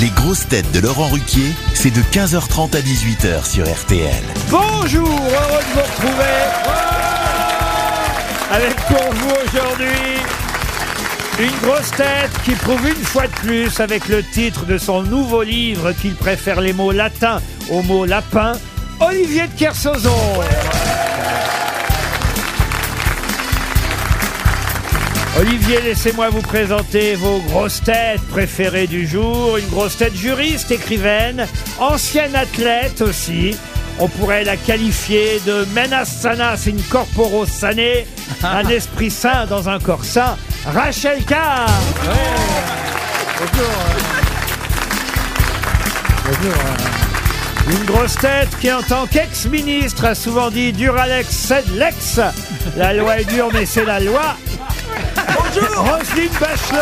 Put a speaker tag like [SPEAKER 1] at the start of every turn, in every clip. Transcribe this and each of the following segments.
[SPEAKER 1] Les grosses têtes de Laurent Ruquier, c'est de 15h30 à 18h sur RTL.
[SPEAKER 2] Bonjour, heureux de vous retrouver. Avec pour vous aujourd'hui une grosse tête qui prouve une fois de plus avec le titre de son nouveau livre qu'il préfère les mots latins aux mots lapins, Olivier de Kersauzon. Olivier, laissez-moi vous présenter vos grosses têtes préférées du jour. Une grosse tête juriste, écrivaine, ancienne athlète aussi. On pourrait la qualifier de menas sanas in corporo sane, un esprit sain dans un corps sain. Rachel Carr. Une grosse tête qui, en tant qu'ex-ministre, a souvent dit Duralex, c'est de l'ex. La loi est dure, mais c'est la loi. Bonjour Roselyne Bachelot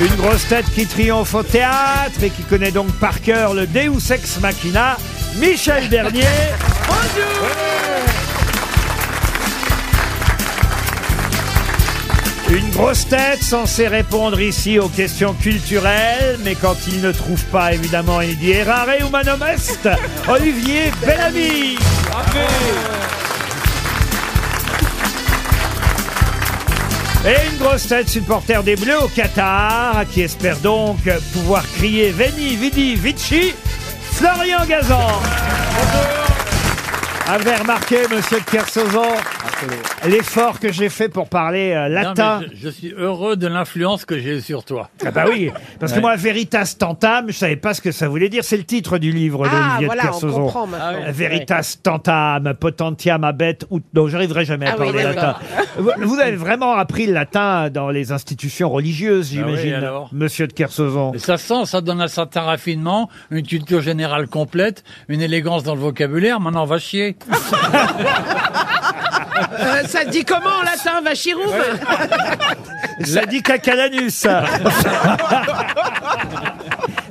[SPEAKER 2] Une grosse tête qui triomphe au théâtre et qui connaît donc par cœur le Deus Ex Machina, Michel Bernier. Bonjour Une grosse tête censée répondre ici aux questions culturelles, mais quand il ne trouve pas, évidemment, il dit errare humanum est, Olivier Bellamy. Et une grosse tête supporter des Bleus au Qatar, qui espère donc pouvoir crier Veni, Vidi, Vici, Florian Gazan. Avez remarqué, monsieur Kersauzon, l'effort que j'ai fait pour parler euh,
[SPEAKER 3] Non,
[SPEAKER 2] latin.
[SPEAKER 3] mais je, je suis heureux de l'influence que j'ai eue sur toi.
[SPEAKER 2] Ah bah oui, parce que moi, Veritas Tantam, je savais pas ce que ça voulait dire. C'est le titre du livre
[SPEAKER 4] Ah,
[SPEAKER 2] d'Olivier
[SPEAKER 4] voilà,
[SPEAKER 2] de
[SPEAKER 4] on
[SPEAKER 2] Kersauzon.
[SPEAKER 4] comprend maintenant.
[SPEAKER 3] Ah oui.
[SPEAKER 2] Veritas tantam, potentiam abet ut. Non, j'arriverai jamais à
[SPEAKER 4] Ah oui,
[SPEAKER 2] parler latin.
[SPEAKER 4] d'accord.
[SPEAKER 2] Vous, vous avez vraiment appris le latin dans les institutions religieuses,
[SPEAKER 3] Ah oui,
[SPEAKER 2] j'imagine,
[SPEAKER 3] alors
[SPEAKER 2] monsieur de Kersauzon.
[SPEAKER 3] Et ça sent, ça donne un certain raffinement, une culture générale complète, une élégance dans le vocabulaire. Maintenant, on va chier.
[SPEAKER 4] Euh, ça se dit comment en latin Vachiroum
[SPEAKER 2] Ça dit cacalanus, ça.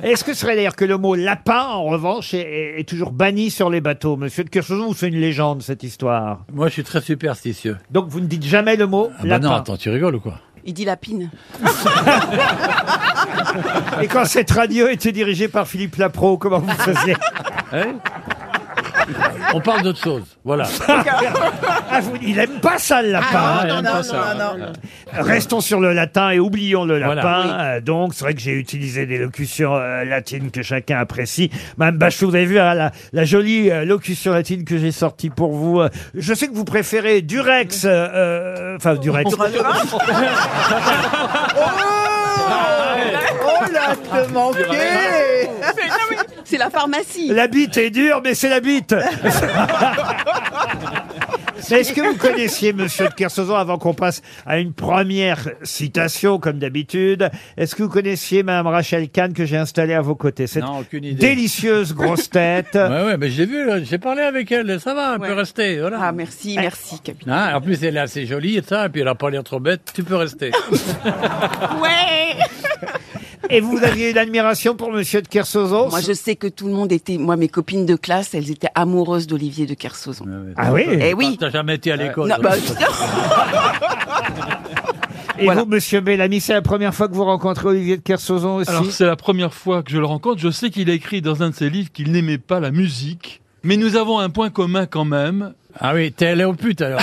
[SPEAKER 2] Est-ce que ce serait d'ailleurs que le mot lapin, en revanche, est, est- est toujours banni sur les bateaux, monsieur de Kersauzon, ou c'est une légende, cette histoire
[SPEAKER 3] Moi, je suis très superstitieux.
[SPEAKER 2] Donc vous ne dites jamais le mot
[SPEAKER 3] Ah bah non,
[SPEAKER 2] lapin.
[SPEAKER 3] attends, tu rigoles ou quoi
[SPEAKER 4] Il dit lapine.
[SPEAKER 2] Et quand cette radio était dirigée par Philippe Lapro, comment vous faisiez
[SPEAKER 3] Hein On parle d'autre chose. Voilà.
[SPEAKER 2] Ah, vous- Il aime pas ça, le lapin.
[SPEAKER 3] Ah, j'aime pas ça.
[SPEAKER 2] Restons sur le latin et oublions le
[SPEAKER 3] Voilà.
[SPEAKER 2] lapin. Euh, donc, c'est vrai que j'ai utilisé des locutions euh, latines que chacun apprécie. Madame Bachelot, vous avez vu hein, la, la jolie euh, locution latine que j'ai sortie pour vous. Euh, Je sais que vous préférez Durex. euh, euh, Enfin, Durex.
[SPEAKER 4] C'est la pharmacie.
[SPEAKER 2] La bite est dure, mais c'est la bite. Mais Est-ce que vous connaissiez Monsieur de Kersauzon avant qu'on passe à une première citation, comme d'habitude Est-ce que vous connaissiez Madame Rachel Kahn que j'ai installée à vos côtés Cette
[SPEAKER 3] Non, aucune idée.
[SPEAKER 2] délicieuse grosse tête.
[SPEAKER 3] Ah Ouais, ouais, mais j'ai vu, là, j'ai parlé avec elle. Ça va, elle peut
[SPEAKER 4] Ouais.
[SPEAKER 3] rester. Voilà.
[SPEAKER 4] Ah merci, merci capitaine.
[SPEAKER 3] Hein, en plus, elle est assez jolie et ça, et puis elle a pas l'air trop bête. Tu peux rester.
[SPEAKER 4] Ouais.
[SPEAKER 2] Et vous aviez une admiration pour Monsieur de Kersauzon
[SPEAKER 5] Moi, je sais que tout le monde était. Moi, mes copines de classe, elles étaient amoureuses d'Olivier de Kersauzon.
[SPEAKER 2] Ah oui Et,
[SPEAKER 5] Eh oui.
[SPEAKER 3] T'as jamais
[SPEAKER 4] Euh,
[SPEAKER 3] été à l'école.
[SPEAKER 5] Non, bah,
[SPEAKER 3] donc.
[SPEAKER 5] voilà.
[SPEAKER 2] vous, Monsieur Bellamy, c'est la première fois que vous rencontrez Olivier de Kersauzon aussi
[SPEAKER 6] Alors c'est la première fois que je le rencontre. Je sais qu'il a écrit dans un de ses livres qu'il n'aimait pas la musique. Mais nous avons un point commun quand même.
[SPEAKER 3] Ah oui, t'es allé aux putes alors.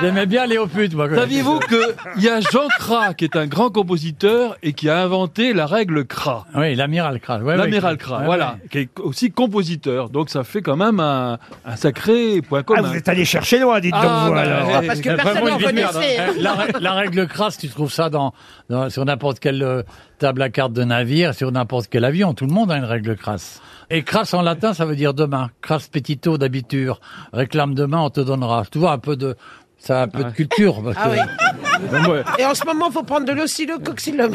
[SPEAKER 3] J'aimais bien aller aux putes, moi. quand
[SPEAKER 6] Saviez-vous qu'il y a Jean Cra, qui est un grand compositeur et qui a inventé la règle Cra
[SPEAKER 3] j'étais- Oui, l'amiral Kral. ouais,
[SPEAKER 6] L'amiral
[SPEAKER 3] ouais.
[SPEAKER 6] Cra,
[SPEAKER 3] Ouais,
[SPEAKER 6] voilà, qui est aussi compositeur. Donc ça fait quand même un, un sacré point
[SPEAKER 2] Ah,
[SPEAKER 6] commun.
[SPEAKER 2] vous êtes allé chercher loin, dites
[SPEAKER 6] Ah,
[SPEAKER 2] donc vous
[SPEAKER 6] bah,
[SPEAKER 2] alors.
[SPEAKER 6] eh,
[SPEAKER 4] Parce que
[SPEAKER 3] ouais.
[SPEAKER 4] personne
[SPEAKER 3] Vraiment
[SPEAKER 4] n'en
[SPEAKER 3] une vie de merde,
[SPEAKER 4] connaissait.
[SPEAKER 3] hein. La, rè- la règle crasse, tu trouves ça dans, dans- sur n'importe quelle euh, table à cartes de navire, sur n'importe quel avion. Tout le monde a une règle crasse. Et crasse en latin, ça veut dire demain. Crasse petito d'habitude. Réclame demain, on te donnera. Tu vois, un peu de, ça a un peu de culture. parce
[SPEAKER 4] Ah
[SPEAKER 3] que-
[SPEAKER 4] oui.
[SPEAKER 6] Donc, ouais.
[SPEAKER 4] Et en ce moment, faut prendre de l'oscillococylum.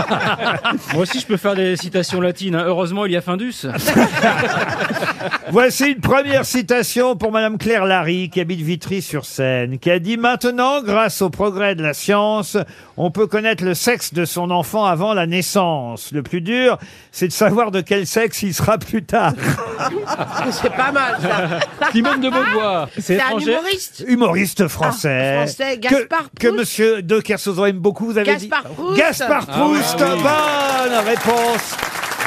[SPEAKER 7] Moi aussi, je peux faire des citations latines. hein. Heureusement, il y a Findus.
[SPEAKER 2] Voici une première citation pour Madame Claire Larry, qui habite Vitry-sur-Seine, qui a dit Maintenant, grâce au progrès de la science, on peut connaître le sexe de son enfant avant la naissance. Le plus dur, c'est de savoir de quel sexe il sera plus tard.
[SPEAKER 7] C'est pas mal, ça.
[SPEAKER 6] Simone de Beauvoir.
[SPEAKER 7] C'est un humoriste.
[SPEAKER 2] Humoriste
[SPEAKER 7] Ah,
[SPEAKER 2] français.
[SPEAKER 7] français,
[SPEAKER 2] Que-
[SPEAKER 7] Gaspard
[SPEAKER 2] Que,
[SPEAKER 7] Proust.
[SPEAKER 2] Monsieur De Kersozo aime beaucoup, vous avez
[SPEAKER 7] Gaspard
[SPEAKER 2] dit.
[SPEAKER 7] Proust.
[SPEAKER 2] Gaspard
[SPEAKER 6] Ah, ouais,
[SPEAKER 2] Proust.
[SPEAKER 6] ah oui.
[SPEAKER 2] Bonne réponse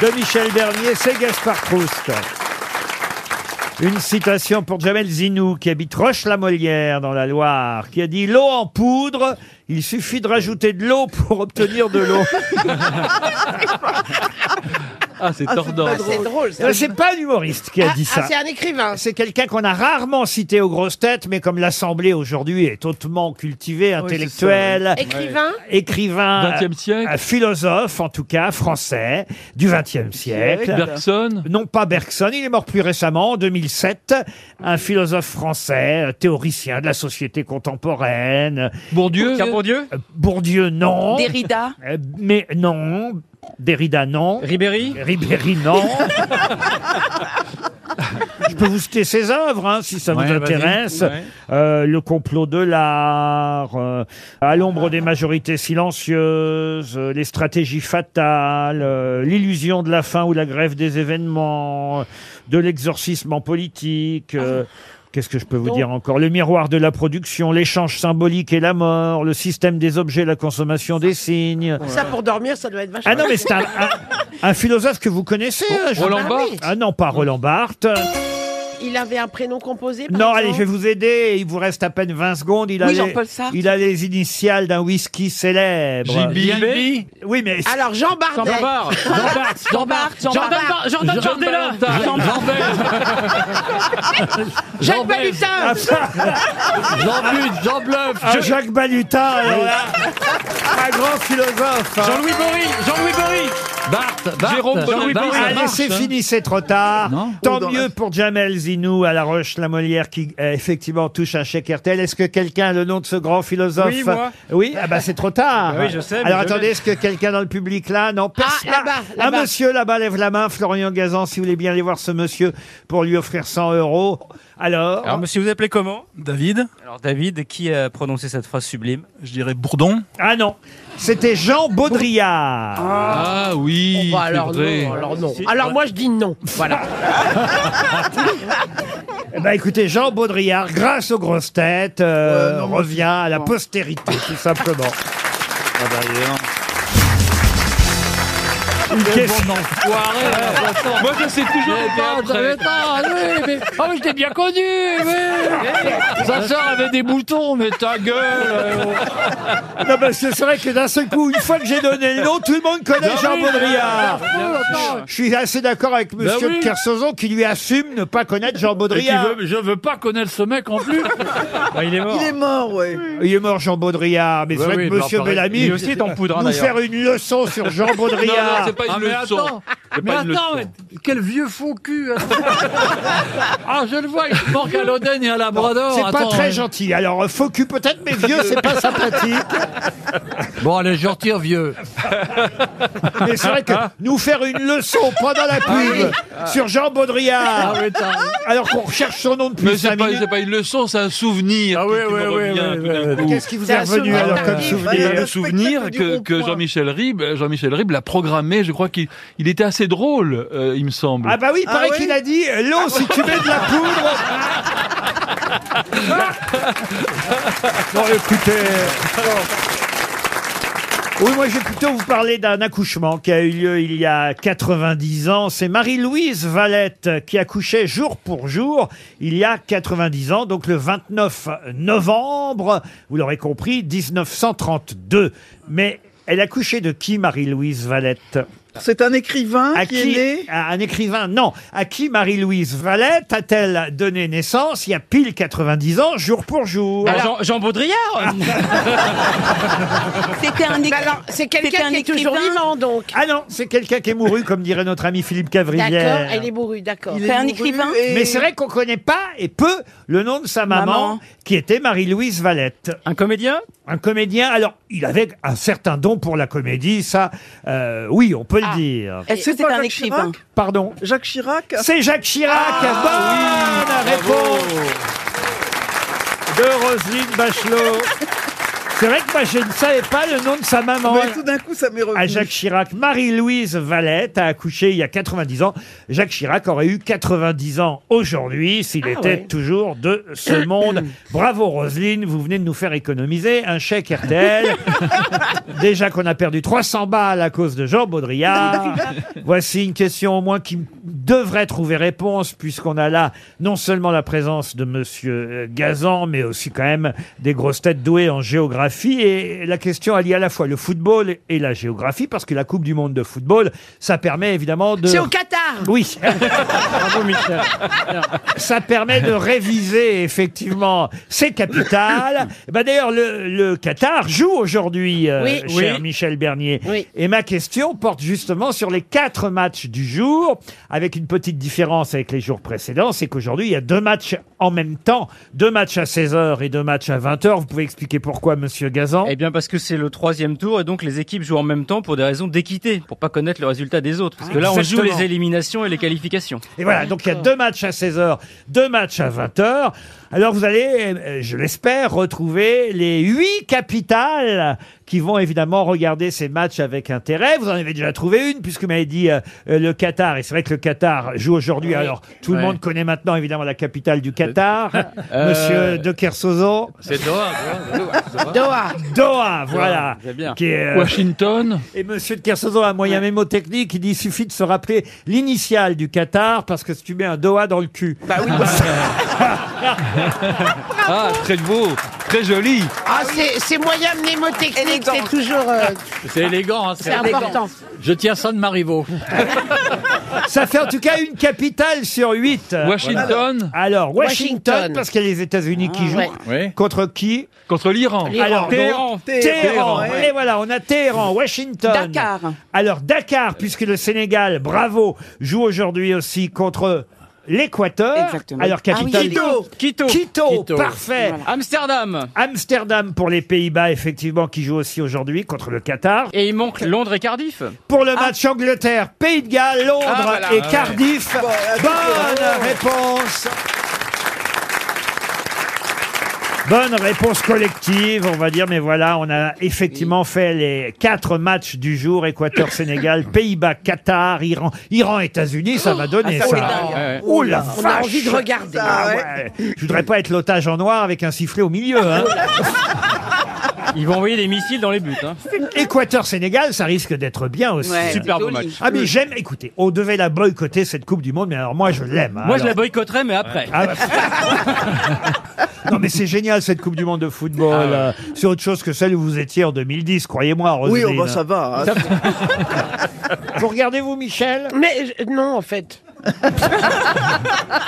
[SPEAKER 2] de Michel Bernier, c'est Gaspard Proust. Une citation pour Jamel Zinou, qui habite Roche-la-Molière, dans la Loire, qui a dit « L'eau en poudre, il suffit de rajouter de l'eau pour obtenir de l'eau
[SPEAKER 6] Ah, c'est tordant.
[SPEAKER 7] Ah, c'est drôle, ». ça.
[SPEAKER 2] Euh, C'est pas un humoriste qui a
[SPEAKER 7] Ah,
[SPEAKER 2] dit
[SPEAKER 7] ah,
[SPEAKER 2] ça.
[SPEAKER 7] c'est un écrivain.
[SPEAKER 2] C'est quelqu'un qu'on a rarement cité aux grosses têtes, mais comme l'Assemblée aujourd'hui est hautement cultivée, intellectuelle,
[SPEAKER 7] Écrivain
[SPEAKER 2] écrivain,
[SPEAKER 6] 20e siècle.
[SPEAKER 2] un philosophe en tout cas français du XXe siècle.
[SPEAKER 6] Bergson.
[SPEAKER 2] Non pas Bergson, il est mort plus récemment en 2007, un philosophe français, euh, théoricien de la société contemporaine.
[SPEAKER 6] Bourdieu.
[SPEAKER 8] Dieu
[SPEAKER 2] Euh, Bourdieu non,
[SPEAKER 5] Derrida.
[SPEAKER 2] Euh, mais non, Derrida non,
[SPEAKER 8] Ribéry
[SPEAKER 2] Ribéry non. Je peux vous citer ses œuvres hein, si ça
[SPEAKER 3] Ouais,
[SPEAKER 2] vous
[SPEAKER 3] vas-y.
[SPEAKER 2] intéresse.
[SPEAKER 8] Ouais.
[SPEAKER 2] Euh, le complot de l'art, euh, à l'ombre des majorités silencieuses, euh, les stratégies fatales, euh, l'illusion de la fin ou la grève des événements, euh, de l'exorcisme en politique. euh, Qu'est-ce que je peux vous dire encore Le miroir de la production, l'échange symbolique et la mort, le système des objets, la consommation des signes.
[SPEAKER 7] Ça, pour dormir, ça doit être vachement...
[SPEAKER 2] Ah non, mais c'est un, un- un philosophe que vous connaissez. hein, je-
[SPEAKER 6] Roland Barthes.
[SPEAKER 2] Ah non, pas Roland Barthes.
[SPEAKER 7] Il avait un prénom composé, par
[SPEAKER 2] Non,
[SPEAKER 7] exemple
[SPEAKER 2] allez, je vais vous aider. Il vous reste à peine 20 secondes. Il a,
[SPEAKER 5] Oui,
[SPEAKER 2] les,
[SPEAKER 5] Jean-Paul Sartre.
[SPEAKER 2] il a les initiales d'un whisky célèbre.
[SPEAKER 3] JB.
[SPEAKER 2] Oui, mais
[SPEAKER 7] Alors, Jean Bardet.
[SPEAKER 6] Bavard.
[SPEAKER 8] Jean Bart, Jean Bart, Jean Bart, Jean Bart, Jean
[SPEAKER 7] Jacques Balutin.
[SPEAKER 3] Jean Bluth, Jean Bluff,
[SPEAKER 2] Ah, Jacques Balutin, alors là, un grand philosophe. hein.
[SPEAKER 8] Jean-Louis Bory, Jean-Louis Bory.
[SPEAKER 3] Bart, Bart,
[SPEAKER 6] Jérôme Jean-Louis
[SPEAKER 3] Bart,
[SPEAKER 6] Barry,
[SPEAKER 3] ça
[SPEAKER 2] Ah, Allez,
[SPEAKER 3] marche,
[SPEAKER 2] c'est
[SPEAKER 3] hein.
[SPEAKER 2] fini, c'est trop tard.
[SPEAKER 3] Non. Oh,
[SPEAKER 2] Tant mieux pour Jamel Zinou à La Roche-la-Molière qui euh, effectivement touche un chèque RTL. Est-ce que quelqu'un a le nom de ce grand philosophe
[SPEAKER 8] Oui, moi.
[SPEAKER 2] Oui, ah bah c'est trop tard.
[SPEAKER 8] Bah oui, je sais, mais
[SPEAKER 2] Alors
[SPEAKER 8] je
[SPEAKER 2] attendez,
[SPEAKER 8] l'ai.
[SPEAKER 2] est-ce que quelqu'un dans le public là Non, personne.
[SPEAKER 7] là-bas,
[SPEAKER 2] Ah,
[SPEAKER 7] là-bas.
[SPEAKER 2] monsieur là-bas lève la main, Florian Gazan, si vous voulez bien aller voir ce monsieur pour lui offrir 100 euros. Alors,
[SPEAKER 8] Alors, monsieur, vous appelez comment
[SPEAKER 9] David,
[SPEAKER 8] Alors, David, qui a prononcé cette phrase sublime
[SPEAKER 9] je dirais Bourdon.
[SPEAKER 2] ah non, c'était Jean Baudrillard.
[SPEAKER 6] Ah
[SPEAKER 7] Bon,
[SPEAKER 6] oui, c'est
[SPEAKER 7] Oh, bah, alors,
[SPEAKER 6] vrai.
[SPEAKER 7] non, alors non. Alors, moi, je dis non. Voilà.
[SPEAKER 2] Eh ben, écoutez, Jean Baudrillard, grâce aux grosses têtes, euh, revient à la postérité, tout simplement. Une question- Eh
[SPEAKER 6] Moi, je sais toujours pas
[SPEAKER 3] Ah,
[SPEAKER 6] après.
[SPEAKER 3] t'avais pas, oui, mais... Ah oui, je t'ai bien connu, oui. Sa sœur avait des boutons, mais ta gueule euh,
[SPEAKER 2] Non, parce que c'est vrai que d'un seul coup, une fois que j'ai donné le nom, tout le monde connaît Jean
[SPEAKER 8] euh,
[SPEAKER 2] Baudrillard. Je suis assez d'accord avec
[SPEAKER 8] Bah
[SPEAKER 2] Monsieur
[SPEAKER 3] oui.
[SPEAKER 2] de Kersauzon qui lui assume ne pas connaître Jean
[SPEAKER 3] et qui
[SPEAKER 2] Baudrillard.
[SPEAKER 3] veut- Je veux pas connaître ce mec en plus
[SPEAKER 8] Bah, Il est mort.
[SPEAKER 9] est mort, ouais.
[SPEAKER 2] Il est mort Jean Baudrillard, mais c'est
[SPEAKER 3] Ouais,
[SPEAKER 2] vrai
[SPEAKER 3] oui,
[SPEAKER 2] que Monsieur
[SPEAKER 3] bah, pareil.
[SPEAKER 2] Bellamy
[SPEAKER 8] Il aussi est en poudre, hein,
[SPEAKER 2] nous
[SPEAKER 8] d'ailleurs.
[SPEAKER 2] faire une leçon sur Jean
[SPEAKER 6] Non, non,
[SPEAKER 2] Baudrillard.
[SPEAKER 6] c'est pas une
[SPEAKER 3] Ah, mais
[SPEAKER 6] leçon.
[SPEAKER 3] attends,
[SPEAKER 6] C'est
[SPEAKER 3] mais
[SPEAKER 6] pas une
[SPEAKER 3] attends,
[SPEAKER 6] leçon.
[SPEAKER 3] mais quel vieux faux cul attends. Ah, je le vois, il se manque à l'Oden et à la Brador.
[SPEAKER 2] C'est pas
[SPEAKER 3] attends,
[SPEAKER 2] très
[SPEAKER 3] hein.
[SPEAKER 2] gentil. Alors, faux cul peut-être, mais vieux, c'est pas sympathique.
[SPEAKER 3] Bon, allez, je retire vieux.
[SPEAKER 2] Mais c'est vrai que nous faire une leçon pendant la pub sur Jean
[SPEAKER 3] Ah
[SPEAKER 2] Baudrillard,
[SPEAKER 3] oui, t'as...
[SPEAKER 2] alors qu'on recherche son nom depuis
[SPEAKER 6] Mais c'est
[SPEAKER 2] 5
[SPEAKER 6] pas, c'est
[SPEAKER 2] minutes,
[SPEAKER 6] pas une leçon, c'est un souvenir.
[SPEAKER 3] Ah
[SPEAKER 6] qui-
[SPEAKER 3] oui,
[SPEAKER 6] qui me
[SPEAKER 3] oui, oui,
[SPEAKER 6] revient
[SPEAKER 3] oui,
[SPEAKER 6] tout d'un
[SPEAKER 3] oui,
[SPEAKER 6] coup.
[SPEAKER 3] oui.
[SPEAKER 2] qu'est-ce qui vous
[SPEAKER 7] C'est
[SPEAKER 2] est
[SPEAKER 7] un
[SPEAKER 2] revenu
[SPEAKER 7] souvenir
[SPEAKER 2] alors comme
[SPEAKER 7] tardive.
[SPEAKER 2] souvenir
[SPEAKER 6] le souvenir
[SPEAKER 7] du
[SPEAKER 6] que,
[SPEAKER 7] rond-point.
[SPEAKER 6] que Jean-Michel Ribes, euh, Jean-Michel Ribes l'a programmé, je crois qu'il il était assez drôle, euh, il me semble.
[SPEAKER 2] Ah bah oui, il
[SPEAKER 7] Ah
[SPEAKER 2] paraît
[SPEAKER 7] oui
[SPEAKER 2] qu'il a dit euh, l'eau si tu mets de la poudre.
[SPEAKER 3] Ah.
[SPEAKER 2] non, écoutez. euh, Oui, moi, je vais plutôt vous parler d'un accouchement qui a eu lieu il y a 90 ans. C'est Marie-Louise Valette qui accouchait jour pour jour il y a 90 ans, donc le 29 novembre, vous l'aurez compris, 1932. Mais elle accouchait de qui, Marie-Louise Valette
[SPEAKER 9] C'est un écrivain
[SPEAKER 2] à qui, à un écrivain, non. À qui Marie-Louise Valette a-t-elle donné naissance il y a pile 90 ans, jour pour jour
[SPEAKER 8] Alors, Jean, Jean
[SPEAKER 3] Oh,
[SPEAKER 8] Baudrillard
[SPEAKER 5] C'était un
[SPEAKER 7] Mais
[SPEAKER 5] écrivain.
[SPEAKER 7] Bah, alors, c'est quelqu'un
[SPEAKER 5] C'était un
[SPEAKER 7] qui est toujours
[SPEAKER 5] écrivain.
[SPEAKER 7] vivant, donc.
[SPEAKER 2] Ah non, c'est quelqu'un qui est mouru, comme dirait notre ami Philippe
[SPEAKER 7] D'accord,
[SPEAKER 2] Cavrivière.
[SPEAKER 7] elle est bourrue, d'accord.
[SPEAKER 5] C'est un écrivain.
[SPEAKER 2] Mais c'est vrai qu'on connaît pas et peu le nom de sa maman,
[SPEAKER 5] Maman.
[SPEAKER 2] qui était Marie-Louise Valette.
[SPEAKER 8] Un comédien
[SPEAKER 2] Un comédien, alors, il avait un certain don pour la comédie, ça, euh, oui, on peut le dire.
[SPEAKER 5] Est-ce que Ah. c'est
[SPEAKER 9] pas
[SPEAKER 5] un
[SPEAKER 9] Jacques
[SPEAKER 5] écrivain
[SPEAKER 9] Chirac
[SPEAKER 2] Pardon
[SPEAKER 9] Jacques Chirac Ah,
[SPEAKER 2] C'est Jacques Chirac Bonne réponse de Roselyne Bachelot C'est vrai que moi, je ne savais pas le nom de sa maman.
[SPEAKER 9] Ah, Mais tout d'un coup, ça m'est
[SPEAKER 2] à
[SPEAKER 9] revenu.
[SPEAKER 2] Jacques Chirac. Marie-Louise Valette a accouché il y a 90 ans. Jacques Chirac aurait eu 90 ans aujourd'hui s'il était
[SPEAKER 7] ouais.
[SPEAKER 2] toujours de ce monde. Bravo Roselyne, vous venez de nous faire économiser un chèque RTL. Déjà qu'on a perdu 300 balles à cause de Jean Baudrillard. Voici une question au moins qui devrait trouver réponse puisqu'on a là non seulement la présence de Monsieur euh, Gazan, mais aussi quand même des grosses têtes douées en géographie. Et la question allie à la fois le football et la géographie parce que la Coupe du Monde de football, ça permet évidemment de...
[SPEAKER 7] C'est au Qatar.
[SPEAKER 2] Oui. Bravo, Michel. Ça permet de réviser effectivement ses capitales. Bah, D'ailleurs, le, le Qatar joue aujourd'hui, euh,
[SPEAKER 7] Oui.
[SPEAKER 2] cher
[SPEAKER 7] Oui.
[SPEAKER 2] Michel Bernier.
[SPEAKER 7] Oui.
[SPEAKER 2] Et ma question porte justement sur les quatre matchs du jour, avec une petite différence avec les jours précédents, c'est qu'aujourd'hui, il y a deux matchs en même temps, deux matchs à 16h et deux matchs à 20h. Vous pouvez expliquer pourquoi, monsieur Gazan
[SPEAKER 10] Eh bien parce que c'est le troisième tour et donc les équipes jouent en même temps pour des raisons d'équité, pour pas connaître le résultat des autres. Parce que là on joue
[SPEAKER 2] Ah, Exactement.
[SPEAKER 10] les éliminations et les qualifications.
[SPEAKER 2] Et voilà, donc il y a deux matchs à 16h, deux matchs à 20h. Alors vous allez, euh, je l'espère, retrouver les huit capitales qui vont évidemment regarder ces matchs avec intérêt. Vous en avez déjà trouvé une puisque vous m'avez dit euh, euh, le Qatar. Et c'est vrai que le Qatar joue aujourd'hui. Alors tout le
[SPEAKER 10] Ouais.
[SPEAKER 2] monde connaît maintenant évidemment la capitale du Qatar, Monsieur De Kersozon.
[SPEAKER 10] C'est Doha.
[SPEAKER 7] Doha.
[SPEAKER 2] Doha, voilà.
[SPEAKER 10] c'est bien.
[SPEAKER 2] Qui est, euh,
[SPEAKER 6] Washington
[SPEAKER 2] et Monsieur de Kersozo a un moyen mémotechnique. Il dit il suffit de se rappeler l'initiale du Qatar parce que si tu mets un Doha dans le cul.
[SPEAKER 5] Bah
[SPEAKER 6] Ah, très beau, très joli.
[SPEAKER 7] Ah, c'est c'est moyen mnémotechnique, c'est toujours euh,
[SPEAKER 3] C'est élégant, hein,
[SPEAKER 7] c'est important.
[SPEAKER 3] Je tiens ça de Marivaux.
[SPEAKER 2] Ça fait en tout cas une capitale sur huit.
[SPEAKER 6] Washington
[SPEAKER 2] Alors, Washington,
[SPEAKER 7] Washington.
[SPEAKER 2] parce qu'il y a les États-Unis
[SPEAKER 5] Ah,
[SPEAKER 2] qui jouent.
[SPEAKER 7] ouais.
[SPEAKER 6] Oui.
[SPEAKER 2] Contre qui
[SPEAKER 6] contre l'Iran.
[SPEAKER 2] Alors,
[SPEAKER 6] Téhéran.
[SPEAKER 2] Téhéran. Et voilà, on a Téhéran, Washington.
[SPEAKER 5] Dakar.
[SPEAKER 2] Alors, Dakar, puisque le Sénégal, bravo, joue aujourd'hui aussi contre l'Équateur.
[SPEAKER 5] Exactement.
[SPEAKER 2] Alors,
[SPEAKER 5] Ah oui,
[SPEAKER 2] capitale.
[SPEAKER 5] Quito.
[SPEAKER 10] Quito.
[SPEAKER 2] Quito,
[SPEAKER 3] Quito.
[SPEAKER 2] Oh, parfait.
[SPEAKER 5] Voilà.
[SPEAKER 10] Amsterdam.
[SPEAKER 2] Amsterdam pour les Pays-Bas, effectivement, qui joue aussi aujourd'hui contre le Qatar.
[SPEAKER 10] Et il manque Londres et Cardiff.
[SPEAKER 2] Pour le match Angleterre, Pays de Galles, Londres
[SPEAKER 10] Ah, voilà.
[SPEAKER 2] et
[SPEAKER 10] Ah, ouais.
[SPEAKER 2] Cardiff.
[SPEAKER 9] attends,
[SPEAKER 2] Bonne réponse. Bonne réponse collective, on va dire, mais voilà, on a effectivement fait les quatre matchs du jour, Équateur-Sénégal, Pays-Bas, Qatar, Iran, Iran-États-Unis, ça va donner
[SPEAKER 10] Ah,
[SPEAKER 2] ça. Oh la
[SPEAKER 7] On a
[SPEAKER 2] vache.
[SPEAKER 7] envie de regarder.
[SPEAKER 2] Ah ouais. Je voudrais pas être l'otage en noir avec un sifflet au milieu. Hein.
[SPEAKER 10] Ils vont envoyer des missiles dans les buts. Hein.
[SPEAKER 2] Équateur-Sénégal, ça risque d'être bien aussi.
[SPEAKER 5] Ouais,
[SPEAKER 10] Super
[SPEAKER 5] c'est
[SPEAKER 10] beau
[SPEAKER 5] joli.
[SPEAKER 2] Ah mais j'aime, écoutez, on devait la boycotter cette Coupe du Monde, mais alors moi je l'aime. hein,
[SPEAKER 10] Moi je la
[SPEAKER 2] alors.
[SPEAKER 10] boycotterai mais après.
[SPEAKER 2] Ah, bah- non mais c'est génial cette Coupe du Monde de football.
[SPEAKER 10] Ah,
[SPEAKER 2] euh, C'est autre chose que celle où vous étiez en 2010, croyez-moi.
[SPEAKER 9] Oui, oh,
[SPEAKER 2] Roselyne.
[SPEAKER 9] bah, ça va. hein.
[SPEAKER 2] Vous regardez-vous Michel
[SPEAKER 7] Mais je- non, en fait.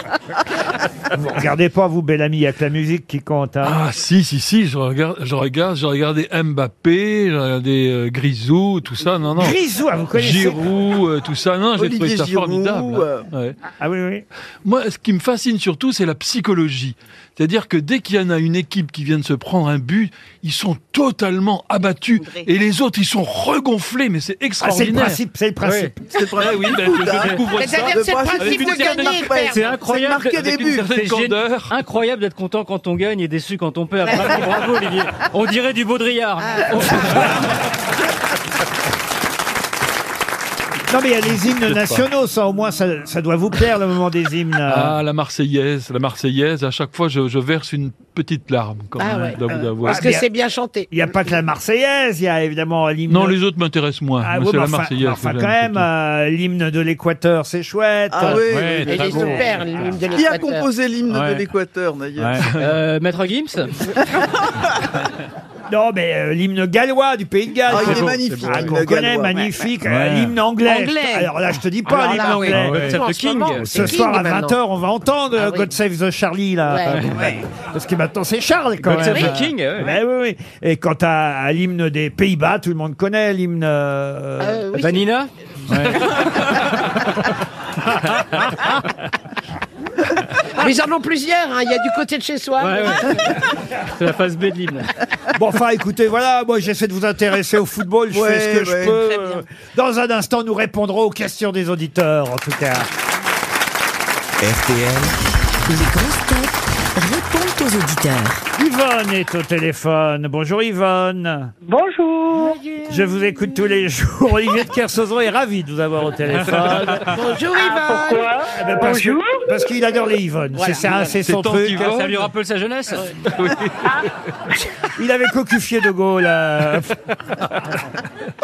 [SPEAKER 2] Vous regardez pas vous Bellamy, il y a que la musique qui compte. hein.
[SPEAKER 6] Ah si si si, je regarde, je regarde, j'ai regardé Mbappé, j'ai regardé euh, Grisou, tout ça, non non.
[SPEAKER 2] Grisou, ah, vous connaissez
[SPEAKER 6] Giroud, euh, tout ça, non, j'ai
[SPEAKER 9] Olivier
[SPEAKER 6] trouvé ça
[SPEAKER 9] Giroud,
[SPEAKER 6] formidable.
[SPEAKER 9] euh.
[SPEAKER 6] Ouais.
[SPEAKER 2] Ah oui oui.
[SPEAKER 6] Moi, ce qui me fascine surtout, c'est la psychologie. C'est-à-dire que dès qu'il y en a une équipe qui vient de se prendre un but, ils sont totalement abattus
[SPEAKER 5] Vrai.
[SPEAKER 6] et les autres, ils sont regonflés. Mais c'est
[SPEAKER 2] Ah, c'est le
[SPEAKER 6] extraordinaire.
[SPEAKER 2] principe, c'est le principe.
[SPEAKER 9] C'est le principe
[SPEAKER 6] oui, ben,
[SPEAKER 9] du
[SPEAKER 6] je-
[SPEAKER 9] foot,
[SPEAKER 6] je
[SPEAKER 9] hein.
[SPEAKER 6] découvre ça.
[SPEAKER 7] C'est-à-dire que c'est le
[SPEAKER 9] Avec
[SPEAKER 7] principe
[SPEAKER 9] une
[SPEAKER 7] de
[SPEAKER 9] certaine
[SPEAKER 7] gagner et de
[SPEAKER 9] arcade.
[SPEAKER 7] perdre.
[SPEAKER 10] C'est incroyable.
[SPEAKER 9] C'est de marquer des
[SPEAKER 10] d'être- d'être une
[SPEAKER 9] buts.
[SPEAKER 10] certaine
[SPEAKER 6] C'est candeur.
[SPEAKER 10] gén- Incroyable d'être content quand on gagne et déçu quand on perd. Bravo, bravo, Olivier. On dirait du Baudrillard.
[SPEAKER 2] Non mais il y a les hymnes nationaux, ça au moins ça, ça doit vous plaire le moment des hymnes. euh.
[SPEAKER 6] Ah, la Marseillaise, la Marseillaise. À chaque fois, je, je verse une petite larme quand
[SPEAKER 7] Ah
[SPEAKER 6] même hein,
[SPEAKER 7] ouais,
[SPEAKER 6] d'avou-
[SPEAKER 7] euh,
[SPEAKER 6] d'avouer.
[SPEAKER 7] Parce que
[SPEAKER 2] bien.
[SPEAKER 7] c'est bien chanté.
[SPEAKER 2] Il n'y a pas que la Marseillaise, il y a évidemment l'hymne.
[SPEAKER 6] Non, les autres m'intéressent moins.
[SPEAKER 2] Ah
[SPEAKER 6] Moi,
[SPEAKER 2] oui,
[SPEAKER 6] c'est
[SPEAKER 2] mais
[SPEAKER 6] la
[SPEAKER 2] enfin,
[SPEAKER 6] Marseillaise.
[SPEAKER 2] enfin,
[SPEAKER 6] que
[SPEAKER 2] quand
[SPEAKER 6] j'aime
[SPEAKER 2] même,
[SPEAKER 6] surtout.
[SPEAKER 2] euh, l'hymne de l'Équateur, c'est chouette.
[SPEAKER 9] Ah oui,
[SPEAKER 3] Ouais,
[SPEAKER 9] oui,
[SPEAKER 7] Il
[SPEAKER 3] très
[SPEAKER 7] est
[SPEAKER 3] beau.
[SPEAKER 7] super, l'hymne de
[SPEAKER 9] oui. Qui a
[SPEAKER 7] l'Équateur.
[SPEAKER 9] composé l'hymne
[SPEAKER 3] Ouais.
[SPEAKER 9] de l'Équateur, d'ailleurs
[SPEAKER 3] Ouais.
[SPEAKER 10] Euh, Maître Gims
[SPEAKER 2] Non, mais euh, l'hymne gallois du pays de Galles.
[SPEAKER 9] Ah, il
[SPEAKER 2] c'est
[SPEAKER 9] est
[SPEAKER 2] beau.
[SPEAKER 9] magnifique.
[SPEAKER 2] Ah,
[SPEAKER 9] le
[SPEAKER 2] qu'on connaît,
[SPEAKER 9] Gallois.
[SPEAKER 2] magnifique.
[SPEAKER 3] ouais.
[SPEAKER 2] Euh,
[SPEAKER 3] Ouais.
[SPEAKER 2] L'hymne anglais.
[SPEAKER 7] Anglais.
[SPEAKER 2] Alors là, je te dis pas
[SPEAKER 7] Alors
[SPEAKER 2] l'hymne
[SPEAKER 7] là, oui.
[SPEAKER 2] anglais.
[SPEAKER 3] Ah ouais.
[SPEAKER 10] C'est
[SPEAKER 7] En
[SPEAKER 10] le
[SPEAKER 7] ce
[SPEAKER 10] King.
[SPEAKER 7] moment,
[SPEAKER 2] Ce
[SPEAKER 7] King,
[SPEAKER 2] soir à
[SPEAKER 7] maintenant.
[SPEAKER 2] 20h, on va entendre
[SPEAKER 7] Ah
[SPEAKER 2] euh,
[SPEAKER 7] oui.
[SPEAKER 2] God Save the Charlie, là.
[SPEAKER 7] Ouais.
[SPEAKER 2] Ouais. Parce que maintenant, c'est Charles, quand
[SPEAKER 10] God Save
[SPEAKER 2] même.
[SPEAKER 10] the King, ouais.
[SPEAKER 2] Ouais, oui, oui. Et quant à, à l'hymne des Pays-Bas, tout le monde connaît l'hymne. euh,
[SPEAKER 7] Euh, oui,
[SPEAKER 10] Vanina
[SPEAKER 7] Ah, Mais ils en ont plusieurs, hein, il y a du côté de chez soi.
[SPEAKER 10] Ouais, C'est la phase B de l'hymne.
[SPEAKER 2] Bon, enfin, écoutez, voilà, moi j'essaie de vous intéresser au football, je
[SPEAKER 9] Ouais,
[SPEAKER 2] fais ce que
[SPEAKER 9] ouais.
[SPEAKER 2] je peux. Dans un instant, nous répondrons aux questions des auditeurs, en tout cas.
[SPEAKER 1] RTL,
[SPEAKER 11] Les grosses têtes répondent aux auditeurs.
[SPEAKER 2] Yvonne est au téléphone. Bonjour Yvonne.
[SPEAKER 12] Bonjour.
[SPEAKER 2] Je vous écoute tous les jours. Olivier de Kersauzon est ravi de vous avoir au téléphone.
[SPEAKER 7] Bonjour
[SPEAKER 12] Yvonne. Pourquoi
[SPEAKER 2] Eh ben, parce que- Parce qu'il adore les Yvonne.
[SPEAKER 10] Voilà.
[SPEAKER 2] c'est ça, c'est son
[SPEAKER 10] tant
[SPEAKER 2] truc.
[SPEAKER 10] qu'il va, Ça lui rappelle sa jeunesse
[SPEAKER 2] Il avait cocufié De Gaulle. euh.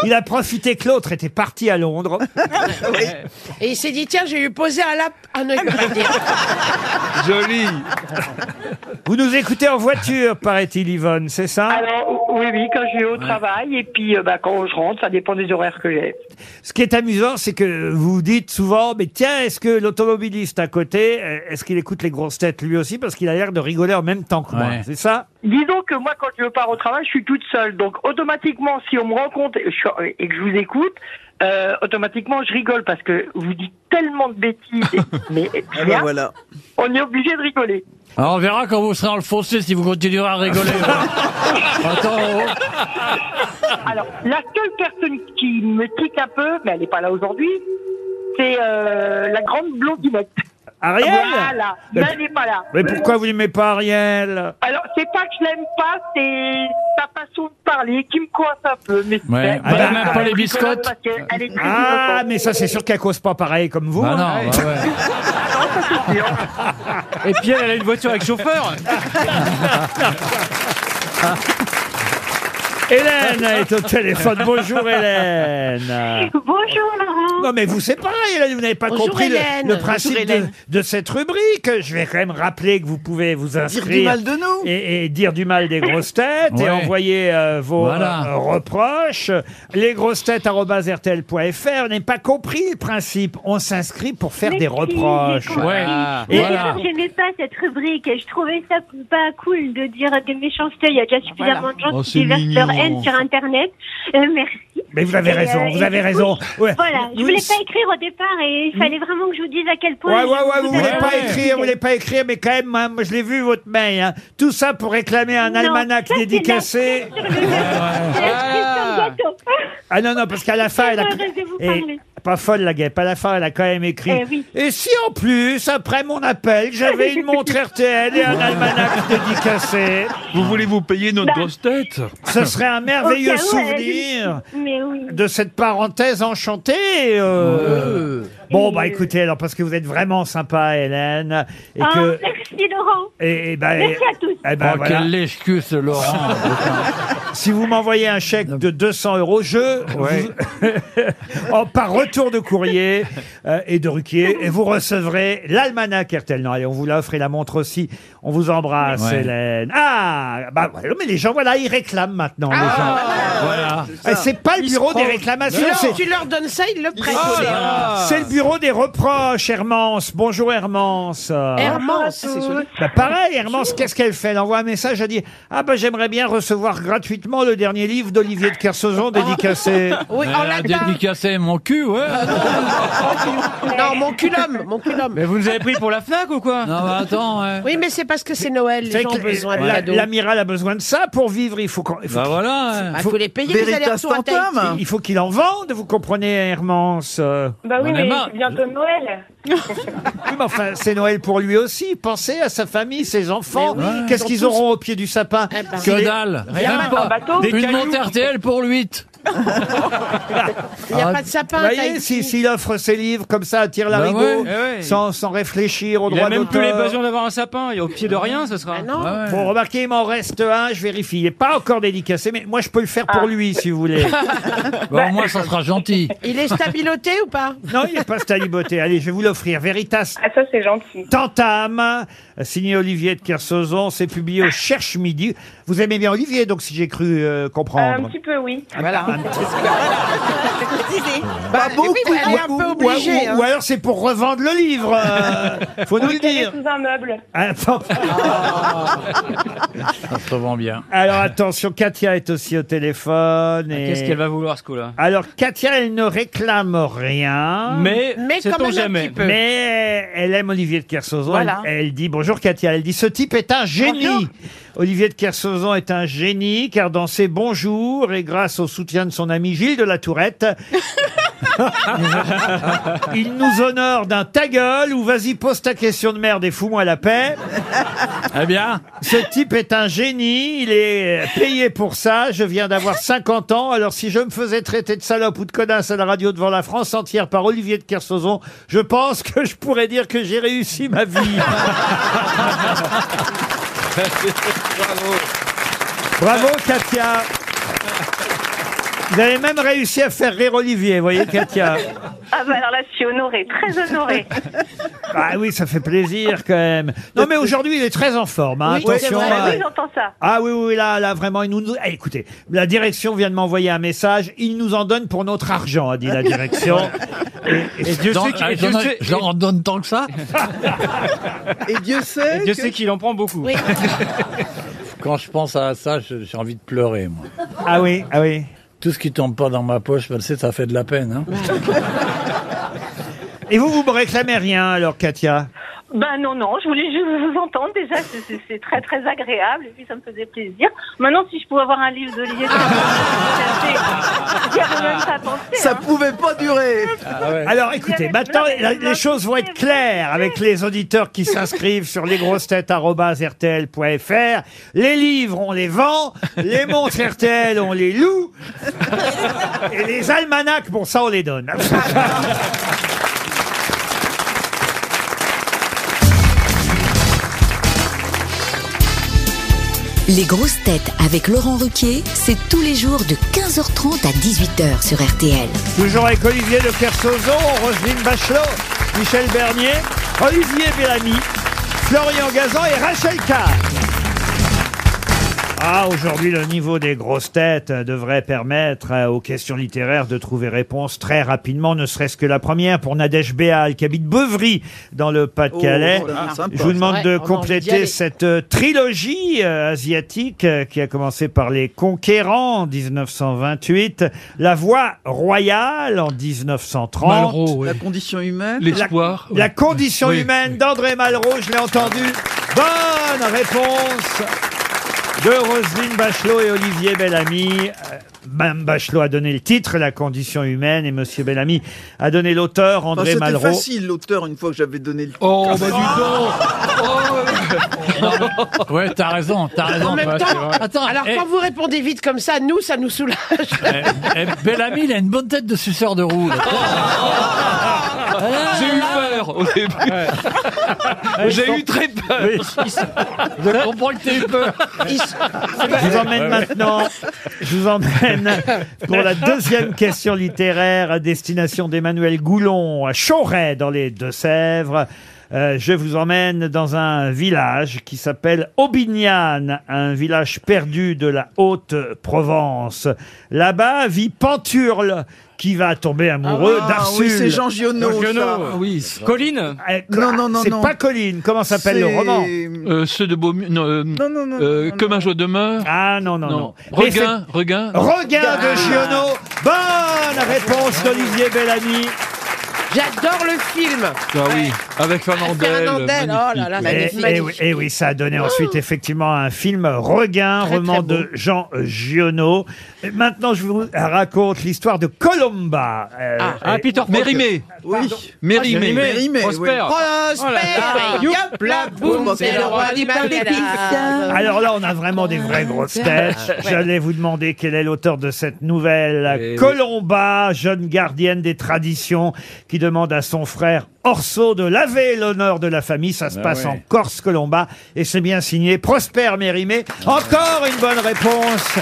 [SPEAKER 2] Il a profité que l'autre était parti à Londres.
[SPEAKER 7] Et il s'est dit, tiens, j'ai eu posé à la... Ah non, il peut pas le dire.
[SPEAKER 2] Joli. Vous nous écoutez en voiture, paraît-il, Yvonne, c'est ça
[SPEAKER 12] Ah Alors, oui, oui, quand je vais au travail, et puis euh, bah, quand je rentre, ça dépend des horaires que j'ai.
[SPEAKER 2] Ce qui est amusant, c'est que vous dites souvent, mais tiens, est-ce que l'automobiliste à côté, euh, est-ce qu'il écoute les grosses têtes lui aussi parce qu'il a l'air de rigoler en même temps que moi, c'est ça
[SPEAKER 12] Disons que moi, quand je pars au travail, je suis toute seule. Donc, automatiquement, si on me rencontre et, je- et que je vous écoute, euh, automatiquement, je rigole parce que vous dites tellement de bêtises. et- mais
[SPEAKER 9] ben
[SPEAKER 12] rien,
[SPEAKER 9] voilà.
[SPEAKER 12] on est obligé de rigoler.
[SPEAKER 3] Alors on verra quand vous serez dans le fossé si vous continuerez à rigoler. Attends, oh.
[SPEAKER 12] Alors, la seule personne qui me tique un peu, mais elle n'est pas là aujourd'hui, c'est euh, la grande blondinette.
[SPEAKER 2] Ariel Euh,
[SPEAKER 12] Voilà,
[SPEAKER 2] Mais-
[SPEAKER 12] elle n'est pas là.
[SPEAKER 2] Mais pourquoi vous n'aimez pas Ariel
[SPEAKER 12] Alors, c'est pas que je l'aime pas, c'est sa façon de parler qui me coince un peu. Mais
[SPEAKER 2] Ouais.
[SPEAKER 12] Ah
[SPEAKER 2] Elle
[SPEAKER 12] bah,
[SPEAKER 2] aime
[SPEAKER 12] elle
[SPEAKER 2] pas les
[SPEAKER 12] rigole
[SPEAKER 2] biscottes
[SPEAKER 12] parce qu'elle- elle est très
[SPEAKER 2] Ah,
[SPEAKER 12] innocente.
[SPEAKER 2] mais ça, c'est sûr qu'elle cause pas pareil comme vous. hein.
[SPEAKER 3] Bah non, bah ouais.
[SPEAKER 10] Et puis elle, elle a une voiture avec chauffeur.
[SPEAKER 2] Hélène est au téléphone. Bonjour, Hélène.
[SPEAKER 12] Bonjour Laurent.
[SPEAKER 2] Non mais vous c'est pareil, Hélène, vous n'avez pas
[SPEAKER 7] Bonjour,
[SPEAKER 2] compris le,
[SPEAKER 7] Hélène.
[SPEAKER 2] le principe
[SPEAKER 7] Bonjour,
[SPEAKER 2] de,
[SPEAKER 7] Hélène.
[SPEAKER 2] de cette rubrique. Je vais quand même rappeler que vous pouvez vous inscrire
[SPEAKER 9] du mal de nous.
[SPEAKER 2] et, et dire du mal des grosses têtes et
[SPEAKER 3] Ouais.
[SPEAKER 2] envoyer euh, vos
[SPEAKER 3] Voilà.
[SPEAKER 2] euh, reproches. Lesgrossetêtes@rtl.fr. N'est pas compris le principe. On s'inscrit pour faire
[SPEAKER 13] Mais
[SPEAKER 2] des
[SPEAKER 13] si,
[SPEAKER 2] reproches.
[SPEAKER 13] j'ai compris.
[SPEAKER 2] Et-
[SPEAKER 13] Mais d'abord, j'aimais pas cette rubrique et je trouvais ça pas cool de dire des méchancetés. Il y a déjà suffisamment de gens
[SPEAKER 2] Oh, c'est
[SPEAKER 13] qui déversent leur
[SPEAKER 2] mignon.
[SPEAKER 13] haine sur Internet. Euh, merci.
[SPEAKER 2] Mais vous avez
[SPEAKER 13] Et,
[SPEAKER 2] raison,
[SPEAKER 13] euh,
[SPEAKER 2] vous
[SPEAKER 13] et
[SPEAKER 2] avez
[SPEAKER 13] du coup,
[SPEAKER 2] raison. Ouais.
[SPEAKER 13] Voilà, je
[SPEAKER 2] Oui,
[SPEAKER 13] voulais
[SPEAKER 2] c'est-
[SPEAKER 13] pas écrire au départ et il fallait vraiment que je vous dise à quel point.
[SPEAKER 2] Ouais, ouais, ouais, vous voulez
[SPEAKER 13] avez
[SPEAKER 2] pas
[SPEAKER 13] raison.
[SPEAKER 2] écrire, vous voulez pas écrire, mais quand même, hein, moi, je l'ai vu, votre mail. hein. Tout ça pour réclamer un
[SPEAKER 13] Non,
[SPEAKER 2] almanach
[SPEAKER 13] ça, c'est
[SPEAKER 2] dédicacé.
[SPEAKER 13] C'est la cerise sur le gâteau.
[SPEAKER 2] Ah non, non, parce qu'à la fin, elle a...
[SPEAKER 13] heureuse de vous
[SPEAKER 2] Et-
[SPEAKER 13] parler.
[SPEAKER 2] Pas folle, la guêpe. À la fin, elle a quand même écrit.
[SPEAKER 13] Eh oui.
[SPEAKER 2] Et si, en plus, après mon appel, j'avais une montre RTL et un almanach dédicacé
[SPEAKER 6] Vous voulez vous payer notre
[SPEAKER 13] Bah.
[SPEAKER 6] grosse tête
[SPEAKER 2] Ce serait un merveilleux
[SPEAKER 13] Au cas où, elle-
[SPEAKER 2] souvenir
[SPEAKER 13] Mais oui.
[SPEAKER 2] de cette parenthèse enchantée. euh. Bon, bah écoutez, alors, parce que vous êtes vraiment sympa, Hélène. Et
[SPEAKER 13] Ah,
[SPEAKER 2] que...
[SPEAKER 13] Merci Laurent.
[SPEAKER 2] Et, et ben,
[SPEAKER 13] Merci à tous.
[SPEAKER 2] eh ben,
[SPEAKER 3] Oh,
[SPEAKER 2] voilà.
[SPEAKER 3] quel lèche cul ce Laurent.
[SPEAKER 2] Si vous m'envoyez un chèque de 200 euros, je, vous- en- par retour de courrier euh, et de ruquier, et vous recevrez l'almanach RTL. Non, allez, on vous l'offre et la montre aussi. On vous embrasse,
[SPEAKER 3] Ouais.
[SPEAKER 2] Hélène. Ah, bah, voilà, mais les gens, voilà, ils réclament maintenant. les gens.
[SPEAKER 3] Ah, voilà.
[SPEAKER 2] Eh, C'est pas le bureau des réclamations,
[SPEAKER 7] Non,
[SPEAKER 2] c'est
[SPEAKER 7] tu leur donnes ça, ils le prennent.
[SPEAKER 2] c'est le bureau des reproches, Hermance. Bonjour, Hermance.
[SPEAKER 7] Hermance, Ah, c'est joli.
[SPEAKER 2] Bah pareil, Hermance, qu'est-ce qu'elle fait Elle envoie un message, elle dit « Ah bah j'aimerais bien recevoir gratuitement le dernier livre d'Olivier de Kersauzon dédicacé.
[SPEAKER 7] Oh. Oui, en
[SPEAKER 3] Elle a
[SPEAKER 7] latin.
[SPEAKER 3] Euh, dédicacé mon cul, ouais.
[SPEAKER 7] Non, mon culhomme, mon culhomme.
[SPEAKER 10] Mais vous nous avez pris pour la Fnac ou quoi
[SPEAKER 3] Non, mais attends, ouais.
[SPEAKER 7] Oui, mais c'est parce que c'est Noël,
[SPEAKER 2] Vous savez
[SPEAKER 7] les gens ont
[SPEAKER 2] que l-
[SPEAKER 7] besoin de
[SPEAKER 2] la-
[SPEAKER 7] cadeaux.
[SPEAKER 2] L'amiral a besoin de ça pour vivre, il faut qu'on- il faut
[SPEAKER 3] Bah
[SPEAKER 2] qu'il
[SPEAKER 3] voilà.
[SPEAKER 7] Il
[SPEAKER 3] ouais.
[SPEAKER 7] faut les payer, les
[SPEAKER 9] Veritas
[SPEAKER 7] allers-retours à Tahiti.
[SPEAKER 9] Tantum.
[SPEAKER 2] il faut qu'il en vende, vous comprenez, Hermance Euh,
[SPEAKER 13] Bah
[SPEAKER 3] oui, On mais aime un- c'est
[SPEAKER 13] bientôt Noël.
[SPEAKER 2] Oui, mais enfin, c'est Noël pour lui aussi. Pensez à sa famille, ses enfants.
[SPEAKER 7] Mais oui,
[SPEAKER 2] Qu'est-ce
[SPEAKER 7] ils
[SPEAKER 2] qu'ils
[SPEAKER 7] sont
[SPEAKER 2] auront au pied du sapin
[SPEAKER 7] Eh ben.
[SPEAKER 2] S'il
[SPEAKER 3] Que
[SPEAKER 2] est-
[SPEAKER 3] dalle.
[SPEAKER 7] Rien.
[SPEAKER 3] Même pas.
[SPEAKER 7] Un
[SPEAKER 13] bateau.
[SPEAKER 10] Des
[SPEAKER 3] Une
[SPEAKER 10] cailloux.
[SPEAKER 3] montre RTL pour 8.
[SPEAKER 7] Il n'y a pas de sapin
[SPEAKER 2] Ah.
[SPEAKER 7] Bah
[SPEAKER 2] Vous
[SPEAKER 7] à
[SPEAKER 2] voyez,
[SPEAKER 7] Tahiti.
[SPEAKER 2] si- s'il offre ses livres comme ça, à tire larigot
[SPEAKER 3] ouais,
[SPEAKER 10] eh ouais.
[SPEAKER 2] sans, sans réfléchir au
[SPEAKER 10] Il
[SPEAKER 2] droit
[SPEAKER 10] a même plus
[SPEAKER 2] d'auteur.
[SPEAKER 10] l'occasion d'avoir un sapin. Et au pied de rien, ce sera.
[SPEAKER 7] Ah non,
[SPEAKER 2] Bon, remarquez, il m'en reste un, je vérifie. Il n'est pas encore dédicacé, mais moi, je peux le faire
[SPEAKER 7] Ah.
[SPEAKER 2] pour lui, si vous voulez.
[SPEAKER 3] Bah, au moins, ça sera gentil.
[SPEAKER 7] il est stabiloté ou pas
[SPEAKER 2] non, il n'est pas staliboté. Allez, je vais vous l'offrir. Veritas
[SPEAKER 12] Ah, ça, c'est gentil.
[SPEAKER 2] Tantame, signé Olivier de Kersauzon. C'est publié au Cherche Midi. Vous aimez bien Olivier, donc, si j'ai cru euh, comprendre.
[SPEAKER 12] peu, oui.
[SPEAKER 2] Ah, Bah,
[SPEAKER 14] beaucoup, oui, mais elle est un peu
[SPEAKER 2] ou- ou-
[SPEAKER 14] obligée,
[SPEAKER 2] ou-
[SPEAKER 14] hein.
[SPEAKER 2] ou alors c'est pour revendre le livre. euh, faut nous le dire.
[SPEAKER 14] sous un meuble.
[SPEAKER 2] Attends. Ah.
[SPEAKER 3] Ça se revend bien.
[SPEAKER 2] Alors attention, Katia est aussi au téléphone. et-
[SPEAKER 10] Qu'est-ce qu'elle va vouloir ce coup-là
[SPEAKER 2] Alors Katia, elle ne réclame rien.
[SPEAKER 10] Mais- Mais sait-on quand même un jamais. petit peu.
[SPEAKER 2] Mais elle aime Olivier de Kersauzon.
[SPEAKER 10] Voilà.
[SPEAKER 2] Elle, elle dit bonjour Katia. Elle dit ce type est un génie. Olivier de Kersauzon est un génie car dans ses bons jours et grâce au soutien de son ami Gilles de la Tourette. Ah, Il nous honore d'un ta gueule ou vas-y pose ta question de merde et fous-moi la paix. Eh bien. Ce type est un génie, il est payé pour ça, je viens d'avoir 50 ans, alors si je me faisais traiter de salope ou de connasse à la radio devant la France entière par Olivier de Kersauzon, je pense que je pourrais dire que j'ai réussi ma vie.
[SPEAKER 14] Bravo.
[SPEAKER 2] Bravo Katia Vous avez même réussi à faire rire Olivier, vous voyez Katia
[SPEAKER 13] Ah bah alors là, je suis honorée, très honorée.
[SPEAKER 2] Ah oui, ça fait plaisir quand même. Non mais aujourd'hui, il est très en forme. hein,
[SPEAKER 13] Oui, c'est
[SPEAKER 2] Attention.
[SPEAKER 13] vrai.
[SPEAKER 2] hein.
[SPEAKER 13] Oui, j'entends ça.
[SPEAKER 2] Ah oui, oui, oui, là, là, vraiment, il nous. nous- Eh, écoutez, la direction vient de m'envoyer un message. Il nous en donne pour notre argent, a dit la direction.
[SPEAKER 10] Et Dieu sait qu'il- et Dieu sait-
[SPEAKER 3] Je leur en donne tant que ça
[SPEAKER 10] Et Dieu sait. Dieu sait qu'il en prend beaucoup.
[SPEAKER 3] Quand je pense à ça, je- j'ai envie de pleurer, moi.
[SPEAKER 2] Ah oui, ah oui.
[SPEAKER 3] Tout ce qui tombe pas dans ma poche, ben, tu sais, ça fait de la peine. Hein.
[SPEAKER 2] Et vous, vous me réclamez rien, alors, Katia
[SPEAKER 13] Ben non, non, je voulais juste vous entendre. Déjà, c'est- c'est c'est très, très agréable et puis ça me faisait plaisir. Maintenant, si je pouvais avoir un livre d'Olivier de Kersauzon, j'y avais même pas pensé.
[SPEAKER 2] Ça pouvait pas durer. Ah Alors écoutez, maintenant la- les choses vont être claires avec les auditeurs qui s'inscrivent sur lesgrossetêtes@rtl.fr. Les livres, on les vend, les montres RTL, on les loue, et les almanachs, bon ça on les donne.
[SPEAKER 11] Les grosses têtes avec Laurent Ruquier, c'est tous les jours de 15h30 à 18h sur RTL.
[SPEAKER 2] Toujours avec Olivier de Kersauzon, Roselyne Bachelot, Michel Bernier, Olivier Bellamy, Florian Gazan et Rachel Carr. Ah, aujourd'hui, le niveau des grosses têtes euh, devrait permettre euh, aux questions littéraires de trouver réponse très rapidement, ne serait-ce que la première pour Nadège Béal, qui habite Beuvry, dans le Pas-de-Calais.
[SPEAKER 9] Oh, oh là là, sympa.
[SPEAKER 2] Je vous demande
[SPEAKER 9] Ouais,
[SPEAKER 2] de
[SPEAKER 9] on a envie d'y aller.
[SPEAKER 2] compléter cette euh, trilogie euh, asiatique euh, qui a commencé par les conquérants en 1928, la voie royale en 1930.
[SPEAKER 6] Malraux, oui.
[SPEAKER 9] La condition humaine.
[SPEAKER 6] L'espoir.
[SPEAKER 2] La, la condition
[SPEAKER 6] Oui,
[SPEAKER 2] humaine d'André Malraux, je l'ai entendu. Bonne réponse de Roselyne Bachelot et Olivier Bellamy. Euh, Mme Bachelot a donné le titre, La condition humaine, et Monsieur Bellamy a donné l'auteur,
[SPEAKER 9] Enfin,
[SPEAKER 2] André
[SPEAKER 9] C'était
[SPEAKER 2] Malraux.
[SPEAKER 9] facile, l'auteur, une fois que j'avais donné le. Ah.
[SPEAKER 6] Oh,
[SPEAKER 9] bah
[SPEAKER 2] Oh,
[SPEAKER 3] Ouais, t'as raison, t'as raison.
[SPEAKER 7] En même
[SPEAKER 3] toi, c'est
[SPEAKER 7] temps,
[SPEAKER 3] vrai.
[SPEAKER 7] alors
[SPEAKER 3] eh,
[SPEAKER 7] quand vous répondez vite comme ça, nous, ça nous soulage.
[SPEAKER 3] eh, eh, Bellamy, il a une bonne tête de suceur de roue. là.
[SPEAKER 6] J'ai eu peur au début. J'ai eu très peur.
[SPEAKER 3] Je comprends que t'aies eu peur.
[SPEAKER 2] Je vous emmène maintenant. Je vous emmène pour la deuxième question littéraire à destination d'Emmanuel Goulon à Choret dans les Deux-Sèvres. Euh, je vous emmène dans un village qui s'appelle Aubignan, un village perdu de la Haute-Provence. Là-bas vit Panturle qui va tomber amoureux
[SPEAKER 9] Ah,
[SPEAKER 2] d'Arsule.
[SPEAKER 9] oui, c'est Jean Giono, Jean Giono. ça.
[SPEAKER 6] Oui.
[SPEAKER 10] Ah Colline
[SPEAKER 2] Eh,
[SPEAKER 9] Non, non, non,
[SPEAKER 2] C'est
[SPEAKER 9] non.
[SPEAKER 2] pas Colline. Comment s'appelle le
[SPEAKER 9] C'est-
[SPEAKER 2] roman
[SPEAKER 6] Euh, ceux de Beaumieu. Non, euh,
[SPEAKER 9] non, non,
[SPEAKER 6] euh, Comme un jour demeure.
[SPEAKER 2] Ah non, non, non.
[SPEAKER 6] Regain,
[SPEAKER 2] Mais
[SPEAKER 6] regain.
[SPEAKER 2] Regain
[SPEAKER 7] Ah.
[SPEAKER 2] de Giono. Bonne réponse d'Olivier Bellamy.
[SPEAKER 7] J'adore le film.
[SPEAKER 6] Ah oui, avec Fernandel.
[SPEAKER 7] Fernandel,
[SPEAKER 6] magnifique.
[SPEAKER 7] oh là là,
[SPEAKER 2] Et,
[SPEAKER 7] magnifique.
[SPEAKER 2] et oui, et oui, ça a donné ensuite effectivement un film Regain,
[SPEAKER 7] Très,
[SPEAKER 2] roman
[SPEAKER 7] très beau.
[SPEAKER 2] de Jean euh, Giono. Et maintenant, je vous raconte l'histoire de Colomba. Euh,
[SPEAKER 6] Ah,
[SPEAKER 2] et-
[SPEAKER 6] Peter Falk. Mérimée.
[SPEAKER 9] Oui.
[SPEAKER 6] Mérimée.
[SPEAKER 9] Mérimée,
[SPEAKER 6] Prosper.
[SPEAKER 7] Oh
[SPEAKER 9] oui.
[SPEAKER 2] Oh
[SPEAKER 7] Prosper, yop, la boum, c'est le roi du Magdala.
[SPEAKER 2] Alors là, on a vraiment des vraies grosses têtes. J'allais vous demander quel est l'auteur de cette nouvelle.
[SPEAKER 6] Ah, Eh oui.
[SPEAKER 2] Colomba, jeune gardienne des traditions, qui demande à son frère Orso de laver l'honneur de la famille. Ça se
[SPEAKER 6] Ben
[SPEAKER 2] passe
[SPEAKER 6] ouais.
[SPEAKER 2] en Corse, Colomba. Et c'est bien signé Prosper Mérimée. Encore une bonne réponse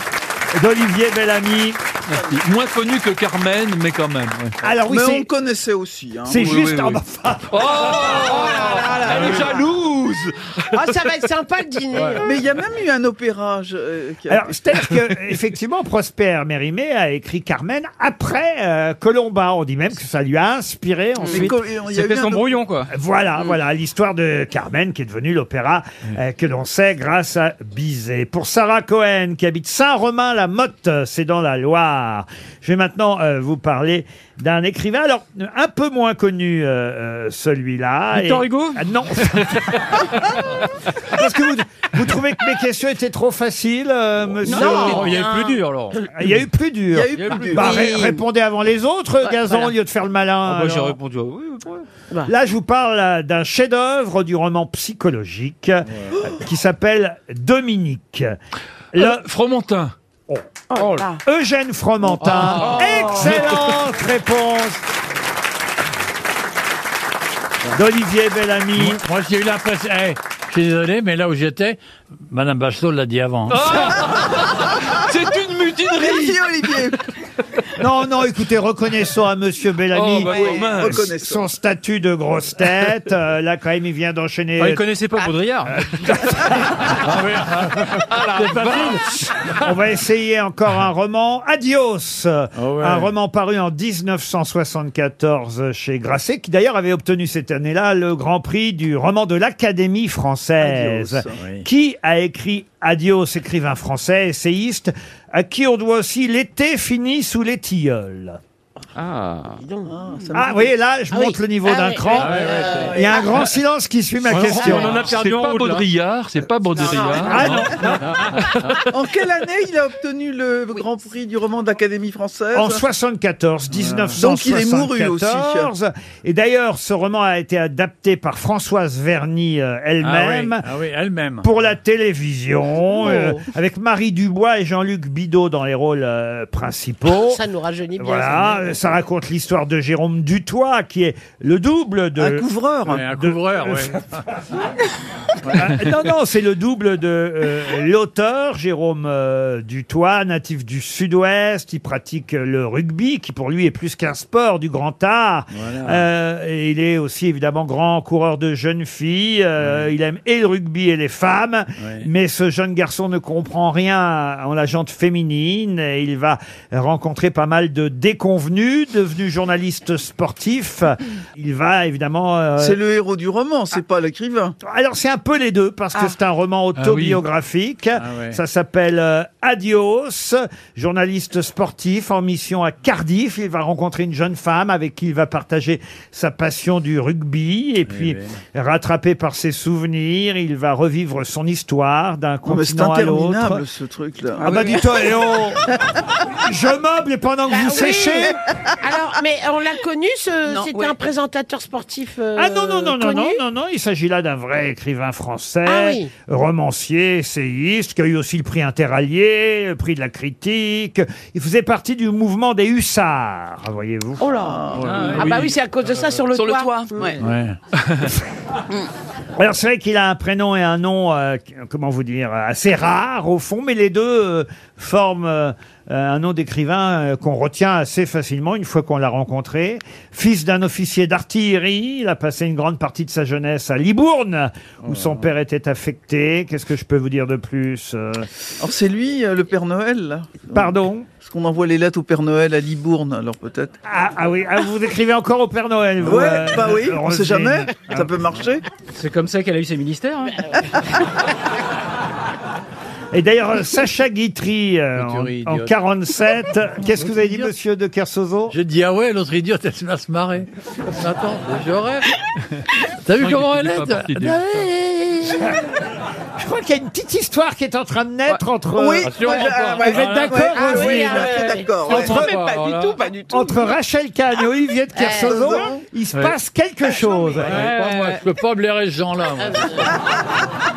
[SPEAKER 2] d'Olivier Bellamy.
[SPEAKER 6] Merci. Ah, Moins connu que Carmen, mais quand même. ouais.
[SPEAKER 2] Alors oui,
[SPEAKER 9] Mais
[SPEAKER 2] c'est-
[SPEAKER 9] on connaissait aussi. hein.
[SPEAKER 2] c'est
[SPEAKER 6] Oui,
[SPEAKER 2] juste...
[SPEAKER 6] oui,
[SPEAKER 2] oh,
[SPEAKER 6] oui.
[SPEAKER 2] bah, enfin,
[SPEAKER 6] Oh, elle est jaloux Toulouse.
[SPEAKER 7] Ah, ça va être sympa le dîner.
[SPEAKER 9] Mais il y a même eu un opéra. je- euh, qui a
[SPEAKER 2] Alors,
[SPEAKER 9] été-
[SPEAKER 2] c'est-à-dire que, effectivement, Prosper Mérimée a écrit Carmen après euh, Colomba. On dit même que ça lui a inspiré ensuite.
[SPEAKER 9] co- il y a C'était eu un son autre- brouillon, quoi.
[SPEAKER 2] Voilà,
[SPEAKER 9] Mm.
[SPEAKER 2] voilà, l'histoire de Carmen qui est devenue l'opéra euh, que l'on sait grâce à Bizet. Pour Sarah Cohen, qui habite Saint-Romain-la-Motte, euh, c'est dans la Loire. Je vais maintenant euh, vous parler d'un écrivain, alors euh, un peu moins connu, euh, euh, celui-là.
[SPEAKER 10] Victor
[SPEAKER 2] Et-
[SPEAKER 10] Hugo
[SPEAKER 2] Ah, Non. Parce que vous, vous trouvez que mes questions étaient trop faciles, euh, monsieur Ah,
[SPEAKER 10] Non, il y a eu plus dur, alors.
[SPEAKER 2] Il y a eu plus dur.
[SPEAKER 10] Il y a eu plus dur.
[SPEAKER 2] Bah,
[SPEAKER 10] Oui.
[SPEAKER 2] ré- répondez avant les autres,
[SPEAKER 10] Ouais,
[SPEAKER 2] Gazon,
[SPEAKER 10] voilà.
[SPEAKER 2] au lieu de faire le malin.
[SPEAKER 10] Ah bah, j'ai
[SPEAKER 2] alors.
[SPEAKER 10] répondu. ah oui, oui.
[SPEAKER 2] Là, je vous parle euh, d'un chef-d'œuvre du roman psychologique euh, qui s'appelle Dominique.
[SPEAKER 10] Euh,
[SPEAKER 2] Le Fromentin.
[SPEAKER 10] Oh
[SPEAKER 2] Eugène Fromentin.
[SPEAKER 10] Ah.
[SPEAKER 14] Oh.
[SPEAKER 2] Excellente réponse d'Olivier Bellamy.
[SPEAKER 3] Moi, moi, j'ai eu l'impression. eh, je suis désolé, mais là où j'étais, Madame Bachelot l'a dit avant.
[SPEAKER 6] Oh C'est une mutinerie.
[SPEAKER 9] Olivier.
[SPEAKER 2] Non, non, écoutez, reconnaissons à Monsieur Bellamy
[SPEAKER 10] Oh, bah,
[SPEAKER 2] euh,
[SPEAKER 10] quand même.
[SPEAKER 2] s- son statut de grosse tête. Euh, là, quand même, il vient d'enchaîner.
[SPEAKER 10] Ah, il connaissait pas Baudrillard.
[SPEAKER 2] Euh,
[SPEAKER 10] Ah,
[SPEAKER 2] C'est facile. On va essayer encore un roman. Adios
[SPEAKER 10] Oh,
[SPEAKER 2] Un roman paru en 1974 chez Grasset, qui d'ailleurs avait obtenu cette année-là le grand prix du roman de l'Académie française.
[SPEAKER 10] Adios, oui.
[SPEAKER 2] Qui a écrit Adios, écrivain français, essayiste, à qui on doit aussi L'été fini sous les tilleuls. Ah. Ah, vous voyez, là, je monte le
[SPEAKER 6] Ah
[SPEAKER 2] niveau d'un cran. Il y a un grand silence qui suit ma question.
[SPEAKER 6] C'est pas Baudrillard, c'est pas Baudrillard.
[SPEAKER 2] Ah, non.
[SPEAKER 9] en quelle année il a obtenu le Grand Prix du roman d'Académie française
[SPEAKER 2] En 74, 1974.
[SPEAKER 9] Donc il est mouru aussi.
[SPEAKER 2] Et d'ailleurs, ce roman a été adapté par Françoise Verny euh, elle-même.
[SPEAKER 3] Ah oui, ah oui, elle-même.
[SPEAKER 2] Pour la télévision,
[SPEAKER 3] Oh.
[SPEAKER 2] euh, avec Marie Dubois et Jean-Luc Bidot dans les rôles euh, principaux.
[SPEAKER 7] Ça nous rajeunit bien.
[SPEAKER 2] Voilà, euh, ça raconte l'histoire de Jérôme Dutoit, qui est le double de...
[SPEAKER 9] Un couvreur.
[SPEAKER 3] Ouais, un couvreur, ouais.
[SPEAKER 2] Ah, non, non, c'est le double de euh, l'auteur, Jérôme euh, Dutoit, natif du sud-ouest. Il pratique euh, le rugby, qui pour lui est plus qu'un sport, du grand art. Euh, et il est aussi évidemment grand coureur de jeunes filles. Euh, Il aime et le rugby et les femmes. Mais ce jeune garçon ne comprend rien en la jante féminine. Et il va rencontrer pas mal de déconvenus, devenu journaliste sportif. Il va évidemment... euh,
[SPEAKER 9] C'est le héros du roman, c'est pas l'écrivain.
[SPEAKER 2] Ah. alors c'est un peu les deux parce que c'est un roman autobiographique.
[SPEAKER 9] ouais.
[SPEAKER 2] Ça s'appelle euh, Adios, journaliste sportif en mission à Cardiff. Il va rencontrer une jeune femme avec qui il va partager sa passion du rugby et puis rattrapé par ses souvenirs, il va revivre son histoire d'un
[SPEAKER 9] Oh, mais c'est
[SPEAKER 2] continent à l'autre.
[SPEAKER 9] interminable ce truc-là.
[SPEAKER 2] Ah bah dis-toi, eh oh, je meuble et pendant que
[SPEAKER 9] Ah
[SPEAKER 2] vous
[SPEAKER 7] Ah Oui.
[SPEAKER 2] séchez.
[SPEAKER 7] Alors, mais on l'a connu, ce-
[SPEAKER 2] Non,
[SPEAKER 7] c'était
[SPEAKER 2] ouais.
[SPEAKER 7] un présentateur sportif. euh,
[SPEAKER 2] Ah non, non, non, non,
[SPEAKER 7] connu
[SPEAKER 2] non, non, non, il s'agit là d'un vrai écrivain français,
[SPEAKER 7] Ah oui.
[SPEAKER 2] romancier, essayiste, qui a eu aussi le prix Interallié, le prix de la critique. Il faisait partie du mouvement des hussards, voyez-vous.
[SPEAKER 7] Oh là Ah bah oui, c'est à cause de ça sur le toit.
[SPEAKER 5] ouais.
[SPEAKER 2] Alors c'est vrai qu'il a un prénom et un nom, euh, qui- comment vous dire, euh, assez rares au fond, mais les deux euh, forment euh, euh, un nom d'écrivain euh, qu'on retient assez facilement une fois qu'on l'a rencontré. Fils d'un officier d'artillerie, il a passé une grande partie de sa jeunesse à Libourne, où son père était affecté. Qu'est-ce que je peux vous dire de plus euh,
[SPEAKER 9] Alors c'est lui, euh, le Père Noël, là.
[SPEAKER 2] Pardon
[SPEAKER 9] Parce qu'on envoie les lettres au Père Noël à Libourne, alors peut-être.
[SPEAKER 2] ah, ah oui, ah, vous écrivez encore au Père Noël vous,
[SPEAKER 9] Ouais,
[SPEAKER 2] euh,
[SPEAKER 9] bah oui, on sait
[SPEAKER 2] Roselyne.
[SPEAKER 9] jamais,
[SPEAKER 2] Ah.
[SPEAKER 9] ça peut marcher.
[SPEAKER 10] C'est comme ça qu'elle a eu ses ministères. hein.
[SPEAKER 2] Et d'ailleurs, euh, Sacha Guitry, euh, en,
[SPEAKER 3] Culture
[SPEAKER 2] en
[SPEAKER 3] idiote.
[SPEAKER 2] 47, qu'est-ce que vous avez dit, monsieur de Kersozo
[SPEAKER 3] J'ai dit, ah ouais, l'autre idiote, elle se laisse marrer. Attends, je rêve. T'as vu comment elle est Ah,
[SPEAKER 6] Ah
[SPEAKER 2] Je crois qu'il y a une petite histoire qui est en train de naître entre.
[SPEAKER 9] Oui,
[SPEAKER 2] Ah,
[SPEAKER 9] ouais,
[SPEAKER 2] sûrement
[SPEAKER 9] ouais,
[SPEAKER 2] pas.
[SPEAKER 9] ouais,
[SPEAKER 2] Vous êtes
[SPEAKER 9] ouais,
[SPEAKER 2] d'accord,
[SPEAKER 9] ouais, ah oui,
[SPEAKER 2] Roselyne
[SPEAKER 9] ah ouais, d'accord, ouais.
[SPEAKER 2] Entre-
[SPEAKER 9] Mais pas du Voilà. tout, pas du tout. Eh,
[SPEAKER 2] Entre Rachel Kahn et Olivier de Kersozo,
[SPEAKER 9] Ouais.
[SPEAKER 2] il se passe
[SPEAKER 9] Ah,
[SPEAKER 2] quelque chose.
[SPEAKER 3] je peux pas blairer ce genre-là. moi.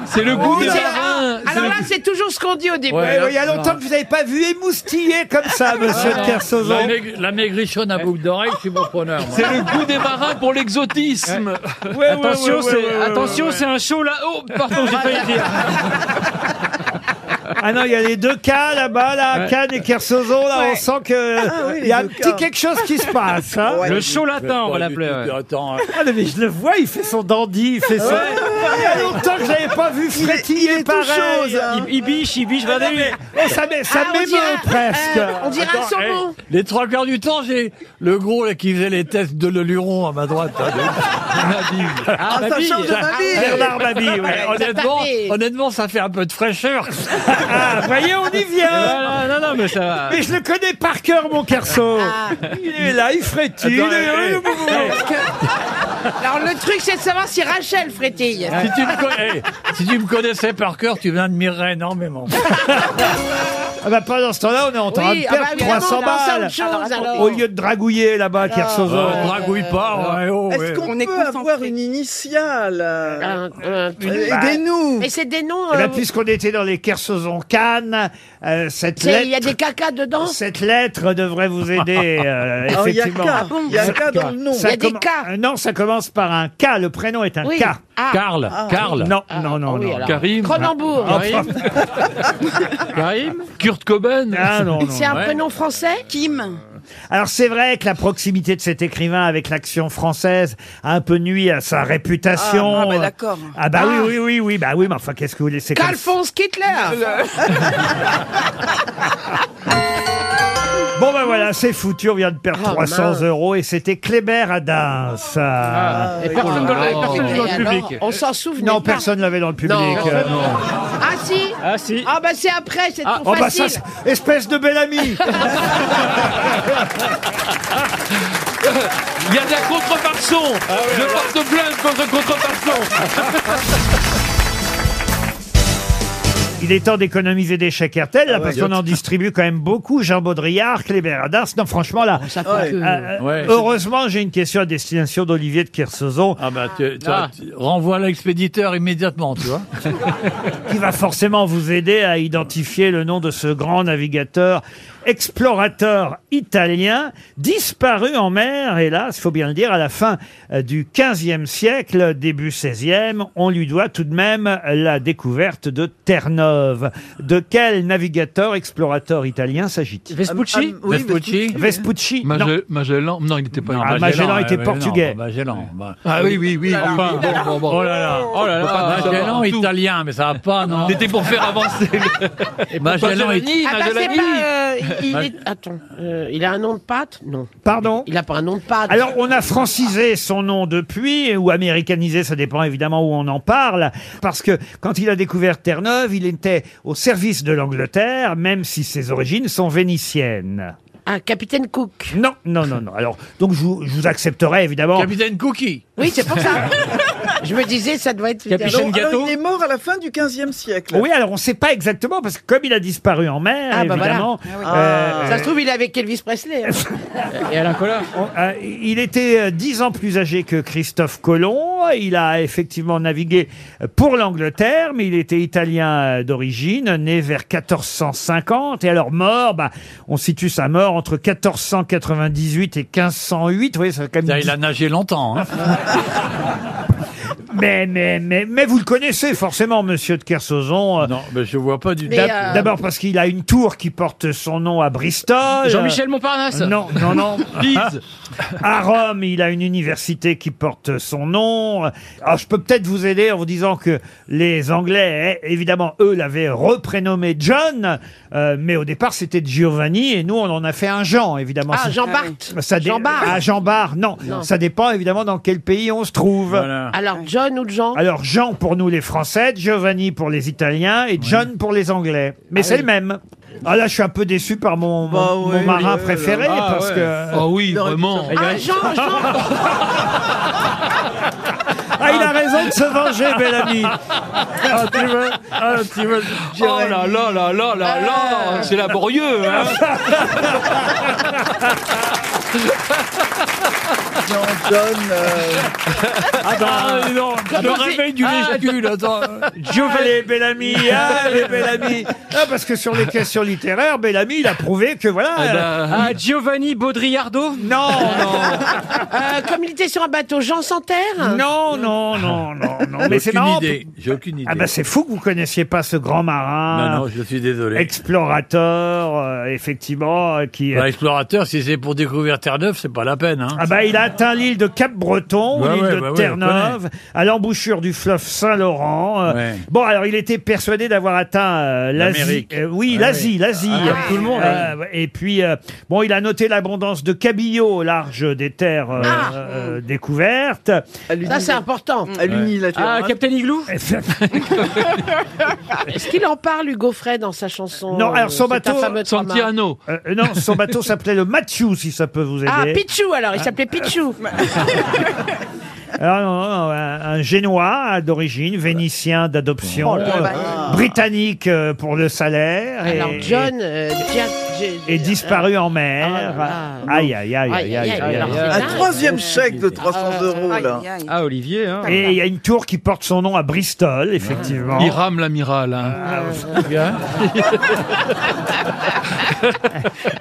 [SPEAKER 6] C'est le
[SPEAKER 2] goût
[SPEAKER 7] Oui,
[SPEAKER 2] des
[SPEAKER 7] c'est-
[SPEAKER 2] marins.
[SPEAKER 7] Alors là, Ah, c'est toujours ce qu'on dit au début.
[SPEAKER 2] Ouais, ouais, il y a longtemps que vous n'avez pas vu émoustiller comme ça, monsieur de Kersozo.
[SPEAKER 3] La, maigri- la maigrichonne à boucle d'oreille, je suis bon preneur. moi.
[SPEAKER 6] C'est le goût des marins pour l'exotisme.
[SPEAKER 10] attention, c'est attention, c'est un show là. Oh, pardon, j'ai failli dire.
[SPEAKER 2] Ah non, il y a les deux cas là-bas, là,
[SPEAKER 10] Ouais.
[SPEAKER 2] Cannes et Kersozo, là, on
[SPEAKER 10] Ouais.
[SPEAKER 2] sent que
[SPEAKER 10] Ah oui,
[SPEAKER 2] il y a un
[SPEAKER 10] les deux
[SPEAKER 2] petit
[SPEAKER 10] cas.
[SPEAKER 2] quelque chose qui se passe. hein.
[SPEAKER 10] Ouais. Le show latin, on va l'appeler, ouais.
[SPEAKER 3] Attends, hein.
[SPEAKER 2] Ah non, mais je le vois, il fait son dandy, il fait ça.
[SPEAKER 3] Ouais.
[SPEAKER 2] Il y a longtemps pas vu frétiller pareil.
[SPEAKER 3] hein.
[SPEAKER 10] Il, il biche, il
[SPEAKER 3] Ah,
[SPEAKER 10] biche, regardez.
[SPEAKER 2] Oh, ça m'é- ça Ah, on m'émeut dira- presque. euh, on dira
[SPEAKER 3] Attends,
[SPEAKER 2] son
[SPEAKER 3] eh,
[SPEAKER 2] mot.
[SPEAKER 3] Les trois quarts du temps, j'ai le gros là, qui faisait les tests de le luron à ma droite. hein, de- Mabille.
[SPEAKER 2] Ah, ça
[SPEAKER 3] Mabille,
[SPEAKER 2] change de
[SPEAKER 3] ça-
[SPEAKER 2] Mabille.
[SPEAKER 3] Bernard Mabille, oui.
[SPEAKER 2] Ouais,
[SPEAKER 3] honnêtement,
[SPEAKER 2] ça fait.
[SPEAKER 3] honnêtement, ça fait un peu de fraîcheur.
[SPEAKER 2] Ah, voyez, on y vient.
[SPEAKER 3] Voilà, non, non, mais ça va.
[SPEAKER 2] Mais je le connais par cœur, mon carceau.
[SPEAKER 3] Ah.
[SPEAKER 2] Il est là, il frétille.
[SPEAKER 3] Attends,
[SPEAKER 2] il est-
[SPEAKER 3] eh,
[SPEAKER 2] oh, oh, oh.
[SPEAKER 7] Alors le truc, c'est de savoir si Rachel frétille.
[SPEAKER 3] Si tu, me con- eh, si tu me connaissais par cœur, tu m'admirerais énormément.
[SPEAKER 2] Ah bah pendant ce temps-là, on est en train
[SPEAKER 3] Oui,
[SPEAKER 2] de
[SPEAKER 3] ah
[SPEAKER 2] perdre
[SPEAKER 3] bah oui, évidemment,
[SPEAKER 2] 300
[SPEAKER 3] on pense à
[SPEAKER 2] balles.
[SPEAKER 3] autre chose, alors.
[SPEAKER 2] Au lieu de dragouiller là-bas, à Kersozo.
[SPEAKER 3] Euh, dragouille pas, ouais, oh,
[SPEAKER 9] Est-ce
[SPEAKER 3] ouais.
[SPEAKER 9] qu'on peut avoir une initiale euh, euh,
[SPEAKER 2] bah,
[SPEAKER 9] Aidez-nous
[SPEAKER 7] Et c'est des noms.
[SPEAKER 2] Eh ben,
[SPEAKER 7] euh,
[SPEAKER 2] Puisqu'on était dans les Kersozon Cannes, euh, cette
[SPEAKER 7] c'est-
[SPEAKER 2] lettre...
[SPEAKER 7] Il y a des cacas dedans.
[SPEAKER 2] Cette lettre devrait vous aider, euh,
[SPEAKER 7] Ah, il y a
[SPEAKER 2] effectivement.
[SPEAKER 7] K. Ah bon Il y a
[SPEAKER 2] Ça-
[SPEAKER 7] K dans le nom.
[SPEAKER 2] ça
[SPEAKER 7] Il y a des
[SPEAKER 2] commen- Euh, Non, ça commence par un K. Le prénom est un
[SPEAKER 7] Oui.
[SPEAKER 2] K.
[SPEAKER 7] Ah. Karl, Ah. Karl.
[SPEAKER 2] Non, non, non,
[SPEAKER 7] oui,
[SPEAKER 2] non.
[SPEAKER 7] alors. Karim. Cronenbourg.
[SPEAKER 2] Ah,
[SPEAKER 7] Karim.
[SPEAKER 2] Karim Kurt Cobain Ah non, non.
[SPEAKER 7] C'est un
[SPEAKER 2] non.
[SPEAKER 7] prénom français Kim.
[SPEAKER 2] Alors c'est vrai que la proximité de cet écrivain avec l'action française a un peu nuit à sa réputation.
[SPEAKER 5] Ah, ah, bah, d'accord.
[SPEAKER 2] Ah bah
[SPEAKER 5] Ah.
[SPEAKER 2] oui, oui, oui, oui, bah oui, mais enfin qu'est-ce que vous laissez comme ça
[SPEAKER 7] Qu'Alphonse Kittler.
[SPEAKER 2] Bon ben voilà, c'est foutu, on vient de perdre
[SPEAKER 7] Ah,
[SPEAKER 2] 300
[SPEAKER 7] mince. Ah.
[SPEAKER 2] euros et c'était Kléber Adams.
[SPEAKER 7] et personne dans le- personne dans le Et public. alors, on s'en souvenait
[SPEAKER 2] Non,
[SPEAKER 7] pas.
[SPEAKER 2] personne ne l'avait dans le public.
[SPEAKER 7] Non.
[SPEAKER 2] euh, non.
[SPEAKER 7] Ah si
[SPEAKER 10] Ah si
[SPEAKER 7] Ah bah c'est après, c'est
[SPEAKER 2] Ah,
[SPEAKER 7] trop
[SPEAKER 2] oh, bah ça,
[SPEAKER 7] facile.
[SPEAKER 2] c'est- espèce de bel ami
[SPEAKER 6] Il y a de la contrefaçon
[SPEAKER 3] Ah
[SPEAKER 6] Je porte plainte contre contrefaçon
[SPEAKER 2] Il est temps d'économiser des chèques RTL, là,
[SPEAKER 3] Ah ouais.
[SPEAKER 2] parce qu'on en distribue quand même beaucoup. Jean Baudrillard, Kléber Adams. Non, franchement, là.
[SPEAKER 3] Ouais.
[SPEAKER 2] euh, euh,
[SPEAKER 3] Ah, Ouais.
[SPEAKER 2] Heureusement, j'ai une question à destination d'Olivier de Kersauzon.
[SPEAKER 3] Ah bah, tu, tu- tu- renvoie l'expéditeur immédiatement, tu vois.
[SPEAKER 2] qui va forcément vous aider à identifier le nom de ce grand navigateur, explorateur italien, disparu en mer, hélas, il faut bien le dire, à la fin euh, du 15e siècle, début 16e, on lui doit tout de même la découverte de Terre-Neuve. De quel navigateur explorateur italien s'agit-il
[SPEAKER 6] Vespucci Ah, ah, oui, Vespucci.
[SPEAKER 2] Vespucci, non.
[SPEAKER 6] Magel- Magellan Non, il n'était pas
[SPEAKER 2] Non,
[SPEAKER 6] italien.
[SPEAKER 2] Magellan était portugais.
[SPEAKER 3] Magellan. bah.
[SPEAKER 6] Ah oui, oui, oui. Enfin, bon, bon, bon.
[SPEAKER 3] Oh là là, oh là là,
[SPEAKER 6] Ah, ça
[SPEAKER 3] Magellan
[SPEAKER 6] va.
[SPEAKER 3] italien, mais ça va pas, non
[SPEAKER 6] C'était pour faire avancer.
[SPEAKER 3] Magellan est-
[SPEAKER 7] Ah bah c'est pas... euh, il- il,
[SPEAKER 3] Mag-
[SPEAKER 7] est- Attends, euh, il a un nom de pâte Non.
[SPEAKER 2] Pardon
[SPEAKER 7] Il a pas un nom de pâte.
[SPEAKER 2] Alors, on a francisé son nom depuis, ou américanisé, ça dépend évidemment où on en parle, parce que quand il a découvert Terre-Neuve, il était au service de l'Angleterre, même si ses origines sont vénitiennes.
[SPEAKER 7] Un capitaine Cook.
[SPEAKER 2] Non, non, non, non. Alors, donc je vous, je vous accepterai évidemment.
[SPEAKER 3] Capitaine Cookie
[SPEAKER 7] Oui, c'est pour ça. Je me disais, ça doit être...
[SPEAKER 9] Alors- alors, il est mort à la fin du 15e siècle.
[SPEAKER 2] Oui, alors on ne sait pas exactement, parce que comme il a disparu en mer,
[SPEAKER 7] Ah bah voilà.
[SPEAKER 2] évidemment. euh,
[SPEAKER 7] Ça se trouve, il est avec Elvis Presley. hein.
[SPEAKER 2] Et Alain euh, Il était dix ans plus âgé que Christophe Colomb. Il a effectivement navigué pour l'Angleterre, mais il était italien euh, d'origine, né vers 1450. Et alors mort, bah, on situe sa mort entre 1498 et 1508. Vous voyez, ça fait quand même
[SPEAKER 3] Il a nagé longtemps. hein.
[SPEAKER 2] mais, mais, mais, mais vous le connaissez forcément, monsieur de Kersauzon.
[SPEAKER 3] Non, mais je vois pas du tout.
[SPEAKER 7] euh,
[SPEAKER 2] D'ab- D'abord parce qu'il a une tour qui porte son nom à Bristol. Euh,
[SPEAKER 10] Jean-Michel Montparnasse
[SPEAKER 2] Non, non, non.
[SPEAKER 6] Lise.
[SPEAKER 2] À Rome, il a une université qui porte son nom. Alors, je peux peut-être vous aider en vous disant que les Anglais, eh, évidemment, eux l'avaient reprénommé John, euh, mais au départ, c'était Giovanni, et nous, on en a fait un Jean, évidemment.
[SPEAKER 7] Ah,
[SPEAKER 2] C'est-
[SPEAKER 7] Jean Barthes.
[SPEAKER 2] Ça dé-
[SPEAKER 7] Jean Barthes.
[SPEAKER 2] Ah, Jean Barthes, non.
[SPEAKER 7] Non.
[SPEAKER 2] Ça dépend, évidemment, dans quel pays on se trouve.
[SPEAKER 7] Alors, John ou Jean
[SPEAKER 2] Alors Jean pour nous les Français, Giovanni pour les Italiens et John pour les Anglais. Mais
[SPEAKER 7] Ah
[SPEAKER 2] c'est
[SPEAKER 7] oui.
[SPEAKER 2] le même. Ah là, je suis un peu déçu par mon, mon,
[SPEAKER 9] Bah
[SPEAKER 2] mon
[SPEAKER 9] ouais,
[SPEAKER 2] marin
[SPEAKER 9] ouais,
[SPEAKER 2] préféré
[SPEAKER 9] là, là.
[SPEAKER 2] parce
[SPEAKER 9] Ah
[SPEAKER 2] que.
[SPEAKER 9] ouais.
[SPEAKER 6] Ah oui, vraiment.
[SPEAKER 7] Ah, Jean, Jean
[SPEAKER 2] Ah, il a raison de se venger, bel ami.
[SPEAKER 3] Ah, tu veux Ah, tu veux
[SPEAKER 6] Oh là là là là là
[SPEAKER 2] Ah.
[SPEAKER 6] là C'est laborieux, hein
[SPEAKER 9] Jean-John.
[SPEAKER 2] euh. bah,
[SPEAKER 3] Ah, non,
[SPEAKER 7] Comment c'est-
[SPEAKER 3] le réveil du
[SPEAKER 7] Ah,
[SPEAKER 3] véhicule, attends.
[SPEAKER 2] Giovanni Bellamy, allez Bellamy. Ah, parce que sur les questions littéraires, Bellamy, il a prouvé que voilà.
[SPEAKER 6] Ah
[SPEAKER 2] euh,
[SPEAKER 6] bah,
[SPEAKER 10] Ah, Giovanni Baudrillardo
[SPEAKER 2] Non, Ah.
[SPEAKER 7] Euh, Comme il était sur un bateau, Jean sans terre
[SPEAKER 2] non, non, non, non, non, non.
[SPEAKER 3] J'ai
[SPEAKER 2] Mais c'est
[SPEAKER 3] aucune
[SPEAKER 2] marrant.
[SPEAKER 3] idée. J'ai aucune idée. Bah
[SPEAKER 2] Ah bah c'est fou que vous connaissiez pas ce grand marin.
[SPEAKER 3] Ah. Non, non, je suis désolé.
[SPEAKER 2] Explorateur, euh, effectivement, euh, qui.
[SPEAKER 3] Bah, explorateur, si c'est pour découvrir Terre-Neuve, c'est pas la peine. Hein.
[SPEAKER 2] Ah bah il a atteint l'île de Cap-Breton, ou
[SPEAKER 3] Ouais,
[SPEAKER 2] l'île
[SPEAKER 3] ouais,
[SPEAKER 2] de
[SPEAKER 3] bah ouais,
[SPEAKER 2] Terre-Neuve, à l'embouchure du fleuve Saint-Laurent. Euh,
[SPEAKER 3] Ouais.
[SPEAKER 2] Bon, alors il était persuadé d'avoir atteint euh, l'Asie.
[SPEAKER 3] L'Amérique.
[SPEAKER 2] Euh, oui,
[SPEAKER 3] Ah,
[SPEAKER 2] l'Asie,
[SPEAKER 3] oui.
[SPEAKER 2] l'Asie.
[SPEAKER 3] Ah, comme tout le monde,
[SPEAKER 2] Euh, et puis, euh, bon, il a noté l'abondance de cabillaud au large des terres euh, euh, découvertes.
[SPEAKER 7] Ah. Ça, c'est important.
[SPEAKER 9] À l'unilatéral. Ah, Captain
[SPEAKER 7] Igloo Est-ce qu'il en parle, Hugo Frey, dans sa chanson
[SPEAKER 2] Non, alors son
[SPEAKER 7] euh, C'est un
[SPEAKER 2] bateau.
[SPEAKER 7] fameux trois-mâts
[SPEAKER 2] Euh, euh, non, son bateau s'appelait le Matthew, si ça peut vous aider.
[SPEAKER 7] Ah, Pichou, alors, il s'appelait Pichou.
[SPEAKER 2] Ah, Alors, non, non, non, un, un génois d'origine, vénitien d'adoption,
[SPEAKER 7] Oh là
[SPEAKER 2] euh,
[SPEAKER 7] là.
[SPEAKER 2] britannique euh, pour le salaire. et-
[SPEAKER 7] Alors, John, Ah, euh, Jack- J-
[SPEAKER 2] Est disparu en mer. Aïe, aïe, aïe, aïe, aïe, aïe, aïe, aïe.
[SPEAKER 9] Un troisième chèque de 300 euros, là.
[SPEAKER 10] Ah, Olivier, hein.
[SPEAKER 2] Et il y a une tour qui porte son nom à Bristol, effectivement. Ah,
[SPEAKER 6] Il rame l'amiral. hein.
[SPEAKER 7] Ah,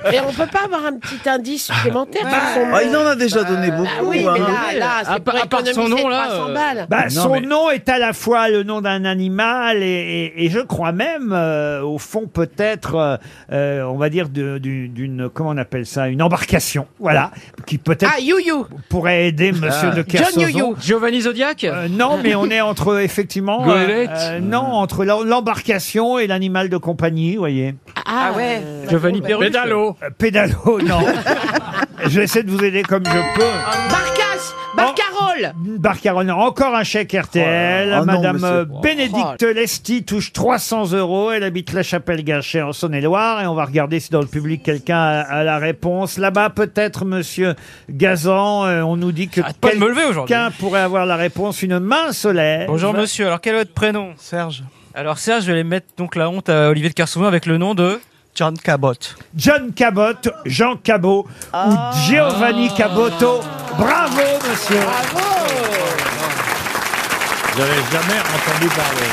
[SPEAKER 7] Mais on peut pas avoir un petit indice supplémentaire sur son nom
[SPEAKER 9] Ah, il en a déjà donné beaucoup.
[SPEAKER 7] Ah oui, mais
[SPEAKER 9] hein.
[SPEAKER 7] là, là c'est pour économiser 300 balles.
[SPEAKER 2] Bah, son nom est à la fois le nom d'un animal et, et- et je crois même, euh, au fond, peut-être, euh, euh, on va dire, de- du- d'une, comment on appelle ça, une embarcation, voilà, qui peut-être
[SPEAKER 7] Ah, You-You
[SPEAKER 2] pourrait aider Monsieur
[SPEAKER 10] Ah.
[SPEAKER 2] de Kersauzon. Euh,
[SPEAKER 10] John Yo-Yo. Giovanni Zodiac
[SPEAKER 2] Non, mais on est entre, effectivement, euh,
[SPEAKER 10] Goélette
[SPEAKER 2] euh, non, entre l'em- l'embarcation et l'animal de compagnie, vous voyez.
[SPEAKER 7] Ah, ouais
[SPEAKER 2] Giovanni
[SPEAKER 7] Perruche. Pédalo.
[SPEAKER 2] Euh, Pédalo, non. je vais essayer de vous aider comme
[SPEAKER 7] Ah.
[SPEAKER 2] je peux.
[SPEAKER 7] Barcasse Barcarolle
[SPEAKER 2] Barcarolle, non, encore un chèque RTL.
[SPEAKER 9] Oh là
[SPEAKER 10] Ah
[SPEAKER 9] là. Oh non,
[SPEAKER 2] Madame
[SPEAKER 9] mais c'est-
[SPEAKER 2] euh,
[SPEAKER 9] oh.
[SPEAKER 2] Bénédicte Lesti touche 300 euros. Elle habite la chapelle Gachet en Saône-et-Loire. Et on va regarder si dans le public quelqu'un a, a la réponse. Là-bas, peut-être, monsieur Gazan, euh, on nous dit que
[SPEAKER 10] Ah, pas de me lever aujourd'hui.
[SPEAKER 2] quelqu'un pourrait avoir la réponse. Une main se lève.
[SPEAKER 10] Bonjour monsieur, alors quel est votre prénom Serge. Alors Serge, je vais mettre donc la honte à Olivier de Kersouzon avec le nom de John Cabot.
[SPEAKER 2] John Cabot, Jean Cabot
[SPEAKER 10] Ah.
[SPEAKER 2] ou Giovanni Cabotto. Bravo, monsieur.
[SPEAKER 3] J'avais jamais entendu parler.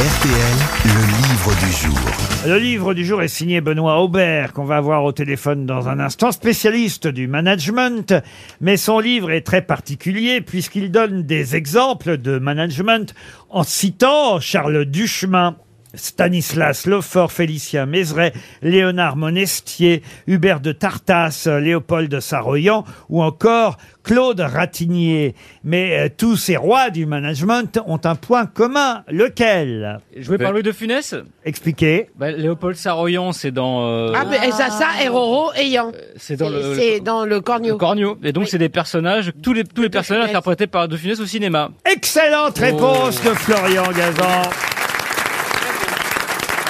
[SPEAKER 1] RTL, le livre du jour.
[SPEAKER 2] Le livre du jour est signé Benoît Aubert, qu'on va avoir au téléphone dans un instant, spécialiste du management. Mais son livre est très particulier puisqu'il donne des exemples de management en citant Charles Duchemin. Stanislas Lefort, Félicien Mézeray, Léonard Monestier, Hubert de Tartas, Léopold de Saroyan ou encore Claude Ratignier. Mais euh, tous ces rois du management ont un point commun, lequel
[SPEAKER 10] Joué par Louis de Funès
[SPEAKER 2] Expliquez.
[SPEAKER 10] bah, Léopold Saroyan, c'est dans. euh,
[SPEAKER 7] Ah,
[SPEAKER 5] eh,
[SPEAKER 7] mais Zaza et Roro ayant.
[SPEAKER 2] Euh,
[SPEAKER 10] C'est dans le-
[SPEAKER 7] C'est dans le Cornio.
[SPEAKER 10] Cornio. Et donc, c'est des personnages, tous les, tous les personnages interprétés par De Funès au cinéma.
[SPEAKER 2] Excellente réponse de Florian Gazan.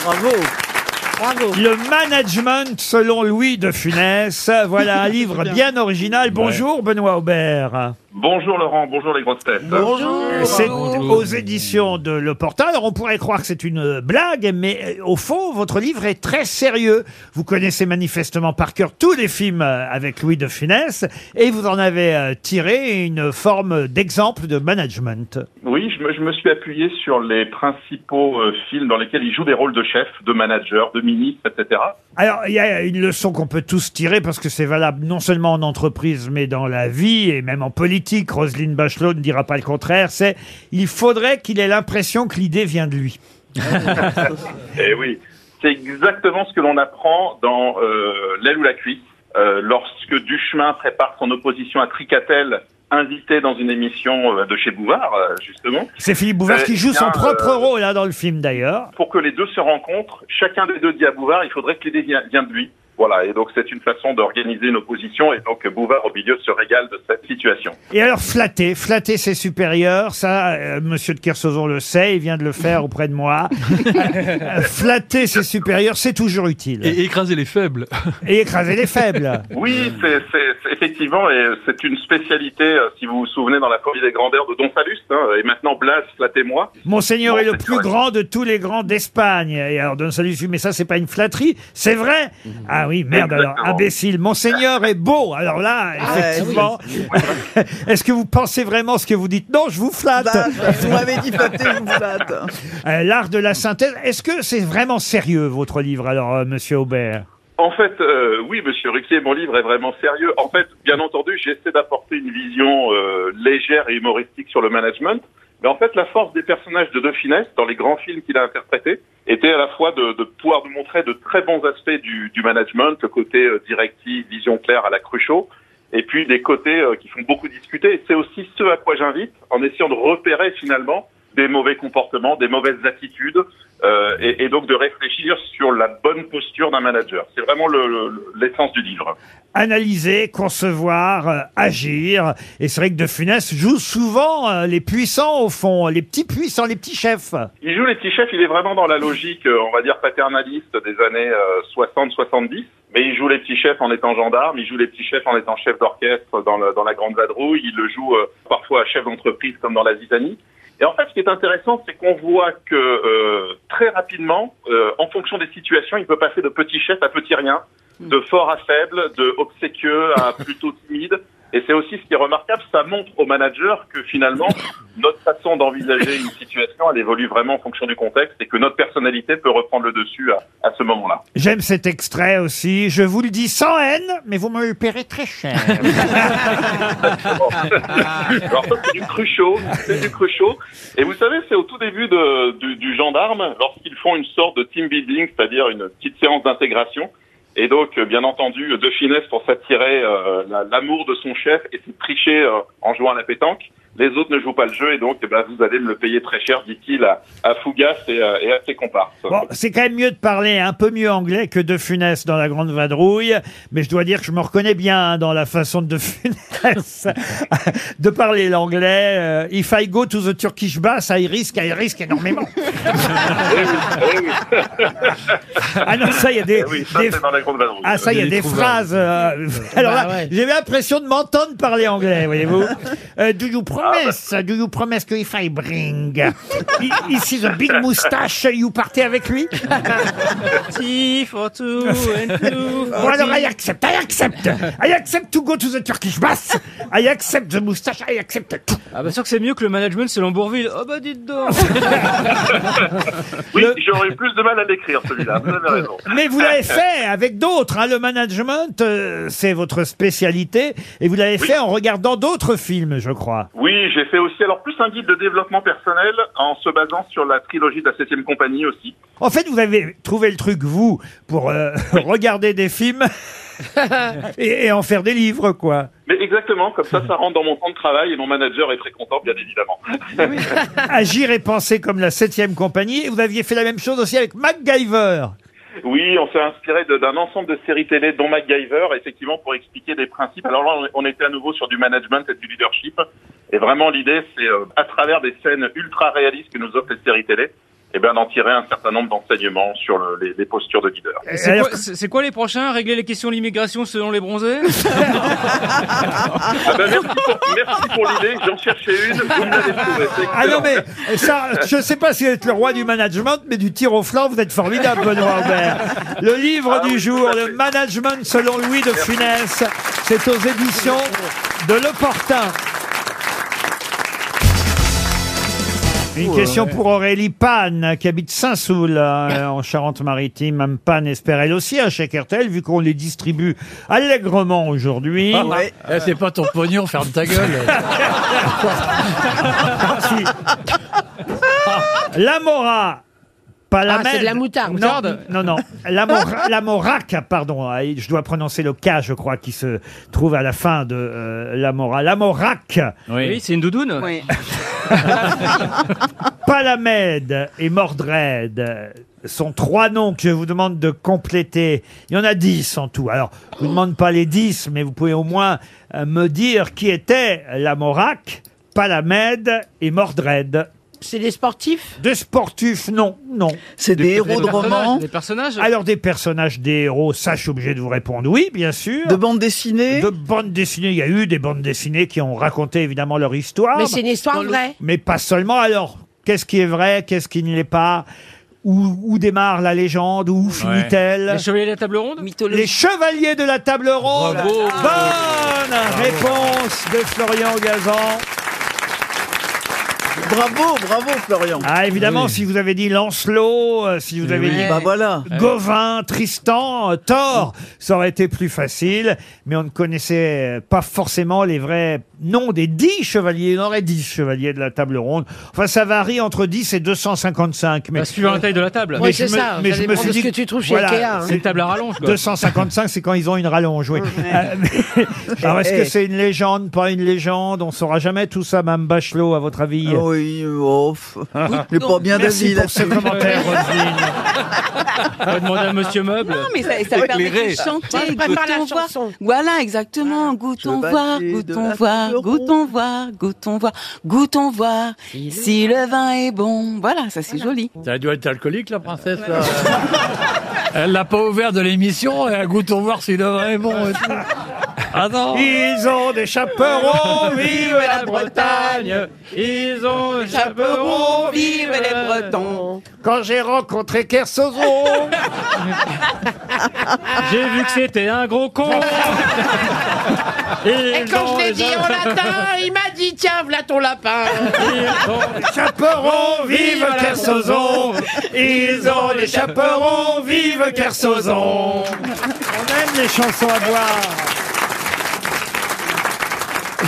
[SPEAKER 2] Bravo. Bravo. Le management selon Louis de Funès. Voilà un livre bien original. Bonjour Benoît Aubert.
[SPEAKER 15] Bonjour Laurent, bonjour les grosses têtes.
[SPEAKER 2] C'est aux éditions de Le Portal. Alors on pourrait croire que c'est une blague, mais euh, au fond, votre livre est très sérieux. Vous connaissez manifestement par cœur tous les films euh, avec Louis de Funès et vous en avez euh, tiré une forme d'exemple de management.
[SPEAKER 15] Oui, je me, je me suis appuyé sur les principaux euh, films dans lesquels il joue des rôles de chef, de manager, de ministre, etc.
[SPEAKER 2] Alors, il y a une leçon qu'on peut tous tirer parce que c'est valable non seulement en entreprise, mais dans la vie et même en politique. Roselyne Bachelot ne dira pas le contraire. C'est il faudrait qu'il ait l'impression que l'idée vient de lui.
[SPEAKER 15] Eh oui, c'est exactement ce que l'on apprend dans euh, L'aile ou la cuisse, euh, lorsque Duchemin prépare son opposition à Tricatel, invité dans une émission euh, de chez Bouvard, euh, justement.
[SPEAKER 2] C'est Philippe Bouvard
[SPEAKER 15] Euh,
[SPEAKER 2] qui joue
[SPEAKER 15] bien,
[SPEAKER 2] son propre
[SPEAKER 15] euh,
[SPEAKER 2] rôle là dans le film d'ailleurs.
[SPEAKER 15] Pour que les deux se rencontrent, chacun des deux dit à Bouvard, il faudrait que l'idée vi- vienne de lui. Voilà, et donc c'est une façon d'organiser une opposition, et donc Bouvard au milieu se régale de cette situation.
[SPEAKER 2] Et alors flatter, flatter ses supérieurs, ça, euh, Monsieur de Kersauzon le sait, il vient de le faire auprès de moi. Euh, flatter ses supérieurs, c'est toujours utile.
[SPEAKER 6] Et écraser les faibles.
[SPEAKER 2] Et écraser les faibles.
[SPEAKER 15] Oui, c'est c'est- c'est effectivement, et c'est une spécialité, euh, si vous vous souvenez, dans la folie des grandeurs de Don Salluste, hein, et maintenant Blas, flattez-moi.
[SPEAKER 2] Monseigneur
[SPEAKER 15] Bon,
[SPEAKER 2] est le
[SPEAKER 15] c'est
[SPEAKER 2] plus
[SPEAKER 15] vrai.
[SPEAKER 2] grand de tous les grands d'Espagne. Et alors, Don Salus, mais ça, c'est pas une flatterie, c'est vrai. Ah oui, merde, alors,
[SPEAKER 15] Exactement.
[SPEAKER 2] imbécile. Monseigneur est beau. Alors là, effectivement. Est-ce que vous pensez vraiment ce que vous dites Non, je vous flatte.
[SPEAKER 9] Bah, vous m'avez dit pâté, je vous flatte.
[SPEAKER 2] Euh, L'art de la synthèse. Est-ce que c'est vraiment sérieux, votre livre, alors, euh, monsieur Aubert
[SPEAKER 15] En fait, euh, oui, Monsieur Ruquier, mon livre est vraiment sérieux. En fait, bien entendu, j'essaie d'apporter une vision euh, légère et humoristique sur le management. Mais en fait, la force des personnages de De Finesse, dans les grands films qu'il a interprétés, était à la fois de, de pouvoir nous montrer de très bons aspects du, du management, le côté euh, directif, vision claire à la Cruchot, et puis des côtés euh, qui font beaucoup discuter. Et C'est aussi ce à quoi j'invite, en essayant de repérer finalement des mauvais comportements, des mauvaises attitudes, euh, et, et donc de réfléchir sur la bonne posture d'un manager. C'est vraiment le- le- l'essence du livre.
[SPEAKER 2] analyser, concevoir, euh, agir. Et c'est vrai que De Funès joue souvent euh, les puissants au fond, les petits puissants, les petits chefs.
[SPEAKER 15] Il joue les petits chefs, il est vraiment dans la logique, euh, on va dire, paternaliste des années 60-70. Mais il joue les petits chefs en étant gendarme, il joue les petits chefs en étant chef d'orchestre dans, le- dans la Grande Vadrouille, il le joue euh, parfois à chef d'entreprise comme dans la Zizanie. Et en fait, ce qui est intéressant, c'est qu'on voit que euh, très rapidement, euh, en fonction des situations, il peut passer de petit chef à petit rien, de fort à faible, de obséquieux à plutôt timide. Et c'est aussi ce qui est remarquable, ça montre au manager que finalement, notre façon d'envisager une situation, elle évolue vraiment en fonction du contexte et que notre personnalité peut reprendre le dessus à, à ce moment-là.
[SPEAKER 2] J'aime cet extrait aussi. Je vous le dis sans haine, mais vous me le paierez très cher.
[SPEAKER 15] Alors ça, c'est du cruchot, c'est du cruchot. Et vous savez, c'est au tout début de- du, du gendarme, lorsqu'ils font une sorte de team building, c'est-à-dire une petite séance d'intégration. Et donc, euh, bien entendu, euh, de finesse pour s'attirer euh, la- l'amour de son chef et de tricher euh, en jouant à la pétanque. Les autres ne jouent pas le jeu et donc, eh ben, vous allez me le payer très cher, dit-il à, à Fougas et, à- et à ses comparses.
[SPEAKER 2] Bon, c'est quand même mieux de parler un peu mieux anglais que De Funès dans La Grande Vadrouille, mais je dois dire que je me reconnais bien hein, dans la façon de De Funès de parler l'anglais. Euh, If I go to the Turkish bath, I risk, I risk énormément. ah non, ça, il y a des...
[SPEAKER 15] Eh oui, ça,
[SPEAKER 2] des-
[SPEAKER 15] c'est dans la grande vadrouille.
[SPEAKER 2] Ah ça, il y a des phrases. euh, Alors là, j'ai l'impression de m'entendre parler anglais, voyez-vous. Euh, do you promise, do you promise que if I bring i- ici the big moustache, you partez avec lui
[SPEAKER 10] T for two and two.
[SPEAKER 2] Bon alors, I accept, I accept, I accept to go to the Turkish bath, I accept the moustache, I accept tout.
[SPEAKER 10] Ah bah sûr que c'est mieux que le management c'est Lambourville. Oh bah dites donc.
[SPEAKER 15] Oui, j'aurais eu plus de mal à l'écrire, celui-là. Vous avez raison.
[SPEAKER 2] Mais vous l'avez fait avec d'autres. hein. Le management, euh, c'est votre spécialité. Et vous l'avez fait en regardant d'autres films, je crois.
[SPEAKER 15] Oui, j'ai fait aussi, alors plus un guide de développement personnel en se basant sur la trilogie de la 7 compagnie aussi.
[SPEAKER 2] En fait, vous avez trouvé le truc, vous, pour euh, regarder des films et, et en faire des livres, quoi.
[SPEAKER 15] Mais exactement, comme ça, ça rentre dans mon temps de travail et mon manager est très content, bien évidemment.
[SPEAKER 2] Ah Agir et penser comme la septième compagnie. Et vous aviez fait la même chose aussi avec MacGyver.
[SPEAKER 15] oui, on s'est inspiré de- d'un ensemble de séries télé, dont MacGyver, effectivement, pour expliquer des principes. Alors là, on on était à nouveau sur du management et du leadership. Et vraiment, l'idée, c'est euh, à travers des scènes ultra réalistes que nous offrent les séries télé, eh ben, d'en tirer un certain nombre d'enseignements sur le- les, les postures de leader.
[SPEAKER 10] Et C'est quoi, c'est- c'est quoi les prochains Régler les questions de l'immigration selon les bronzés
[SPEAKER 15] Ah ben, merci pour, merci pour l'idée, j'en cherchais une, vous me l'avez trouvée. c'est
[SPEAKER 2] Ah
[SPEAKER 15] excellent.
[SPEAKER 2] non, mais ça, je sais pas si vous êtes le roi du management, mais du tir au flanc, vous êtes formidable, Benoît Aubert. Le livre du jour, Le Management selon Louis de Funès, c'est aux éditions de L'Opportun. Une
[SPEAKER 16] Ouais,
[SPEAKER 2] question
[SPEAKER 16] ouais.
[SPEAKER 2] pour Aurélie Pan, qui habite Saint-Soul, euh, en Charente-Maritime. Mme Pan espère elle aussi un chèque RTL, vu qu'on les distribue allègrement aujourd'hui.
[SPEAKER 3] Ouais. Eh, c'est pas ton pognon, ferme ta gueule.
[SPEAKER 2] La Mora. Pas la
[SPEAKER 7] Ah, c'est
[SPEAKER 2] Mède.
[SPEAKER 7] de la moutarde.
[SPEAKER 2] Non,
[SPEAKER 7] Moutarde.
[SPEAKER 2] non, non. La, Mora- la Morac, pardon. Ah, Je dois prononcer le K, je crois, qui se trouve à la fin de euh, la Mora. La Morac.
[SPEAKER 10] Oui, c'est une doudoune. Oui.
[SPEAKER 2] Palamède et Mordred sont trois noms que je vous demande de compléter. Il y en a dix en tout. Alors, je vous demande pas les dix, mais vous pouvez au moins euh, me dire qui était la Morac, Palamède et Mordred.
[SPEAKER 7] C'est des sportifs
[SPEAKER 2] Des sportifs, non, non. C'est
[SPEAKER 9] Des- des héros des de personnages, romans des
[SPEAKER 10] personnages
[SPEAKER 2] Alors, des personnages, des héros, ça, je suis obligé de vous répondre oui, bien sûr. De bandes dessinées De bandes dessinées. Il y a eu des bandes dessinées qui ont raconté, évidemment, leur histoire.
[SPEAKER 7] Mais c'est une histoire
[SPEAKER 2] Dans le-
[SPEAKER 7] vraie.
[SPEAKER 2] Mais pas seulement. Alors, qu'est-ce qui est vrai, qu'est-ce qui ne l'est pas où, où démarre la légende Où finit-elle
[SPEAKER 10] Les chevaliers de la table ronde
[SPEAKER 2] Les chevaliers de la table ronde
[SPEAKER 10] Bravo.
[SPEAKER 2] Bonne réponse de Florian Gazan
[SPEAKER 9] Bravo, bravo Florian.
[SPEAKER 2] Ah, évidemment, si vous avez dit Lancelot, euh, si vous
[SPEAKER 9] Eh
[SPEAKER 2] avez
[SPEAKER 9] oui.
[SPEAKER 2] dit
[SPEAKER 9] Bah voilà.
[SPEAKER 2] Gauvin, Tristan, euh, Thor, ça aurait été plus facile, mais on ne connaissait euh, pas forcément les vrais noms des 10 chevaliers. Il y en aurait 10 chevaliers de la table ronde. Enfin, ça varie entre 10 et 255. Mais
[SPEAKER 10] suivant la taille de la table.
[SPEAKER 2] Mais
[SPEAKER 10] Oui,
[SPEAKER 2] je
[SPEAKER 10] c'est
[SPEAKER 2] me-
[SPEAKER 10] ça,
[SPEAKER 2] mais
[SPEAKER 10] ça
[SPEAKER 2] je me
[SPEAKER 10] dépend
[SPEAKER 2] suis
[SPEAKER 10] de ce
[SPEAKER 2] dit
[SPEAKER 10] que tu trouves chez Ikea, hein. C'est une table à rallonge, quoi.
[SPEAKER 2] 255, c'est quand ils ont une rallonge, oui. Euh, mais- Alors, est-ce que c'est une légende, pas une légende On saura jamais tout ça, Mme Bachelot, à votre avis.
[SPEAKER 9] Oui, off. J'ai pas bien
[SPEAKER 2] Merci
[SPEAKER 9] d'avis
[SPEAKER 2] pour ce
[SPEAKER 9] là-dessus.
[SPEAKER 2] commentaire, Roselyne.
[SPEAKER 10] On va demander à Monsieur Meuble.
[SPEAKER 5] Non, mais ça, ça permet de chanter. Goûtons voir. Voilà, exactement. Goûtons
[SPEAKER 4] bats
[SPEAKER 5] voir,
[SPEAKER 4] les deux
[SPEAKER 5] goûtons
[SPEAKER 4] la
[SPEAKER 5] voir,
[SPEAKER 4] table
[SPEAKER 5] goûtons voir, goûtons voir, goûtons voir. Si le vin est bon. Voilà, ça c'est joli.
[SPEAKER 3] Ça a dû être alcoolique, la princesse. là. elle l'a pas ouvert de l'émission et elle goûte au voir si le vin est bon. et tout. Ah non
[SPEAKER 2] Ils ont des chaperons, vive la Bretagne
[SPEAKER 10] Ils ont
[SPEAKER 2] chaperons, vive les Bretons Quand j'ai rencontré Kersozon
[SPEAKER 10] J'ai vu que c'était un gros con.
[SPEAKER 7] Et quand je l'ai dit en latin, il m'a dit tiens, voilà ton lapin.
[SPEAKER 2] Chaperons, vive Kersozon Ils ont des chaperons, vive Kersozon On aime les chansons à boire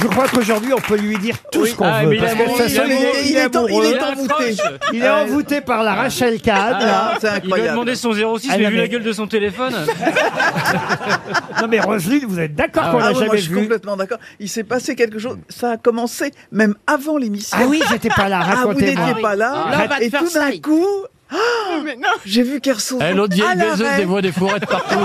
[SPEAKER 2] je crois qu'aujourd'hui, on peut lui dire tout ce qu'on
[SPEAKER 9] Ah, mais
[SPEAKER 2] veut.
[SPEAKER 9] il
[SPEAKER 2] parce
[SPEAKER 9] est
[SPEAKER 2] que
[SPEAKER 9] amoureux,
[SPEAKER 2] ça
[SPEAKER 9] il
[SPEAKER 2] sonne-
[SPEAKER 9] est- il est en- il est
[SPEAKER 2] amoureux.
[SPEAKER 9] envoûté. Ah,
[SPEAKER 2] Il est envoûté par la Rachel Kahn. là.
[SPEAKER 10] Ah, Il lui a demandé son 06,
[SPEAKER 2] Ah,
[SPEAKER 10] mais
[SPEAKER 2] non,
[SPEAKER 10] vu
[SPEAKER 2] mais-
[SPEAKER 10] la gueule de son téléphone.
[SPEAKER 2] Non mais Roselyne, vous êtes d'accord
[SPEAKER 9] Ah
[SPEAKER 2] qu'on
[SPEAKER 9] ouais,
[SPEAKER 2] l'a
[SPEAKER 9] moi,
[SPEAKER 2] jamais
[SPEAKER 9] je suis
[SPEAKER 2] vu
[SPEAKER 9] complètement d'accord. Il s'est passé quelque chose. Ça a commencé même avant l'émission.
[SPEAKER 2] Ah oui, j'étais pas là,
[SPEAKER 9] Ah, vous
[SPEAKER 2] racontez-moi.
[SPEAKER 9] n'étiez pas là.
[SPEAKER 2] Ah. Là, on va te
[SPEAKER 9] et
[SPEAKER 2] faire
[SPEAKER 9] tout d'un coup, ah, j'ai vu Kersou.
[SPEAKER 3] Eh, Elle, l'autre vieille baiseuse, des voix des forêts de partout.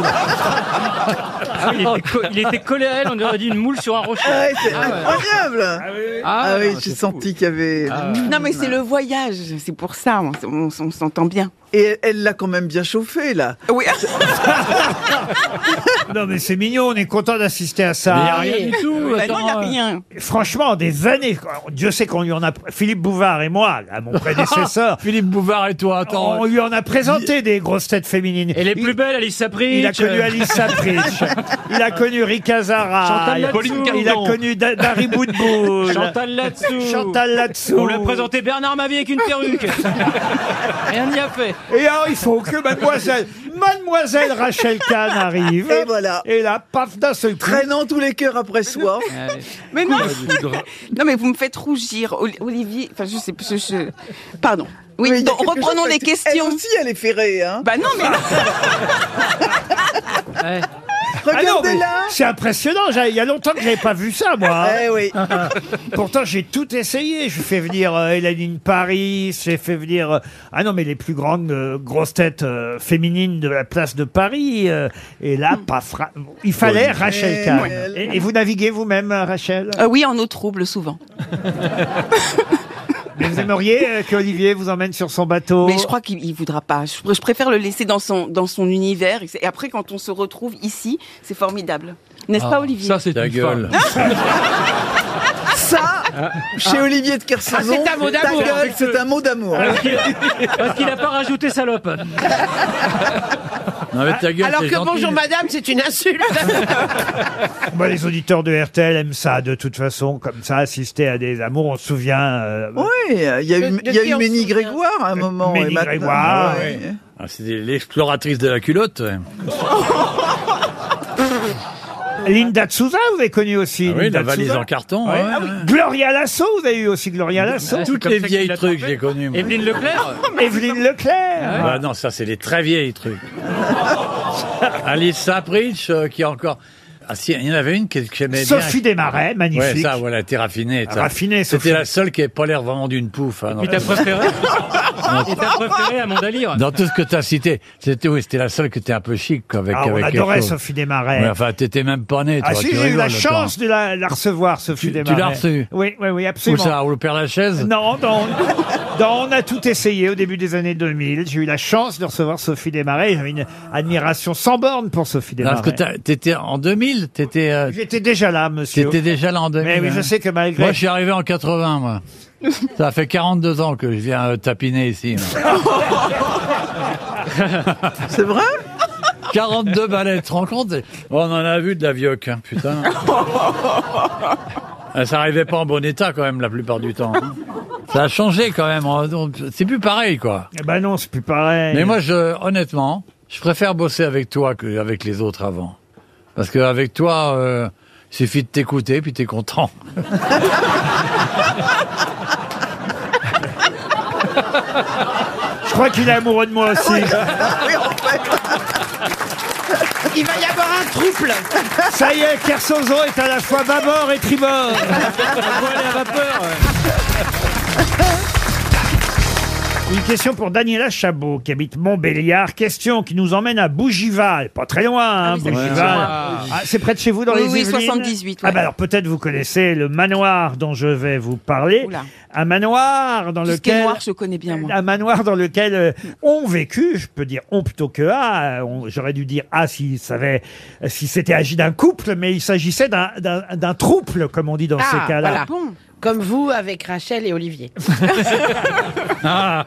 [SPEAKER 10] il, était Oh, co- il était collé à elle, on aurait dit une moule sur un rocher.
[SPEAKER 9] Ah, ouais, c'est
[SPEAKER 10] Ah ouais.
[SPEAKER 9] incroyable. Ah
[SPEAKER 10] oui,
[SPEAKER 9] oui, j'ai senti qu'il y avait.
[SPEAKER 3] Ah.
[SPEAKER 5] Non, mais c'est le voyage. C'est pour ça. On, on- on s'entend bien.
[SPEAKER 9] Et elle l'a quand même bien chauffé là.
[SPEAKER 5] Oui.
[SPEAKER 2] Non mais c'est mignon, on est content d'assister à ça.
[SPEAKER 3] Mais y a rien du tout, Bah non, y a
[SPEAKER 5] rien.
[SPEAKER 2] Franchement, des années. quoi. Dieu sait qu'on lui en a. Philippe Bouvard et moi, là, mon prédécesseur.
[SPEAKER 3] Philippe Bouvard et toi, attends.
[SPEAKER 2] On lui en a présenté des grosses têtes féminines.
[SPEAKER 10] Et les plus belles, Alice Sapritch.
[SPEAKER 2] Il a connu Alice Sapritch. il a connu Rick Hazara.
[SPEAKER 10] Chantal
[SPEAKER 2] Il a,
[SPEAKER 10] Latsou.
[SPEAKER 2] il a connu Da- Dari Boudboul.
[SPEAKER 10] Chantal Latsou.
[SPEAKER 2] Chantal Latsou.
[SPEAKER 10] On lui a présenté Bernard Mavie avec une perruque. Rien n'y a fait.
[SPEAKER 2] Et alors, il faut que mademoiselle, mademoiselle Rachel Kahn arrive.
[SPEAKER 9] Et voilà.
[SPEAKER 2] Et là, paf, d'un seul coup.
[SPEAKER 9] Traînant tous les cœurs après soi.
[SPEAKER 10] Ah
[SPEAKER 5] Mais non. Non, mais vous me faites rougir, Oli- Olivier. Enfin, je sais plus. je- je- Pardon. Oui,
[SPEAKER 9] Mais il y a
[SPEAKER 5] donc,
[SPEAKER 9] quelque
[SPEAKER 5] reprenons
[SPEAKER 9] chose,
[SPEAKER 5] les
[SPEAKER 9] parce que elle
[SPEAKER 5] questions.
[SPEAKER 9] aussi, elle est ferrée. Hein.
[SPEAKER 5] Bah non, mais
[SPEAKER 2] Ah non, mais
[SPEAKER 9] Regardez-la.
[SPEAKER 2] C'est impressionnant, j'ai- il y a longtemps que j'avais pas vu ça, moi. hein.
[SPEAKER 9] Eh oui.
[SPEAKER 2] Pourtant, j'ai tout essayé. Je fais venir euh, Hélène Paris, j'ai fait venir... euh, ah non, mais les plus grandes euh, grosses têtes euh, féminines de la place de Paris. euh, et là, pas fra- Il fallait Rachel Kahn. Et, et vous naviguez vous-même, euh, Rachel
[SPEAKER 5] Euh, oui, en eau trouble souvent.
[SPEAKER 2] Mais Vous aimeriez euh, que Olivier vous emmène sur son bateau
[SPEAKER 5] Mais je crois qu'il il voudra pas. Je, pr- je préfère le laisser dans son dans son univers. Et c'est- et après, quand on se retrouve ici, c'est formidable, n'est-ce
[SPEAKER 3] Ah.
[SPEAKER 5] pas, Olivier
[SPEAKER 6] Ah. Ça, c'est
[SPEAKER 3] Ta
[SPEAKER 6] une
[SPEAKER 3] gueule.
[SPEAKER 6] femme.
[SPEAKER 9] Ça, Ah. chez Olivier de Kersauzon,
[SPEAKER 10] Ah, c'est un mot
[SPEAKER 9] ta
[SPEAKER 10] d'amour.
[SPEAKER 9] gueule, C'est un mot d'amour.
[SPEAKER 10] Parce qu'il a- parce qu'il n'a pas rajouté salope.
[SPEAKER 3] Non, mais ta gueule,
[SPEAKER 7] Alors
[SPEAKER 3] c'est
[SPEAKER 7] que
[SPEAKER 3] gentil.
[SPEAKER 7] bonjour madame, c'est une insulte.
[SPEAKER 2] Bah, les auditeurs de RTL aiment ça, de toute façon, comme ça, assister à des amours, on se souvient... euh,
[SPEAKER 9] Oui, il y a eu,
[SPEAKER 7] De- de
[SPEAKER 9] il y a
[SPEAKER 7] qui
[SPEAKER 9] eu
[SPEAKER 7] on se
[SPEAKER 9] Ménie
[SPEAKER 7] souvient
[SPEAKER 9] Grégoire à un moment. et
[SPEAKER 2] Ménie
[SPEAKER 9] maintenant-
[SPEAKER 2] Grégoire,
[SPEAKER 9] Ah ouais.
[SPEAKER 3] Ah, c'est l'exploratrice de la culotte. ouais.
[SPEAKER 2] Linda de Souza, vous avez connu aussi.
[SPEAKER 3] Ah oui,
[SPEAKER 2] Linda
[SPEAKER 3] la
[SPEAKER 2] de
[SPEAKER 3] valise
[SPEAKER 2] Souza.
[SPEAKER 3] en carton.
[SPEAKER 2] Ouais.
[SPEAKER 3] ouais.
[SPEAKER 2] Ah oui. Gloria Lasso, vous avez eu aussi Gloria Lasso.
[SPEAKER 10] Ah, c'est
[SPEAKER 3] Toutes
[SPEAKER 10] comme
[SPEAKER 3] les
[SPEAKER 10] ça
[SPEAKER 3] vieilles
[SPEAKER 10] qu'il a
[SPEAKER 3] trucs,
[SPEAKER 10] attrapé.
[SPEAKER 3] j'ai connu. moi.
[SPEAKER 10] Evelyne Leclerc
[SPEAKER 7] Oh,
[SPEAKER 2] Evelyne Leclerc.
[SPEAKER 3] Bah non, ça, c'est les très vieilles trucs. Alice Sapritch, euh, qui a encore. Ah si, il y en avait une que que j'aimais bien.
[SPEAKER 2] Sophie Desmarais, magnifique.
[SPEAKER 3] Ouais, ça, voilà, t'es raffinée. ça.
[SPEAKER 2] Raffinée, Sophie.
[SPEAKER 3] C'était la seule qui n'avait pas l'air vraiment d'une pouffe. hein, dans,
[SPEAKER 10] Et t'as préféré Et t'as préféré Amanda Lear
[SPEAKER 3] dans tout ce que t'as cité. C'était oui, c'était la seule qui était un peu chic. quoi, Avec,
[SPEAKER 2] Ah, on
[SPEAKER 3] avec
[SPEAKER 2] adorait
[SPEAKER 3] quelque chose.
[SPEAKER 2] Sophie Desmarais.
[SPEAKER 3] Ouais, enfin, t'étais même pas né.
[SPEAKER 2] ah
[SPEAKER 3] toi,
[SPEAKER 2] si,
[SPEAKER 3] tu
[SPEAKER 2] j'ai eu la
[SPEAKER 3] rigoles,
[SPEAKER 2] chance de la, la recevoir,
[SPEAKER 3] Tu-
[SPEAKER 2] Sophie
[SPEAKER 3] tu
[SPEAKER 2] Desmarais.
[SPEAKER 3] l'as reçue
[SPEAKER 2] Oui, oui, oui,
[SPEAKER 3] toi. Où
[SPEAKER 2] absolument.
[SPEAKER 3] ça, au Père Lachaise
[SPEAKER 2] Non, dans, dans On a tout essayé au début des années 2000. J'ai eu la chance de recevoir Sophie Desmarais. J'avais une admiration sans borne pour Sophie
[SPEAKER 3] Parce que
[SPEAKER 2] Desmarais.
[SPEAKER 3] t'as- t'étais en 2000, t'étais euh,
[SPEAKER 2] J'étais déjà là, monsieur.
[SPEAKER 3] t'étais déjà là en 2000.
[SPEAKER 2] Mais oui, je
[SPEAKER 3] hein.
[SPEAKER 2] sais que malgré...
[SPEAKER 3] Moi, je suis arrivé en 80, moi. Ça fait 42 ans que je viens euh, tapiner ici. moi.
[SPEAKER 9] C'est vrai
[SPEAKER 3] 42 balais, tu te rends compte On en a vu de la vioque, hein, putain. Euh, Ça arrivait pas en bon état, quand même, la plupart du temps. hein. Ça a changé, quand même. hein, donc, C'est plus pareil, quoi.
[SPEAKER 2] Eh ben non, c'est plus pareil.
[SPEAKER 3] Mais moi, je, honnêtement, je préfère bosser avec toi qu'avec les autres avant. Parce qu'avec toi, euh, suffit de t'écouter, puis t'es content.
[SPEAKER 2] Je crois qu'il est amoureux de moi aussi.
[SPEAKER 3] Ah
[SPEAKER 7] Il va y avoir un trouble.
[SPEAKER 2] Ça y est, Kersozo est à la fois bâbord et tribord. Une question pour Daniela Chabot, qui habite Montbéliard. Question qui nous emmène à Bougival. Pas très loin, hein,
[SPEAKER 5] oui, c'est
[SPEAKER 2] Bougival.
[SPEAKER 5] près de chez moi.
[SPEAKER 2] Ah, c'est près de chez vous, dans
[SPEAKER 5] Oui,
[SPEAKER 2] les
[SPEAKER 5] oui,
[SPEAKER 2] Yvelines
[SPEAKER 5] 78, ouais.
[SPEAKER 2] Ah bah alors, peut-être vous connaissez le manoir dont je vais vous parler.
[SPEAKER 5] Oula.
[SPEAKER 2] Un manoir dans
[SPEAKER 5] Tout ce qui
[SPEAKER 2] lequel...
[SPEAKER 5] est noir, je connais bien, moi.
[SPEAKER 2] Un manoir dans lequel euh, ont vécu, je peux dire on plutôt que a, euh, on- j'aurais dû dire a s'il savait, euh, si c'était agi d'un couple, mais il s'agissait d'un- d'un d'un trouble, comme on dit
[SPEAKER 5] Ah,
[SPEAKER 2] dans ces cas-là.
[SPEAKER 7] Ah, voilà. Comme vous avec Rachel et Olivier.
[SPEAKER 2] Ah,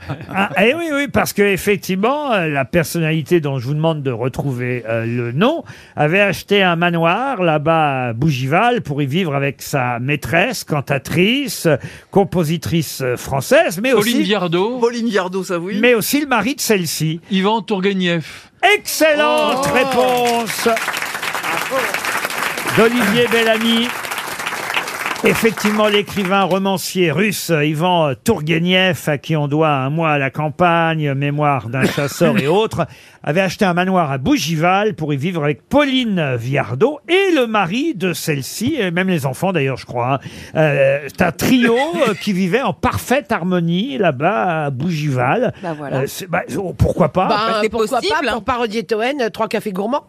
[SPEAKER 2] eh oui, oui, parce que effectivement, euh, la personnalité dont je vous demande de retrouver euh, le nom avait acheté un manoir là-bas à Bougival pour y vivre avec sa maîtresse, cantatrice, euh, compositrice euh, française, mais
[SPEAKER 6] Pauline
[SPEAKER 2] aussi
[SPEAKER 6] Biardot. Pauline Biardot, ça oui.
[SPEAKER 2] mais aussi le mari de celle-ci.
[SPEAKER 6] Yvan Tourguenieff.
[SPEAKER 2] Excellente
[SPEAKER 6] Oh.
[SPEAKER 2] réponse d'Olivier Bellamy. Effectivement, l'écrivain romancier russe euh, Ivan Tourguenieff, à qui on doit un mois à la campagne, mémoire d'un chasseur et autres, avait acheté un manoir à Bougival pour y vivre avec Pauline Viardot et le mari de celle-ci, et même les enfants d'ailleurs, je crois. hein. Euh, C'est un trio euh, qui vivait en parfaite harmonie là-bas à Bougival.
[SPEAKER 5] Bah voilà.
[SPEAKER 2] c'est- bah, oh, pourquoi pas
[SPEAKER 7] Ben,
[SPEAKER 5] c'est
[SPEAKER 7] pourquoi
[SPEAKER 5] possible, Ah,
[SPEAKER 7] pas, pour parodier Toen, euh, trois cafés gourmands.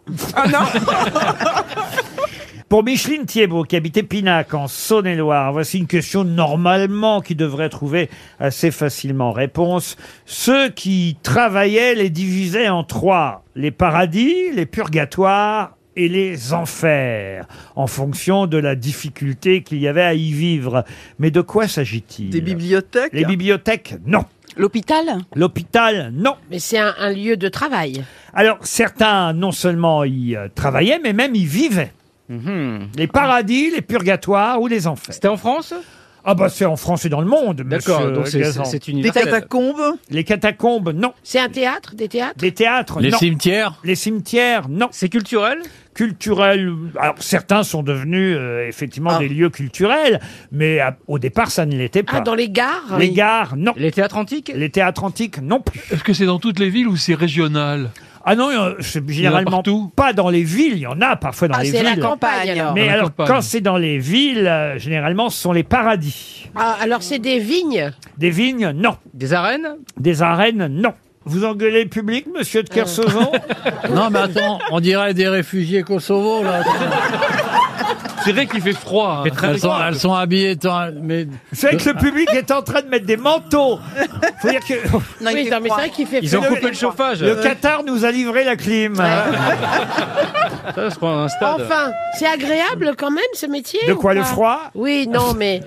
[SPEAKER 2] Pour Micheline Thiebaud, qui habitait Pinac, en Saône-et-Loire, voici une question normalement qui devrait trouver assez facilement réponse. Ceux qui travaillaient les divisaient en trois. Les paradis, les purgatoires et les enfers, en fonction de la difficulté qu'il y avait à y vivre. Mais de quoi s'agit-il Des bibliothèques Les bibliothèques, non.
[SPEAKER 5] L'hôpital
[SPEAKER 2] L'hôpital, non.
[SPEAKER 7] Mais c'est un, un lieu de travail.
[SPEAKER 2] Alors, certains, non seulement y euh, travaillaient, mais même y vivaient. Mhm. Les paradis, les purgatoires ou les enfers. C'était en France Ah bah c'est en France et dans le monde,
[SPEAKER 10] D'accord,
[SPEAKER 2] monsieur
[SPEAKER 10] donc c'est-
[SPEAKER 2] Gazan.
[SPEAKER 10] c'est- c'est universel. Des
[SPEAKER 2] catacombes Les catacombes, non.
[SPEAKER 7] C'est un théâtre, des théâtres
[SPEAKER 2] Les théâtres,
[SPEAKER 3] Les
[SPEAKER 2] non.
[SPEAKER 3] cimetières
[SPEAKER 2] Les cimetières, non. C'est culturel Culturel. euh, Alors certains sont devenus euh,
[SPEAKER 7] Ah.
[SPEAKER 2] effectivement des lieux culturels, mais à- au départ ça ne l'était pas.
[SPEAKER 7] Ah, dans les gares
[SPEAKER 2] Les
[SPEAKER 7] Oui.
[SPEAKER 2] gares, non. Les théâtres antiques Les théâtres antiques, non plus.
[SPEAKER 6] Est-ce que c'est dans toutes les villes ou c'est régional
[SPEAKER 2] Ah non, euh, c'est généralement pas dans les villes. Il y en a parfois dans
[SPEAKER 7] Ah,
[SPEAKER 2] les
[SPEAKER 7] c'est la
[SPEAKER 2] villes.
[SPEAKER 7] campagne, alors. Dans
[SPEAKER 2] Mais
[SPEAKER 7] la
[SPEAKER 2] alors,
[SPEAKER 7] campagne.
[SPEAKER 2] quand c'est dans les villes, euh, généralement, ce sont les paradis.
[SPEAKER 7] Ah, alors c'est des vignes.
[SPEAKER 2] Des vignes, non. Des arènes Des arènes, non. Vous engueulez le public, monsieur de Kersauzon
[SPEAKER 3] Euh. Non, mais attends, on dirait des réfugiés kosovo, là.
[SPEAKER 6] C'est vrai qu'il fait froid.
[SPEAKER 2] très
[SPEAKER 3] elles, sont,
[SPEAKER 2] froid.
[SPEAKER 3] elles sont habillées. tant- Mais...
[SPEAKER 2] C'est vrai que le public est en train de mettre des manteaux. Faut dire que...
[SPEAKER 7] il Oui, fait non, mais froid. c'est vrai qu'il fait Ils froid. ont coupé le chauffage.
[SPEAKER 2] Le
[SPEAKER 7] Ouais.
[SPEAKER 2] Qatar nous a livré la clim.
[SPEAKER 10] Ça, je prends un stade.
[SPEAKER 7] Enfin, c'est agréable quand même ce métier.
[SPEAKER 2] De
[SPEAKER 7] ou
[SPEAKER 2] quoi, le
[SPEAKER 7] pas
[SPEAKER 2] froid
[SPEAKER 7] Oui, non, mais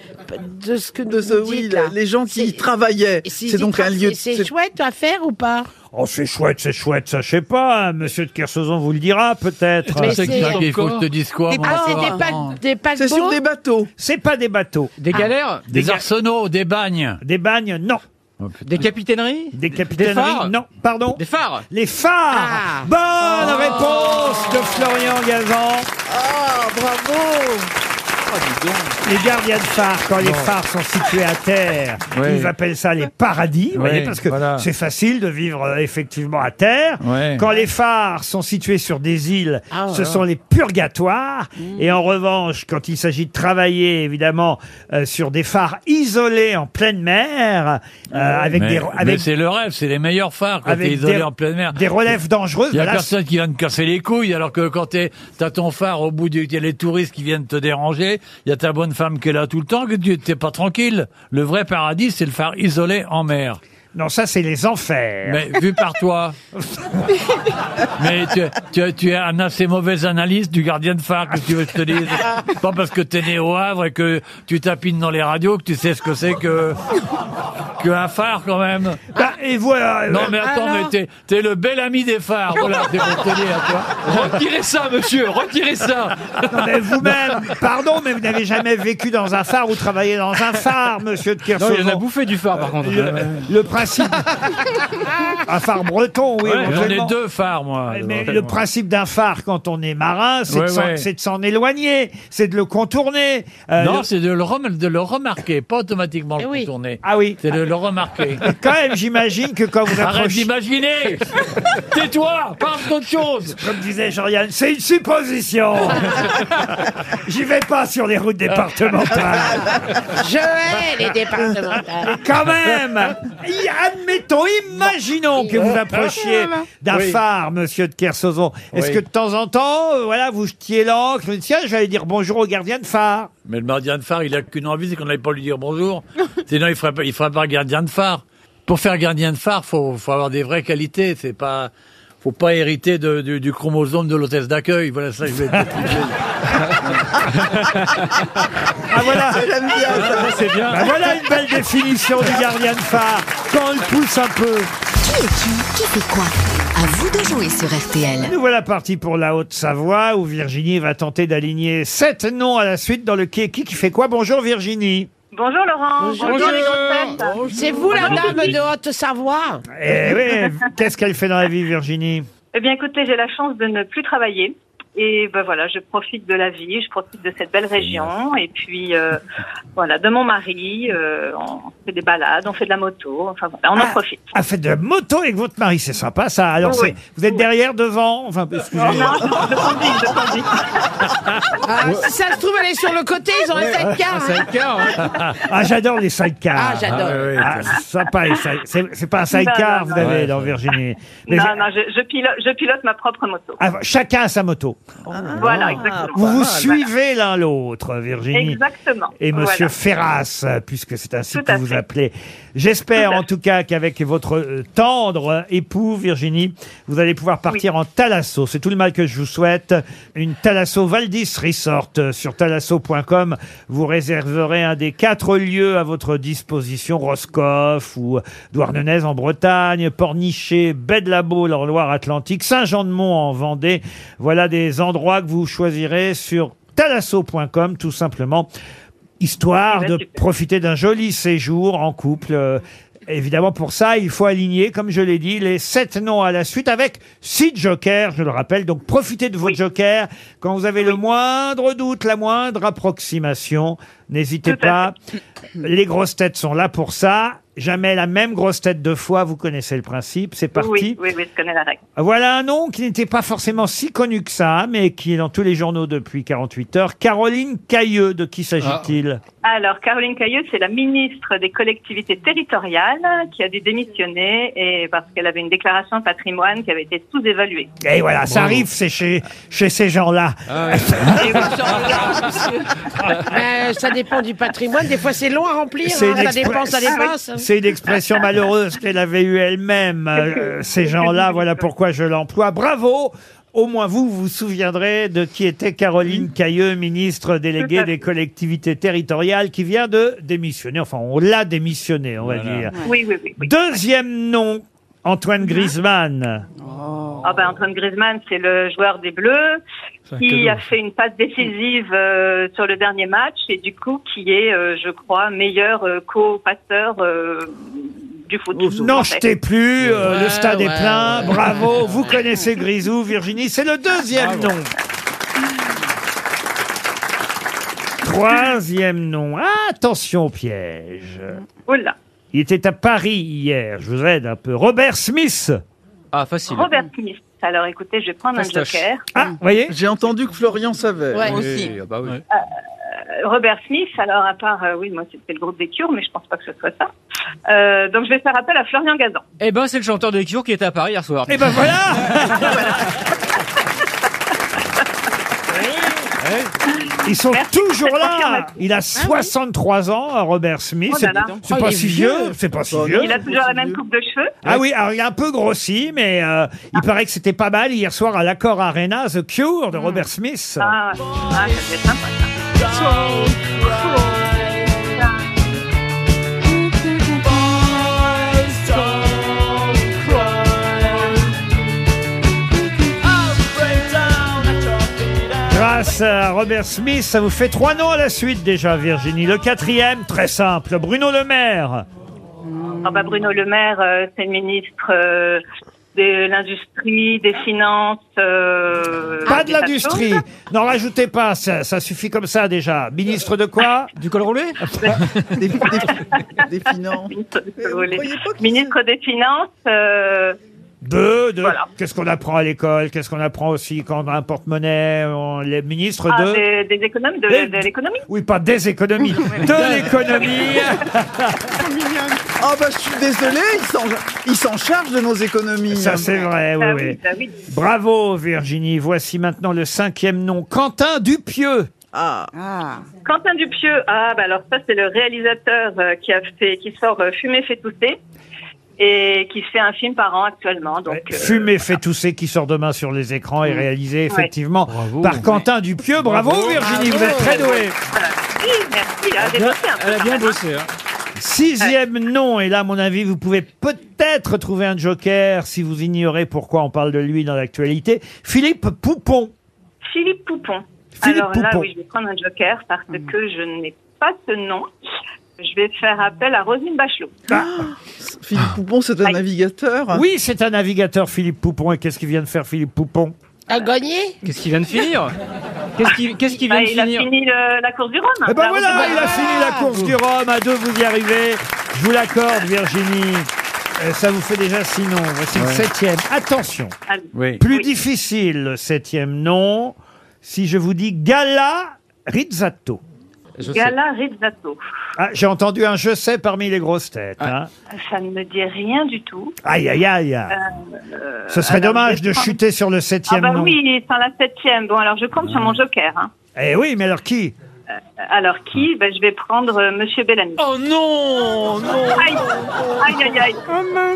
[SPEAKER 7] de ce que de
[SPEAKER 9] ce- oui, la- les gens qui y travaillaient. C'est donc un lieu.
[SPEAKER 7] C'est chouette à faire ou pas
[SPEAKER 2] Oh, c'est chouette, c'est chouette, ça, je sais pas. hein, Monsieur de Kersauzon vous le dira, peut-être.
[SPEAKER 3] Mais c'est que il faut que je te dise quoi, moi,
[SPEAKER 7] Ah, c'est
[SPEAKER 3] ça
[SPEAKER 7] des,
[SPEAKER 3] va.
[SPEAKER 7] pa- des paquebots
[SPEAKER 2] bateaux. C'est pas des bateaux. Des
[SPEAKER 10] galères
[SPEAKER 3] Des arsenaux, des bagnes.
[SPEAKER 2] Des bagnes, non.
[SPEAKER 10] Des capitaineries
[SPEAKER 2] Des capitaineries,
[SPEAKER 10] phares
[SPEAKER 2] non. Pardon
[SPEAKER 10] Des phares
[SPEAKER 2] Les phares Bonne réponse de Florian Gazan
[SPEAKER 7] Oh,
[SPEAKER 9] Ah, bravo
[SPEAKER 2] Les gardiens de phares, quand les phares sont situés à terre,
[SPEAKER 10] Ouais.
[SPEAKER 2] ils appellent ça les paradis, vous
[SPEAKER 10] Ouais,
[SPEAKER 2] voyez, parce que
[SPEAKER 10] voilà.
[SPEAKER 2] c'est facile de vivre euh, effectivement à terre.
[SPEAKER 10] Ouais.
[SPEAKER 2] Quand les phares sont situés sur des îles,
[SPEAKER 10] Ah,
[SPEAKER 2] ce
[SPEAKER 10] voilà. Mm.
[SPEAKER 2] sont les purgatoires. Et en revanche, quand il s'agit de travailler évidemment euh, sur des phares isolés en pleine mer, euh, avec
[SPEAKER 3] Ah mais,
[SPEAKER 2] des
[SPEAKER 3] mais
[SPEAKER 2] avec
[SPEAKER 3] c'est le rêve, c'est les meilleurs phares quand
[SPEAKER 2] Avec
[SPEAKER 3] t'es isolé
[SPEAKER 2] des-
[SPEAKER 3] en pleine mer.
[SPEAKER 2] des relèves dangereuses,
[SPEAKER 3] Il y a
[SPEAKER 2] bah là,
[SPEAKER 3] personne qui vient te casser les couilles, alors que quand t'es- t'as ton phare au bout du, il y a les touristes qui viennent te déranger, il y a ta bonne femme qui est là tout le temps, que tu t'es pas tranquille. Le vrai paradis, c'est le phare isolé en mer.
[SPEAKER 2] non, ça c'est les enfers.
[SPEAKER 3] Mais vu par toi. Mais tu, tu, tu es un assez mauvais analyste du gardien de phare que tu veux que je te dise. Pas parce que t'es né au Havre et que tu tapines dans les radios que tu sais ce que c'est que qu'un phare quand même.
[SPEAKER 2] Bah, et voilà.
[SPEAKER 3] Non mais attends,
[SPEAKER 2] Alors
[SPEAKER 3] mais t'es t'es le bel ami des phares. Voilà, c'est pour te dire, à toi.
[SPEAKER 6] Retirez
[SPEAKER 2] Ah,
[SPEAKER 6] ça, monsieur, retirez ça.
[SPEAKER 2] Non, mais vous-même, pardon, mais vous n'avez jamais vécu dans un phare ou travaillé dans un phare, monsieur de
[SPEAKER 10] Non,
[SPEAKER 2] Kersauzon.
[SPEAKER 10] il en a bouffé du phare par contre.
[SPEAKER 2] Le, le principe principe. Un phare breton, oui.
[SPEAKER 3] Ouais, j'en ai
[SPEAKER 2] éventuellement.
[SPEAKER 3] deux phares, moi.
[SPEAKER 2] Mais
[SPEAKER 3] Éventuellement.
[SPEAKER 2] le principe d'un phare quand on est marin, c'est de
[SPEAKER 3] Ouais,
[SPEAKER 2] s'en-
[SPEAKER 3] ouais.
[SPEAKER 2] c'est de s'en éloigner, c'est de le contourner. Euh,
[SPEAKER 3] non,
[SPEAKER 2] le-
[SPEAKER 3] c'est de le, rem- de le remarquer, pas automatiquement le contourner. Ah
[SPEAKER 2] oui.
[SPEAKER 3] C'est de le remarquer.
[SPEAKER 2] Quand même, j'imagine que quand vous
[SPEAKER 3] Arrête
[SPEAKER 2] approchez.
[SPEAKER 3] d'imaginer Tais-toi Parle d'autre chose
[SPEAKER 2] Comme disait Jean-Yann, c'est une supposition J'y vais pas sur les routes départementales
[SPEAKER 7] Je hais les départementales.
[SPEAKER 2] Quand même I- Admettons, imaginons que
[SPEAKER 8] Euh,
[SPEAKER 2] vous
[SPEAKER 8] ah,
[SPEAKER 2] approchiez d'un
[SPEAKER 3] Oui.
[SPEAKER 2] phare, monsieur de Kersauzon. Est-ce
[SPEAKER 3] Oui.
[SPEAKER 2] que de temps en temps, euh, voilà, vous jetiez l'encre, vous dites, tiens, j'allais dire bonjour au gardien de phare
[SPEAKER 3] Mais le gardien de phare, il a qu'une envie, c'est qu'on n'allait pas lui dire bonjour. Sinon, il ferait pas, il ferait pas gardien de phare. Pour faire gardien de phare, faut, faut avoir des vraies qualités. C'est pas, faut pas hériter de- du, du chromosome de l'hôtesse d'accueil. Voilà ça, que je voulais te dire.
[SPEAKER 2] Ah voilà Ah,
[SPEAKER 9] J'aime bien ça.
[SPEAKER 2] c'est bien. Bah, voilà une belle définition du gardien de phare, quand on le pousse un peu
[SPEAKER 11] Qui est qui Qui fait quoi À vous de jouer sur RTL.
[SPEAKER 2] Nous voilà partis pour la Haute-Savoie, où Virginie va tenter d'aligner sept noms à la suite dans le qui est qui qui fait quoi. Bonjour Virginie
[SPEAKER 13] Bonjour Laurent. Bonjour, les grosses têtes.
[SPEAKER 7] C'est vous la
[SPEAKER 2] Bonjour,
[SPEAKER 7] dame
[SPEAKER 2] Sophie.
[SPEAKER 7] de Haute-Savoie
[SPEAKER 2] Eh oui, qu'est-ce qu'elle fait dans la vie Virginie
[SPEAKER 13] Eh bien, écoutez, j'ai la chance de ne plus travailler. Et ben voilà, je profite de la vie, je profite de cette belle région. Et puis, euh, voilà, de mon mari, euh, on fait des balades, on fait de la moto. Enfin voilà,
[SPEAKER 7] Ah.
[SPEAKER 13] on en profite.
[SPEAKER 2] A fait Ah, de la moto avec votre mari, c'est sympa ça. Alors
[SPEAKER 13] Oui.
[SPEAKER 2] c'est- vous êtes derrière, devant, enfin excusez-moi.
[SPEAKER 13] Je conduis, je conduis.
[SPEAKER 7] Ah, Si ça se trouve, elle est sur le côté, ils ont un hein. 7
[SPEAKER 2] Ah, j'adore les sidecars.
[SPEAKER 7] Ah, j'adore. Ah, ouais, ouais,
[SPEAKER 2] Ah, c'est sympa, les side- c'est c'est pas un sidecar,
[SPEAKER 13] Non, non,
[SPEAKER 2] vous
[SPEAKER 13] non.
[SPEAKER 2] avez dans Virginie. Mais
[SPEAKER 13] Non, non, je, je pilote, je pilote ma propre moto.
[SPEAKER 2] Ah, chacun a sa moto.
[SPEAKER 7] Ah.
[SPEAKER 13] voilà, exactement.
[SPEAKER 2] Vous vous
[SPEAKER 13] Voilà.
[SPEAKER 2] suivez l'un l'autre, Virginie.
[SPEAKER 13] Ah, Exactement.
[SPEAKER 2] Et Monsieur
[SPEAKER 13] Voilà.
[SPEAKER 2] Ferras, euh, puisque c'est ainsi
[SPEAKER 13] Tout
[SPEAKER 2] que
[SPEAKER 13] à
[SPEAKER 2] vous
[SPEAKER 13] fait.
[SPEAKER 2] appelez. J'espère en tout cas qu'avec votre euh, tendre euh, époux, Virginie, vous allez pouvoir partir en Thalasso. C'est tout le mal que je vous souhaite. Une Thalasso Valdis Resort euh, sur thalasso.com. Vous réserverez un des quatre lieux à votre disposition. Roscoff ou euh, Douarnenez en Bretagne, Pornichet, Baie-de-la-Baule en Loire-Atlantique, Saint-Jean-de-Mont en Vendée. Voilà des endroits que vous choisirez sur thalasso.com tout simplement histoire de profiter d'un joli séjour en couple. Euh, évidemment, pour ça, il faut aligner, comme je l'ai dit, les sept noms à la suite avec six jokers, je le rappelle. Donc, profitez de vos jokers. Quand vous avez le moindre doute, la moindre approximation, n'hésitez pas. Les grosses têtes sont là pour ça. Jamais la même grosse tête deux fois, vous connaissez le principe, c'est parti.
[SPEAKER 13] Oui, oui, oui, je connais la règle.
[SPEAKER 2] Voilà un nom qui n'était pas forcément si connu que ça, mais qui est dans tous les journaux depuis 48 heures. Caroline Cailleux, de qui s'agit-il
[SPEAKER 13] Alors, Caroline Cailleux, c'est la ministre des collectivités territoriales qui a dû démissionner et parce qu'elle avait une déclaration de patrimoine qui avait été sous-évaluée.
[SPEAKER 2] Et voilà,
[SPEAKER 13] Oh.
[SPEAKER 2] ça arrive, c'est chez, chez ces gens-là.
[SPEAKER 7] Ben, ça dépend du patrimoine. Des fois, c'est long à remplir.
[SPEAKER 2] C'est
[SPEAKER 7] hein.
[SPEAKER 2] une
[SPEAKER 7] Ça
[SPEAKER 2] expr-
[SPEAKER 7] dépense, ça dépense.
[SPEAKER 2] C'est une expression malheureuse qu'elle avait eue elle-même. euh, ces gens-là, voilà pourquoi je l'emploie. Bravo au moins vous, vous vous souviendrez de qui était Caroline Cailleux, ministre déléguée des collectivités territoriales, qui vient de démissionner. Enfin, on l'a démissionné, on va dire.
[SPEAKER 13] Oui, oui, oui.
[SPEAKER 2] Deuxième nom,
[SPEAKER 7] Mm.
[SPEAKER 2] Antoine Griezmann.
[SPEAKER 13] Ah ben, Antoine Griezmann, c'est le joueur des Bleus
[SPEAKER 2] C'est un
[SPEAKER 13] qui a
[SPEAKER 2] cadeau.
[SPEAKER 13] fait une passe décisive euh, sur le dernier match et du coup qui est, euh, je crois, meilleur euh, co-passeur euh, du foot.
[SPEAKER 2] N'en jetez plus, euh, le stade
[SPEAKER 13] ouais,
[SPEAKER 2] est plein, bravo, vous connaissez Grisou, Virginie, c'est le deuxième nom. Troisième nom, attention au piège.
[SPEAKER 13] Oula.
[SPEAKER 2] Il était à Paris hier, je vous aide un peu. Robert Smith
[SPEAKER 10] Ah, facile.
[SPEAKER 13] Robert Smith. Alors écoutez, je vais prendre un joker.
[SPEAKER 2] Ah, voyez
[SPEAKER 9] J'ai entendu que Florian savait.
[SPEAKER 13] Ouais. Moi aussi.
[SPEAKER 10] ah bah
[SPEAKER 13] Euh, Robert Smith, alors à part, euh, oui, moi c'était le groupe des Cures, mais je pense pas que ce soit ça. Euh, donc je vais faire appel à Florian Gazan.
[SPEAKER 10] Eh ben, c'est le chanteur de Cure qui était à Paris hier soir.
[SPEAKER 2] Eh ben voilà Ils sont toujours là. Il a 63 ans, hein, Robert Smith.
[SPEAKER 13] Ah Oh là là.
[SPEAKER 2] C'est- c'est
[SPEAKER 13] Oh,
[SPEAKER 2] pas
[SPEAKER 13] il est
[SPEAKER 2] si
[SPEAKER 13] vieux. Oh,
[SPEAKER 2] vieux. C'est pas si vieux.
[SPEAKER 13] Il a toujours la même coupe de cheveux.
[SPEAKER 2] Ah oui, alors il a un peu grossi, mais euh, il paraît que c'était pas mal hier soir à l'accord Arena, The Cure de Robert Smith.
[SPEAKER 13] Ah, ah, ça devait être sympa,
[SPEAKER 2] Grâce à Robert Smith, ça vous fait trois noms à la suite déjà, Virginie. Le quatrième, très simple, Bruno Le Maire.
[SPEAKER 13] ça. Ah bah, Bruno Le Maire, euh, c'est le ministre euh, de l'industrie, des finances. euh,
[SPEAKER 2] Pas de
[SPEAKER 13] des tas
[SPEAKER 2] l'industrie.
[SPEAKER 13] choses.
[SPEAKER 2] N'en rajoutez pas, ça, ça suffit comme ça déjà. Ministre de
[SPEAKER 13] Ah,
[SPEAKER 2] quoi Du col roulé
[SPEAKER 13] des finances. Ministre des finances. euh,
[SPEAKER 2] De, de qu'est-ce qu'on apprend à l'école Qu'est-ce qu'on apprend aussi quand on a un porte-monnaie on- Les ministres
[SPEAKER 13] ah,
[SPEAKER 2] de...
[SPEAKER 13] des, des économes de,
[SPEAKER 2] Des-
[SPEAKER 13] de l'économie.
[SPEAKER 2] Oui, pas des économies, de l'économie
[SPEAKER 9] Oh bah je suis désolé, ils s'en, ils s'en chargent de nos économies.
[SPEAKER 2] Ça, c'est vrai, oui,
[SPEAKER 9] Ah
[SPEAKER 2] oui.
[SPEAKER 9] bah oui.
[SPEAKER 2] Bravo, Virginie. Voici maintenant le cinquième nom. Quentin Dupieux.
[SPEAKER 9] Ah.
[SPEAKER 13] Quentin Dupieux, ah bah alors ça c'est le réalisateur euh, qui a fait, qui sort euh, Fumer fait tousser et qui fait un film par an actuellement. Donc euh,
[SPEAKER 2] Fumé fait tousser qui sort demain sur les écrans et réalisé
[SPEAKER 13] Ouais.
[SPEAKER 2] effectivement par Quentin Dupieux.
[SPEAKER 10] Oh,
[SPEAKER 2] Bravo, Virginie, vous êtes très douée.
[SPEAKER 13] Voilà. Oui, merci. Ah, j'ai bossé un peu, quand même, hein.
[SPEAKER 2] Sixième nom, et là, à mon avis, vous pouvez peut-être trouver un joker si vous ignorez pourquoi on parle de lui dans l'actualité. Philippe Poupon.
[SPEAKER 13] Philippe Poupon.
[SPEAKER 2] Philippe Hmm.
[SPEAKER 13] Alors là,
[SPEAKER 2] Poupon.
[SPEAKER 13] oui, je vais prendre un joker parce que je n'ai pas ce nom. Je vais faire appel à Rosine Bachelot.
[SPEAKER 2] Ah.
[SPEAKER 9] Philippe Poupon, c'est
[SPEAKER 13] Ah.
[SPEAKER 9] un navigateur.
[SPEAKER 2] Oui, c'est un navigateur, Philippe Poupon. Et qu'est-ce qu'il vient de faire, Philippe Poupon
[SPEAKER 7] À gagner
[SPEAKER 2] Qu'est-ce qu'il vient de
[SPEAKER 10] finir
[SPEAKER 2] Qu'est-ce qu'il
[SPEAKER 13] Bah, il a fini Bah, le- la course du Rhum.
[SPEAKER 2] Eh ben
[SPEAKER 13] La
[SPEAKER 2] voilà,
[SPEAKER 13] Rosine
[SPEAKER 2] il a
[SPEAKER 13] Bachelot.
[SPEAKER 2] fini la course du Rhum. À deux, vous y arrivez. Je vous l'accorde, Virginie. Euh, Ça vous fait déjà six noms. Voici le
[SPEAKER 3] Ouais.
[SPEAKER 2] septième. Attention.
[SPEAKER 13] Ah,
[SPEAKER 3] Oui.
[SPEAKER 2] Plus difficile, le septième nom. Si je vous dis Gala Rizzato.
[SPEAKER 13] Gala Rizzato.
[SPEAKER 2] Ah, J'ai entendu un je sais parmi les grosses têtes. hein.
[SPEAKER 13] Ça ne me dit rien du tout.
[SPEAKER 2] Aïe, aïe, aïe.
[SPEAKER 13] Euh,
[SPEAKER 2] Ce serait
[SPEAKER 13] alors,
[SPEAKER 2] dommage
[SPEAKER 13] je
[SPEAKER 2] de
[SPEAKER 13] prends-
[SPEAKER 2] chuter sur le
[SPEAKER 13] Ah
[SPEAKER 2] septième
[SPEAKER 13] bah
[SPEAKER 2] nom. Ah.
[SPEAKER 13] oui, c'est la septième. Bon, alors je compte sur mon joker. hein. Euh,
[SPEAKER 2] Eh oui, mais alors qui
[SPEAKER 13] Alors qui Ben, Je vais prendre euh, Monsieur Bellamy. Ah,
[SPEAKER 6] Oh non
[SPEAKER 13] Aïe, aïe, aïe, aïe.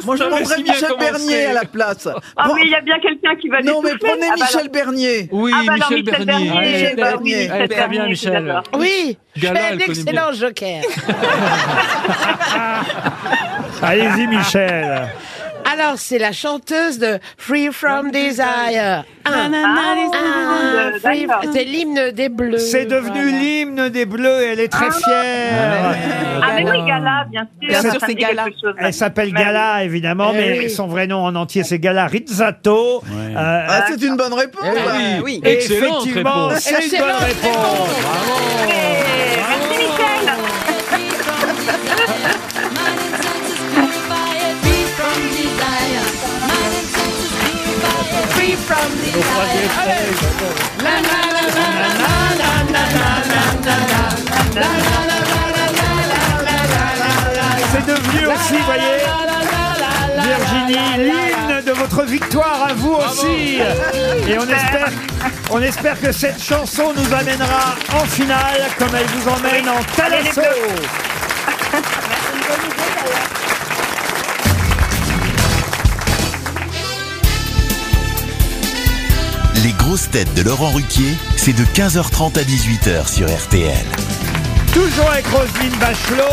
[SPEAKER 9] Moi, je
[SPEAKER 13] Ça aurait
[SPEAKER 9] prendrais
[SPEAKER 13] si bien
[SPEAKER 9] Michel
[SPEAKER 13] commencé.
[SPEAKER 9] Bernier à la place.
[SPEAKER 13] Ah
[SPEAKER 9] Bon,
[SPEAKER 13] mais il y a bien quelqu'un qui va
[SPEAKER 9] Non, mais
[SPEAKER 13] l'étouffer.
[SPEAKER 9] prenez
[SPEAKER 13] Ah, bah,
[SPEAKER 9] Michel
[SPEAKER 13] alors-
[SPEAKER 9] Bernier.
[SPEAKER 6] Oui,
[SPEAKER 13] Ah bah alors,
[SPEAKER 6] Michel
[SPEAKER 13] Michel
[SPEAKER 6] Bernier.
[SPEAKER 13] Bernier.
[SPEAKER 6] Michel
[SPEAKER 13] Bah oui,
[SPEAKER 6] Bernier.
[SPEAKER 13] Michel
[SPEAKER 6] Allez, très
[SPEAKER 13] Bernier,
[SPEAKER 6] bien,
[SPEAKER 13] je
[SPEAKER 6] Michel.
[SPEAKER 13] l'adore.
[SPEAKER 9] Ah,
[SPEAKER 7] Oui,
[SPEAKER 6] Gala,
[SPEAKER 7] je
[SPEAKER 6] elle
[SPEAKER 7] fais
[SPEAKER 6] connaît
[SPEAKER 7] d'excellents jokers.
[SPEAKER 2] Allez-y, Michel.
[SPEAKER 7] Alors, c'est la chanteuse de Free From Desire. Ah, ah, free- C'est l'hymne des Bleus.
[SPEAKER 2] C'est devenu l'hymne des Bleus et elle est très fière.
[SPEAKER 13] Ah mais oui, Gala, bien sûr.
[SPEAKER 2] Euh, Bien
[SPEAKER 13] ça
[SPEAKER 2] sûr,
[SPEAKER 13] me
[SPEAKER 2] c'est
[SPEAKER 13] dit
[SPEAKER 2] Gala. Eh,
[SPEAKER 13] quelque chose.
[SPEAKER 2] Elle s'appelle Gala, évidemment,
[SPEAKER 13] Eh
[SPEAKER 2] mais
[SPEAKER 13] oui.
[SPEAKER 2] son vrai nom en entier, c'est Gala Rizzato. Euh,
[SPEAKER 9] Ah, c'est une bonne réponse.
[SPEAKER 2] Eh
[SPEAKER 9] Bah
[SPEAKER 2] oui.
[SPEAKER 9] oui.
[SPEAKER 2] Et Excellente effectivement, réponse. c'est une
[SPEAKER 9] Excellente
[SPEAKER 2] bonne réponse.
[SPEAKER 13] Merci Michel.
[SPEAKER 2] C'est devenu aussi, vous voyez, Virginie, l'hymne de votre victoire à vous aussi. Et on espère, on espère que cette chanson nous amènera en finale, comme elle vous emmène en Thalasso.
[SPEAKER 1] Les grosses têtes de Laurent Ruquier, c'est de 15h30 à 18h sur RTL.
[SPEAKER 2] Toujours avec Roselyne Bachelot,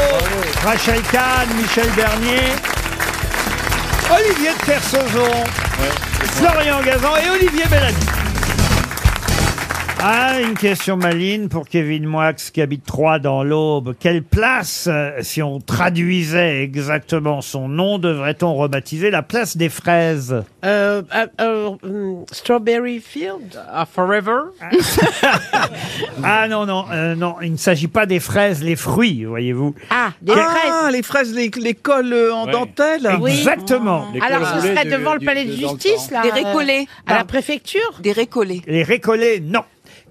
[SPEAKER 2] Rachel Kahn, Michel Bernier, Olivier de Kersauzon, Florian Gazan et Olivier Bellamy. Ah, une question maline pour Kevin Moix qui habite Troyes dans l'Aube. Quelle place, euh, si on traduisait exactement son nom, devrait-on rebaptiser la place des fraises
[SPEAKER 7] Euh, euh, euh, hum, Strawberry Field
[SPEAKER 10] Forever
[SPEAKER 2] Ah non, non, euh, non, il ne s'agit pas des fraises, les fruits, voyez-vous.
[SPEAKER 7] Ah,
[SPEAKER 9] des fraises. Les fraises, les, les cols euh, en
[SPEAKER 2] Ouais.
[SPEAKER 9] dentelle.
[SPEAKER 2] Exactement.
[SPEAKER 7] Ah. Alors, ce serait devant le palais de justice, là.
[SPEAKER 5] Des
[SPEAKER 7] euh,
[SPEAKER 5] récollets.
[SPEAKER 7] À la préfecture
[SPEAKER 5] Des récollets.
[SPEAKER 2] Les récollets, non.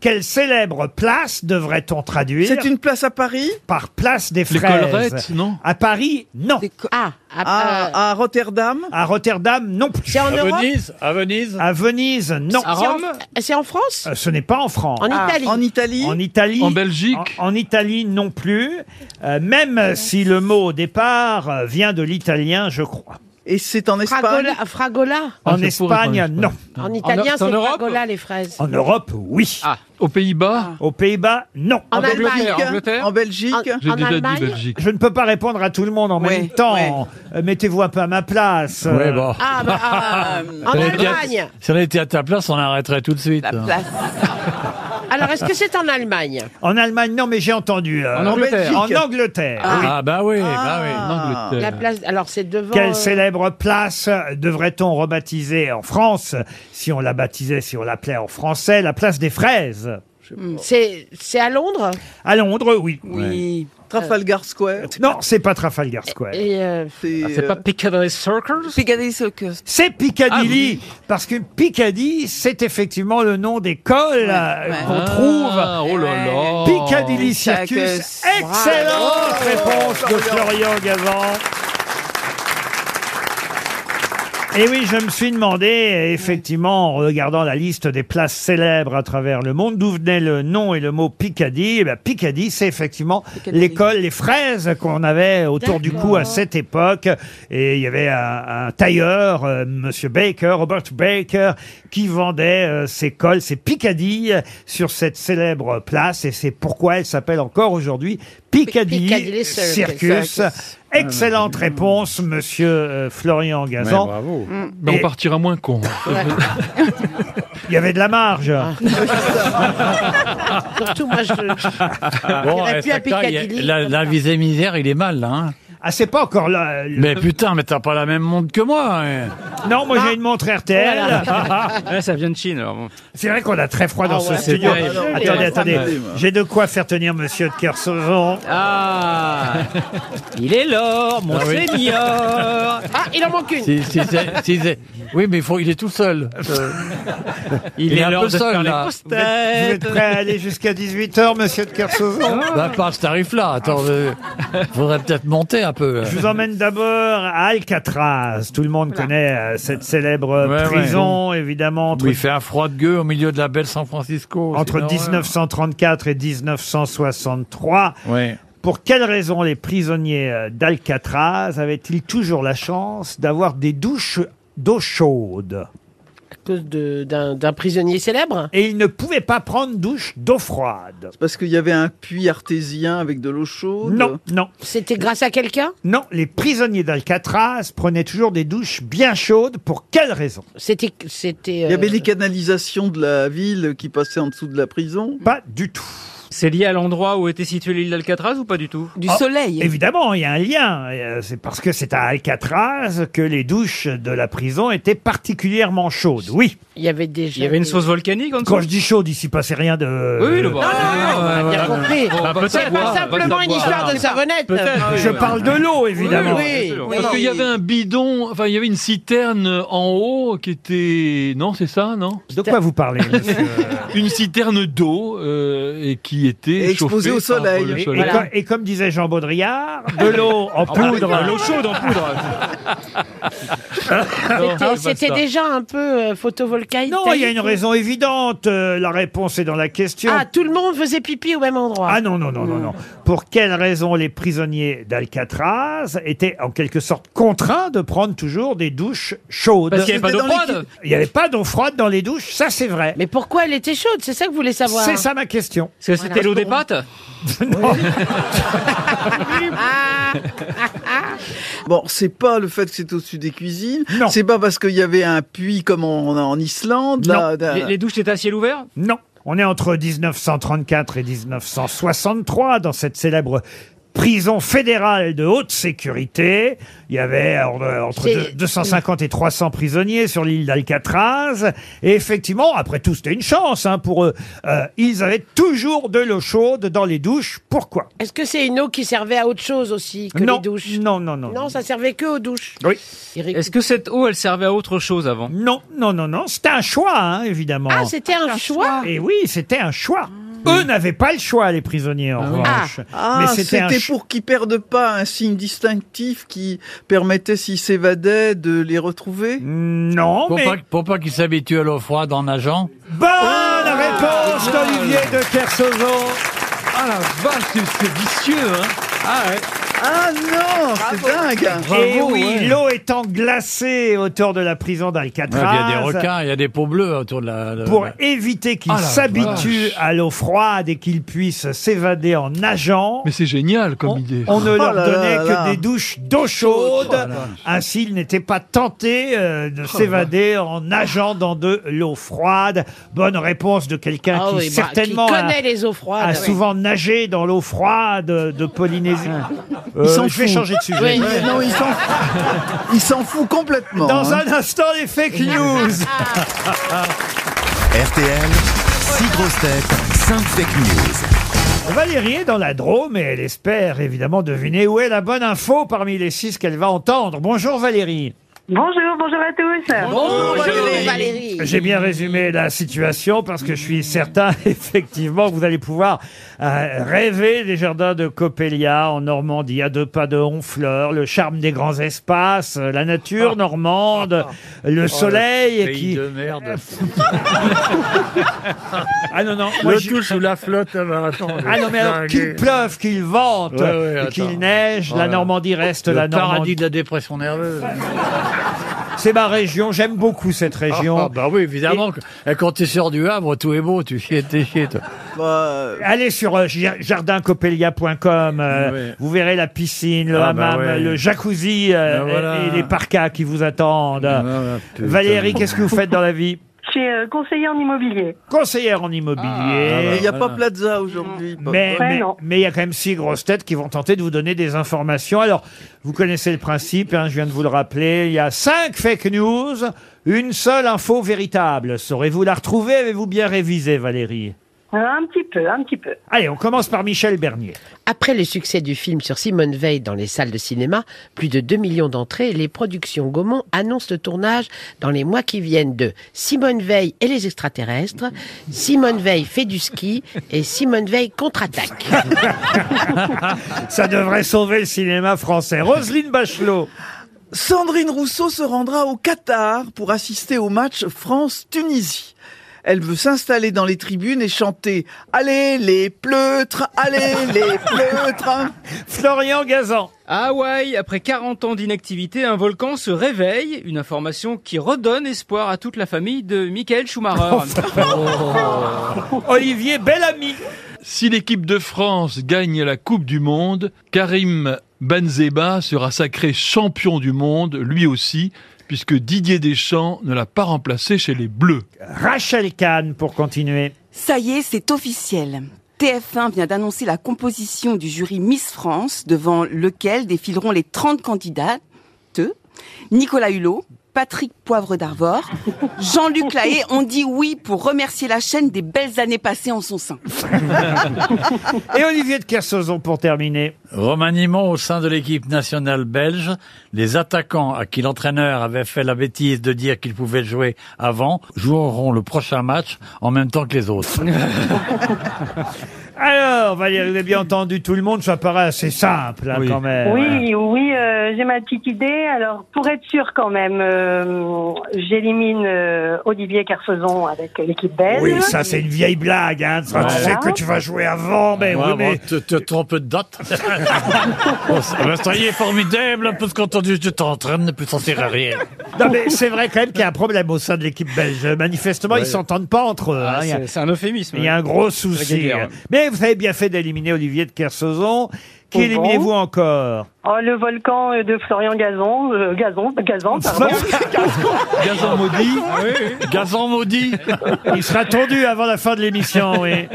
[SPEAKER 2] Quelle célèbre place devrait-on traduire
[SPEAKER 9] C'est une place à Paris
[SPEAKER 2] Par place des
[SPEAKER 6] Les
[SPEAKER 2] fraises.
[SPEAKER 6] collerettes, non
[SPEAKER 2] À Paris, non.
[SPEAKER 7] Ah,
[SPEAKER 9] à, à Rotterdam
[SPEAKER 2] À Rotterdam, non plus.
[SPEAKER 7] C'est en
[SPEAKER 3] À
[SPEAKER 7] Europe
[SPEAKER 3] Venise, à Venise.
[SPEAKER 2] À Venise, non.
[SPEAKER 7] C'est en- C'est en France
[SPEAKER 2] Euh, Ce n'est pas en France.
[SPEAKER 7] En Ah, Italie. en
[SPEAKER 9] Italie
[SPEAKER 2] En Italie. En Belgique. En, Italie non plus. Euh, même si le mot au départ euh, vient de l'italien, je crois.
[SPEAKER 9] Et c'est en Espagne
[SPEAKER 7] Fragola, Fragola.
[SPEAKER 3] Ah,
[SPEAKER 2] en Espagne, non.
[SPEAKER 7] En italien, c'est Fragola, les fraises.
[SPEAKER 2] En Europe, oui. Aux Pays-Bas Aux Pays-Bas, non.
[SPEAKER 7] Ah. En En Allemagne. Angleterre,
[SPEAKER 9] En Belgique
[SPEAKER 7] J'ai en déjà dit Allemagne Belgique.
[SPEAKER 2] Je ne peux pas répondre à tout le monde en
[SPEAKER 9] Ouais,
[SPEAKER 2] même temps. Euh, Mettez-vous un peu à ma place. Euh,
[SPEAKER 3] Ouais, bon.
[SPEAKER 7] Ah, bah, ah, en
[SPEAKER 3] Si on était à-
[SPEAKER 7] Allemagne.
[SPEAKER 2] Bah,
[SPEAKER 3] hein. Si on était à ta place, on arrêterait tout de suite.
[SPEAKER 5] Place.
[SPEAKER 7] Alors, est-ce que c'est en Allemagne
[SPEAKER 2] En Allemagne, non, mais j'ai entendu.
[SPEAKER 3] Ah.
[SPEAKER 2] euh,
[SPEAKER 7] En Angleterre.
[SPEAKER 2] En
[SPEAKER 7] Belgique.
[SPEAKER 2] Angleterre.
[SPEAKER 7] Ah.
[SPEAKER 2] oui.
[SPEAKER 7] Ah,
[SPEAKER 3] bah oui, bah oui,
[SPEAKER 9] Ah.
[SPEAKER 3] en
[SPEAKER 7] La place. Alors, c'est devant.
[SPEAKER 2] Quelle
[SPEAKER 7] euh,
[SPEAKER 2] célèbre place devrait-on rebaptiser en France, si on la baptisait, si on l'appelait en français, la place des fraises
[SPEAKER 7] hmm, C'est c'est à Londres
[SPEAKER 2] À Londres, oui.
[SPEAKER 7] Oui.
[SPEAKER 9] Trafalgar Square.
[SPEAKER 2] Non, c'est pas Trafalgar Square.
[SPEAKER 7] Euh, Et, euh,
[SPEAKER 10] Ah,
[SPEAKER 5] Ah,
[SPEAKER 2] Piccadilly Circus
[SPEAKER 5] Piccadilly Circus.
[SPEAKER 2] C'est Piccadilly, parce que Piccadilly, c'est effectivement le nom d'école euh, qu'on
[SPEAKER 6] Ah,
[SPEAKER 2] trouve.
[SPEAKER 6] oh là là.
[SPEAKER 2] Piccadilly Circus. Excellente réponse de Florian Gavant. Et Eh oui, je me suis demandé, euh, effectivement, en regardant la liste des places célèbres à travers le monde, d'où venait le nom et le mot Picardie. Eh bien, Picardie, c'est effectivement l'école, les fraises qu'on avait autour du cou à cette époque. Et il y avait un, un tailleur, euh, Monsieur Baker, Robert Baker, qui vendait euh, ses cols, ses Picardie sur cette célèbre place. Et c'est pourquoi elle s'appelle encore aujourd'hui Picardie,
[SPEAKER 7] Piccadilly Circus.
[SPEAKER 2] Circus. Excellente réponse, monsieur euh, Florian Gazan.
[SPEAKER 6] Ouais, bravo. Mais on partira moins con.
[SPEAKER 2] Il y avait de la marge.
[SPEAKER 3] Ah.
[SPEAKER 7] Surtout, moi, je.
[SPEAKER 3] Bon,
[SPEAKER 7] J'irais
[SPEAKER 3] eh,
[SPEAKER 7] plus à
[SPEAKER 3] Sacta, il y a-
[SPEAKER 7] Piccadilly.
[SPEAKER 3] la, la visée misère, il est mal, là. hein.
[SPEAKER 2] Ah, c'est pas encore là. le-
[SPEAKER 3] Mais putain, mais t'as pas la même montre que moi. hein.
[SPEAKER 2] Non, moi j'ai une montre RTL.
[SPEAKER 3] Oh là
[SPEAKER 2] ça vient de Chine. C'est vrai qu'on a très froid dans
[SPEAKER 3] Ah
[SPEAKER 2] ce
[SPEAKER 3] ouais.
[SPEAKER 2] studio.
[SPEAKER 3] C'est terrible.
[SPEAKER 2] Attendez,
[SPEAKER 3] Ouais.
[SPEAKER 2] attendez.
[SPEAKER 3] Ouais.
[SPEAKER 2] J'ai de quoi faire tenir monsieur de Kersauzon. Ah
[SPEAKER 8] Il est l'or, mon
[SPEAKER 3] Ah oui.
[SPEAKER 2] Euh,
[SPEAKER 8] seigneur.
[SPEAKER 7] Ah, il en manque une.
[SPEAKER 3] Si- si c'est- si c'est- oui, mais il faut, il est tout seul. Euh,
[SPEAKER 8] Il est
[SPEAKER 3] un
[SPEAKER 8] l'heure
[SPEAKER 3] peu
[SPEAKER 8] de faire les
[SPEAKER 3] là.
[SPEAKER 8] grosses
[SPEAKER 2] Vous êtes, vous êtes prêt à aller jusqu'à 18h, monsieur de Kersauzon
[SPEAKER 3] Bah, pas à ce tarif-là. Attends, euh, faudrait peut-être monter un peu.
[SPEAKER 2] Je vous emmène d'abord à Alcatraz. Tout le monde connaît euh, cette célèbre euh,
[SPEAKER 3] Ouais, ouais.
[SPEAKER 2] prison, évidemment. Entre
[SPEAKER 3] Où il fait un froid de gueux au milieu de la belle San Francisco. c'est
[SPEAKER 2] entre
[SPEAKER 3] une horreur.
[SPEAKER 2] 1934 et 1963.
[SPEAKER 3] Ouais.
[SPEAKER 2] Pour quelles raisons les prisonniers euh, d'Alcatraz avaient-ils toujours la chance d'avoir des douches d'eau chaude
[SPEAKER 7] À cause de- d'un d'un prisonnier célèbre
[SPEAKER 2] Et ils ne pouvaient pas prendre douche d'eau froide.
[SPEAKER 9] Parce qu'il y avait un puits artésien avec de l'eau chaude.
[SPEAKER 2] Non, non.
[SPEAKER 7] C'était grâce à quelqu'un
[SPEAKER 2] Non, les prisonniers d'Alcatraz prenaient toujours des douches bien chaudes. Pour quelles raisons
[SPEAKER 7] C'était. c'était
[SPEAKER 9] Il y
[SPEAKER 7] euh,
[SPEAKER 9] avait les canalisations de la ville qui passaient en dessous de la prison.
[SPEAKER 2] Pas du tout.
[SPEAKER 10] C'est lié à l'endroit où était située l'île d'Alcatraz ou pas du tout
[SPEAKER 2] Oh, Évidemment, il y a un lien. Euh, C'est parce que c'est à Alcatraz que les douches de la prison étaient particulièrement chaudes. Oui.
[SPEAKER 7] Il y avait déjà.
[SPEAKER 10] Il y avait une sauce volcanique en dessous
[SPEAKER 2] Quand je dis chaude, ici passait rien de. euh,
[SPEAKER 10] Oui, oui, le bas.
[SPEAKER 7] Ah, euh, on a
[SPEAKER 2] Ah,
[SPEAKER 7] bien compris.
[SPEAKER 10] Bon, bah,
[SPEAKER 7] c'est
[SPEAKER 10] peut-être, bah,
[SPEAKER 7] pas
[SPEAKER 10] ouais,
[SPEAKER 7] simplement
[SPEAKER 10] peut-être,
[SPEAKER 7] une
[SPEAKER 10] ouais.
[SPEAKER 7] histoire de
[SPEAKER 10] Non.
[SPEAKER 7] savonnette.
[SPEAKER 10] Peut-être, oui,
[SPEAKER 2] Je
[SPEAKER 10] oui.
[SPEAKER 2] parle de l'eau, évidemment.
[SPEAKER 7] Ah Oui, oui.
[SPEAKER 6] Parce qu'il y avait un bidon, enfin il y avait une citerne en haut qui était, non c'est ça, non
[SPEAKER 2] De quoi vous parlez monsieur
[SPEAKER 6] Une citerne d'eau euh, et qui était
[SPEAKER 9] Et exposée
[SPEAKER 6] chauffée
[SPEAKER 9] au
[SPEAKER 6] par
[SPEAKER 9] soleil.
[SPEAKER 6] le
[SPEAKER 2] Et, et comme, et comme disait Jean Baudrillard, de l'eau en
[SPEAKER 6] Ah bah,
[SPEAKER 2] poudre.
[SPEAKER 6] de l'eau
[SPEAKER 2] chaude en poudre.
[SPEAKER 10] ah,
[SPEAKER 7] C'était- C'était déjà un peu euh, photovoltaïque.
[SPEAKER 2] Ah, bah, Non, il y a une raison évidente. euh, la réponse est dans la question.
[SPEAKER 7] Ah, tout le monde faisait pipi au même endroit.
[SPEAKER 2] Ah non, non, non, non, non. Pour quelles raisons les prisonniers d'Alcatraz étaient en quelque sorte contraints de prendre toujours des douches chaudes
[SPEAKER 10] Parce qu'il y avait pas d'eau
[SPEAKER 2] C'était dans les-
[SPEAKER 10] froide.
[SPEAKER 2] Il n'y avait pas d'eau froide dans les douches, ça c'est vrai.
[SPEAKER 7] Mais pourquoi elle était chaude C'est ça que vous voulez savoir.
[SPEAKER 2] C'est ça ma question.
[SPEAKER 10] Parce que c'était l'eau des pâtes
[SPEAKER 9] Bon, c'est pas le fait que c'était au-dessus des cuisines. C'est pas parce qu'il y avait un puits comme en, en Islande. là, d'un-
[SPEAKER 10] Les, les douches étaient à ciel ouvert
[SPEAKER 2] Non. On est entre 1934 et 1963 dans cette célèbre prison fédérale de haute sécurité. Il y avait euh, entre
[SPEAKER 7] C'est-
[SPEAKER 2] deux- 250 et 300 prisonniers sur l'île d'Alcatraz. Et effectivement, après tout, c'était une chance hein, pour eux. Euh, ils avaient toujours de l'eau chaude dans les douches. Pourquoi
[SPEAKER 7] Est-ce que c'est une eau qui servait à autre chose aussi que
[SPEAKER 2] non,
[SPEAKER 7] les douches
[SPEAKER 2] non, non, non,
[SPEAKER 7] Non, ça servait que aux douches.
[SPEAKER 2] Oui.
[SPEAKER 10] Est-ce que cette eau, elle servait à autre chose avant
[SPEAKER 2] Non, non, non, non. C'était un choix, hein, évidemment.
[SPEAKER 7] Ah, c'était un, choix.
[SPEAKER 2] Et oui, c'était un choix. Eux n'avaient pas le choix, les prisonniers, en revanche.
[SPEAKER 9] Ah, c'était
[SPEAKER 2] un choix.
[SPEAKER 9] pour qu'ils perdent pas un signe distinctif qui permettait, s'ils s'évadaient, de les retrouver.
[SPEAKER 2] Non,
[SPEAKER 3] Pour pas, pour pas qu'il s'habitue à l'eau froide en nageant.
[SPEAKER 2] Bonne
[SPEAKER 8] Ah,
[SPEAKER 2] réponse d'Olivier de Kersauzon.
[SPEAKER 6] Ah la vache, c'est- c'est vicieux, hein Ah ouais.
[SPEAKER 9] Ah non, c'est dingue
[SPEAKER 8] Eh
[SPEAKER 2] Et Eh oui, l'eau étant glacée, auteur de la prison
[SPEAKER 3] Il y
[SPEAKER 2] d'Alcatraz.
[SPEAKER 3] a des requins, il y a des peaux bleues autour de la. de-
[SPEAKER 2] pour éviter qu'il
[SPEAKER 3] Ah la
[SPEAKER 2] s'habitue à l'eau froide et qu'il puisse s'évader en nageant. Mais
[SPEAKER 6] c'est génial comme idée.
[SPEAKER 2] On ne
[SPEAKER 6] Oh
[SPEAKER 2] leur
[SPEAKER 6] là
[SPEAKER 2] donnait
[SPEAKER 6] là
[SPEAKER 2] que
[SPEAKER 6] là.
[SPEAKER 2] des douches d'eau chaude.
[SPEAKER 6] Oh là là.
[SPEAKER 2] Ainsi, ils n'étaient pas tentés euh, de s'évader en nageant dans de l'eau froide. Bonne réponse de quelqu'un
[SPEAKER 7] Ah
[SPEAKER 2] qui
[SPEAKER 7] oui, bah,
[SPEAKER 2] certainement
[SPEAKER 7] qui
[SPEAKER 2] a-
[SPEAKER 7] connaît les eaux froides.
[SPEAKER 2] a
[SPEAKER 7] Ouais.
[SPEAKER 2] souvent nagé dans l'eau froide de Polynésie. Euh,
[SPEAKER 9] s'en
[SPEAKER 2] je vais
[SPEAKER 9] fout.
[SPEAKER 2] changer de sujet.
[SPEAKER 9] Oui. Ouais, non, il s'en fout. Il s'en fout complètement.
[SPEAKER 2] Dans
[SPEAKER 9] hein.
[SPEAKER 2] un instant, les fake news.
[SPEAKER 1] RTL, 6 grosses têtes, 5 fake news.
[SPEAKER 2] Valérie est dans la Drôme et elle espère évidemment deviner où est la bonne info parmi les six qu'elle va entendre. Bonjour Valérie.
[SPEAKER 13] Bonjour, bonjour à tous.
[SPEAKER 2] Bonjour, Valérie. J'ai bien résumé la situation parce que je suis certain effectivement que vous allez pouvoir euh, rêver des jardins de Coppelia en Normandie, à deux pas de Honfleur, le charme des grands espaces, euh, la nature normande, le soleil
[SPEAKER 3] Ah. Oh, pays
[SPEAKER 2] qui...
[SPEAKER 3] de merde.
[SPEAKER 2] Ah non, non, moi,
[SPEAKER 3] Le
[SPEAKER 2] je-
[SPEAKER 3] tout sous la flotte, alors, attends,
[SPEAKER 2] Ah non mais alors
[SPEAKER 3] Oh, dingue.
[SPEAKER 2] qu'il pleuve, qu'il vente,
[SPEAKER 3] Ouais, ouais,
[SPEAKER 2] qu'il
[SPEAKER 3] attends.
[SPEAKER 2] neige,
[SPEAKER 3] Voilà.
[SPEAKER 2] la Normandie reste
[SPEAKER 3] Le
[SPEAKER 2] la Normandie.
[SPEAKER 3] paradis de la dépression nerveuse.
[SPEAKER 2] C'est ma région, j'aime beaucoup cette région.
[SPEAKER 3] Ah, bah oui, évidemment. que- Et quand tu sors du Havre, tout est beau, tu chies, t'es chié. toi.
[SPEAKER 2] Allez sur euh, jar- jardincopelia.com, euh, vous verrez la piscine, le
[SPEAKER 3] Ah, bah
[SPEAKER 2] hammam,
[SPEAKER 3] ouais.
[SPEAKER 2] le jacuzzi euh,
[SPEAKER 3] Ben voilà. Ah, bah,
[SPEAKER 2] et, et les parkas qui vous attendent.
[SPEAKER 3] putain.
[SPEAKER 2] Valérie, qu'est-ce que vous faites dans la vie
[SPEAKER 13] Je suis euh, conseiller en immobilier.
[SPEAKER 2] Conseillère en immobilier.
[SPEAKER 3] Ah, bah,
[SPEAKER 9] Mais il
[SPEAKER 2] Ah,
[SPEAKER 9] n'y a pas Plaza aujourd'hui. pas-
[SPEAKER 2] Mais
[SPEAKER 9] Ouais,
[SPEAKER 2] mais-
[SPEAKER 9] non.
[SPEAKER 2] mais il y a quand même six grosses têtes qui vont tenter de vous donner des informations. Alors, vous connaissez le principe, hein, je viens de vous le rappeler. Il y a cinq fake news, une seule info véritable. Saurez-vous la retrouver Avez-vous bien révisé, Valérie
[SPEAKER 13] Euh, un petit peu, un petit peu.
[SPEAKER 2] Allez, on commence par Michel Bernier.
[SPEAKER 7] Après le succès du film sur Simone Veil dans les salles de cinéma, plus de 2 millions d'entrées, les productions Gaumont annoncent le tournage dans les mois qui viennent de Simone Veil et les extraterrestres, Simone Veil fait du ski et Simone Veil contre-attaque.
[SPEAKER 2] Ah, Ça devrait sauver le cinéma français. Roselyne Bachelot.
[SPEAKER 9] Sandrine Rousseau se rendra au Qatar pour assister au match France-Tunisie. Elle veut s'installer dans les tribunes et chanter Allez les pleutres, allez les pleutres. hein
[SPEAKER 2] Florian Gazan.
[SPEAKER 10] À Hawaï, Ah après 40 ans d'inactivité, un volcan se réveille. Une information qui redonne espoir à toute la famille de Michael
[SPEAKER 2] Oh.
[SPEAKER 10] Schumacher.
[SPEAKER 2] Olivier Bellamy.
[SPEAKER 6] Si l'équipe de France gagne la Coupe du Monde, Karim Benzema sera sacré champion du monde, lui aussi, puisque Didier Deschamps ne l'a pas remplacé chez les Bleus.
[SPEAKER 2] Rachel Kahn pour continuer.
[SPEAKER 5] Ça y est, c'est officiel. TF1 vient d'annoncer la composition du jury Miss France, devant lequel défileront les 30 candidates. Nicolas Hulot, Patrick Poivre d'Arvor, Jean-Luc Lahaye ont dit oui pour remercier la chaîne des belles années passées en son sein.
[SPEAKER 2] Et Olivier de Kersauzon pour terminer.
[SPEAKER 3] Remaniement au sein de l'équipe nationale belge, les attaquants à qui l'entraîneur avait fait la bêtise de dire qu'ils pouvaient jouer avant joueront le prochain match en même temps que les autres.
[SPEAKER 2] Alors, Valérie, vous avez bien entendu tout le monde, ça paraît assez simple hein, quand même.
[SPEAKER 13] Oui, oui, euh, j'ai ma petite idée. Alors, pour être sûr quand même, euh, j'élimine euh, Olivier Carfezon avec l'équipe belge.
[SPEAKER 2] Oui, ça c'est une vieille blague. Hein. Tu
[SPEAKER 3] Voilà.
[SPEAKER 2] sais que tu vas jouer avant, mais
[SPEAKER 3] Ouais,
[SPEAKER 2] oui,
[SPEAKER 3] bon,
[SPEAKER 2] mais...
[SPEAKER 3] te, te trompe de date. Bon, ça, bah, ça y est, formidable, parce qu'entendu, tu t'entraînes, ne plus s'en sert à rien.
[SPEAKER 2] Non, mais c'est vrai quand même qu'il y a un problème au sein de l'équipe belge. Manifestement, ils s'entendent pas entre eux. hein. Il y a-
[SPEAKER 10] Ah, c'est c'est un euphémisme.
[SPEAKER 2] Il y a un gros souci.
[SPEAKER 10] guerre.
[SPEAKER 2] Mais vous avez bien fait d'éliminer Olivier de Kersauzon.
[SPEAKER 13] Oh
[SPEAKER 2] Qui
[SPEAKER 13] bon
[SPEAKER 2] éliminez-vous encore
[SPEAKER 13] Oh, le volcan euh, de Florian Gazon, euh, Gazon, Gazan, pardon.
[SPEAKER 6] Gazan maudit.
[SPEAKER 3] Gazan maudit.
[SPEAKER 2] Il sera tendu avant la fin de l'émission, oui.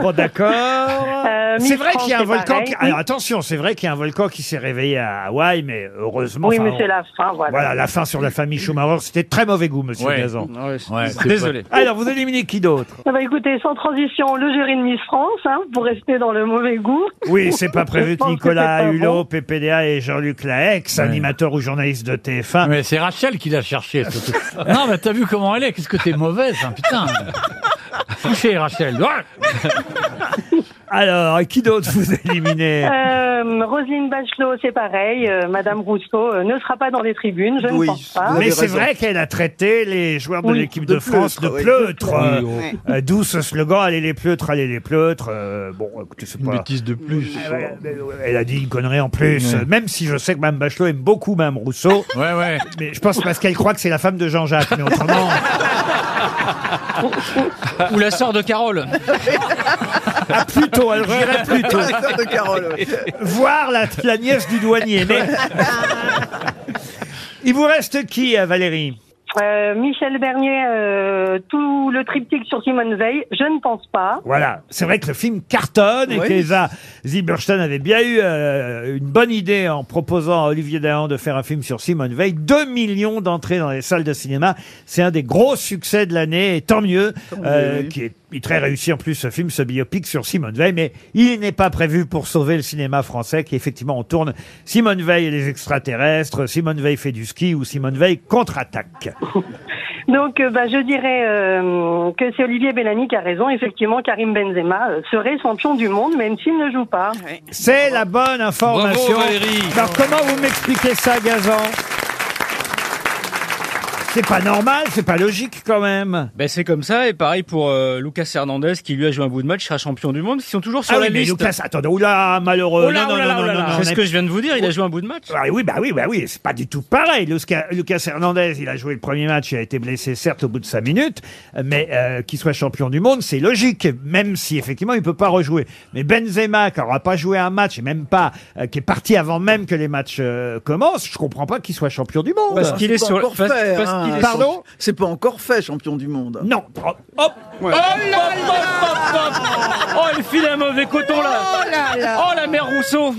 [SPEAKER 2] Bon, d'accord.
[SPEAKER 13] Euh,
[SPEAKER 2] C'est vrai
[SPEAKER 13] Miss
[SPEAKER 2] qu'il y
[SPEAKER 13] France,
[SPEAKER 2] a un
[SPEAKER 13] c'est
[SPEAKER 2] volcan.
[SPEAKER 13] pareil.
[SPEAKER 2] Qui... Alors attention, c'est vrai qu'il y a un volcan qui s'est réveillé à Hawaï, mais heureusement.
[SPEAKER 13] Oui,
[SPEAKER 2] enfin,
[SPEAKER 13] mais c'est
[SPEAKER 2] on-
[SPEAKER 13] la fin, voilà.
[SPEAKER 2] Voilà, la fin sur la famille Schumacher, c'était de très mauvais goût, monsieur
[SPEAKER 3] Ouais.
[SPEAKER 2] Gazan.
[SPEAKER 3] Ouais, c'est
[SPEAKER 2] Désolé.
[SPEAKER 3] pas-
[SPEAKER 2] Alors, vous éliminez qui d'autre
[SPEAKER 13] Ah bah écoutez, sans transition, le jury de Miss France, hein, pour rester dans le mauvais goût.
[SPEAKER 2] Oui, c'est pas
[SPEAKER 13] Je
[SPEAKER 2] prévu que
[SPEAKER 13] pense que c'est
[SPEAKER 2] Nicolas
[SPEAKER 13] pas
[SPEAKER 2] Hulot, PPDA et Jean-Luc Laex, animateur ou journaliste de TF1.
[SPEAKER 3] Mais c'est Rachel qui l'a cherché. surtout. non, mais t'as vu comment elle est Qu'est-ce que t'es mauvaise, hein, putain. Touché, Rachel. Ouais.
[SPEAKER 2] Alors, qui d'autre vous éliminez
[SPEAKER 13] Euh, euh, Roselyne Bachelot, c'est pareil. euh, Madame Rousseau euh, ne sera pas dans les tribunes, je ne pense pas.
[SPEAKER 2] Mais c'est vrai qu'elle a traité les joueurs de
[SPEAKER 13] Oui.
[SPEAKER 2] l'équipe
[SPEAKER 13] De
[SPEAKER 2] de, France de
[SPEAKER 13] pleutres, oui.
[SPEAKER 2] pleutres. euh,
[SPEAKER 13] Oui, oui.
[SPEAKER 2] euh, D'où ce slogan Allez les pleutres, allez les pleutres. euh, bon, écoutez, c'est pas. Une
[SPEAKER 6] bêtise de plus.
[SPEAKER 2] Elle a dit une connerie en plus.
[SPEAKER 6] Ouais.
[SPEAKER 2] euh, Même si je sais que Mme Bachelot aime beaucoup Mme Rousseau. Mais je pense parce qu'elle croit que c'est la femme de Jean-Jacques. Mais autrement.
[SPEAKER 10] Ou la sœur de Carole.
[SPEAKER 2] Ah, plutôt, elle dirait plutôt.
[SPEAKER 10] La sœur de Carole, ouais.
[SPEAKER 2] Voir la, la nièce du douanier. Mais... Il vous reste qui, euh, Valérie
[SPEAKER 13] Euh, Michel Bernier, euh, tout le triptyque sur Simone Veil, je ne pense pas.
[SPEAKER 2] Voilà, c'est vrai que le film cartonne et
[SPEAKER 13] Oui.
[SPEAKER 2] que Eva Zilberstein avait bien eu euh, une bonne idée en proposant à Olivier Dahan de faire un film sur Simone Veil. 2 millions d'entrées dans les salles de cinéma, c'est un des gros succès de l'année et tant mieux, euh, qui est il est très réussi en plus ce film, ce biopic sur Simone Veil, mais il n'est pas prévu pour sauver le cinéma français qui effectivement on tourne Simone Veil et les extraterrestres, Simone Veil fait du ski ou Simone Veil contre-attaque.
[SPEAKER 13] Donc, euh, bah, je dirais euh, que c'est Olivier Bellamy qui a raison. Effectivement, Karim Benzema euh, serait champion du monde, même s'il ne joue pas.
[SPEAKER 2] C'est la bonne information.
[SPEAKER 13] Bravo, Valérie.
[SPEAKER 2] Alors comment vous m'expliquez ça, Gazan C'est pas normal, c'est pas logique quand même.
[SPEAKER 10] Ben c'est comme ça et pareil pour euh, Lucas Hernandez qui lui a joué un bout de match, sera champion du monde. Ils sont toujours sur
[SPEAKER 2] Ah
[SPEAKER 10] la
[SPEAKER 2] oui, mais
[SPEAKER 10] liste.
[SPEAKER 2] Lucas, attendez, oula, malheureux.
[SPEAKER 10] Oh là,
[SPEAKER 2] non,
[SPEAKER 10] oh là
[SPEAKER 2] non,
[SPEAKER 10] là,
[SPEAKER 2] non,
[SPEAKER 10] oh là
[SPEAKER 2] non,
[SPEAKER 10] là.
[SPEAKER 2] non,
[SPEAKER 10] C'est ce
[SPEAKER 2] mais-
[SPEAKER 10] que je viens de vous dire, il a joué un bout de match.
[SPEAKER 2] Ah oui, bah oui, bah oui, c'est pas du tout pareil. Lucas, Lucas Hernandez, il a joué le premier match, il a été blessé certes au bout de 5 minutes, mais euh, qu'il soit champion du monde, c'est logique, même si effectivement il peut pas rejouer. Mais Benzema, qui n'aura pas joué un match, et même pas, euh, qui est parti avant même que les matchs euh, commencent, je comprends pas qu'il soit champion du monde.
[SPEAKER 9] Parce qu'il est sur encore fait. hein.
[SPEAKER 2] Pardon
[SPEAKER 9] C'est pas encore fait, champion du monde.
[SPEAKER 2] Non. Hop.
[SPEAKER 10] Oh là là Oh, elle file un mauvais coton là
[SPEAKER 8] Oh là là. Oh
[SPEAKER 10] Oh la mère Rousseau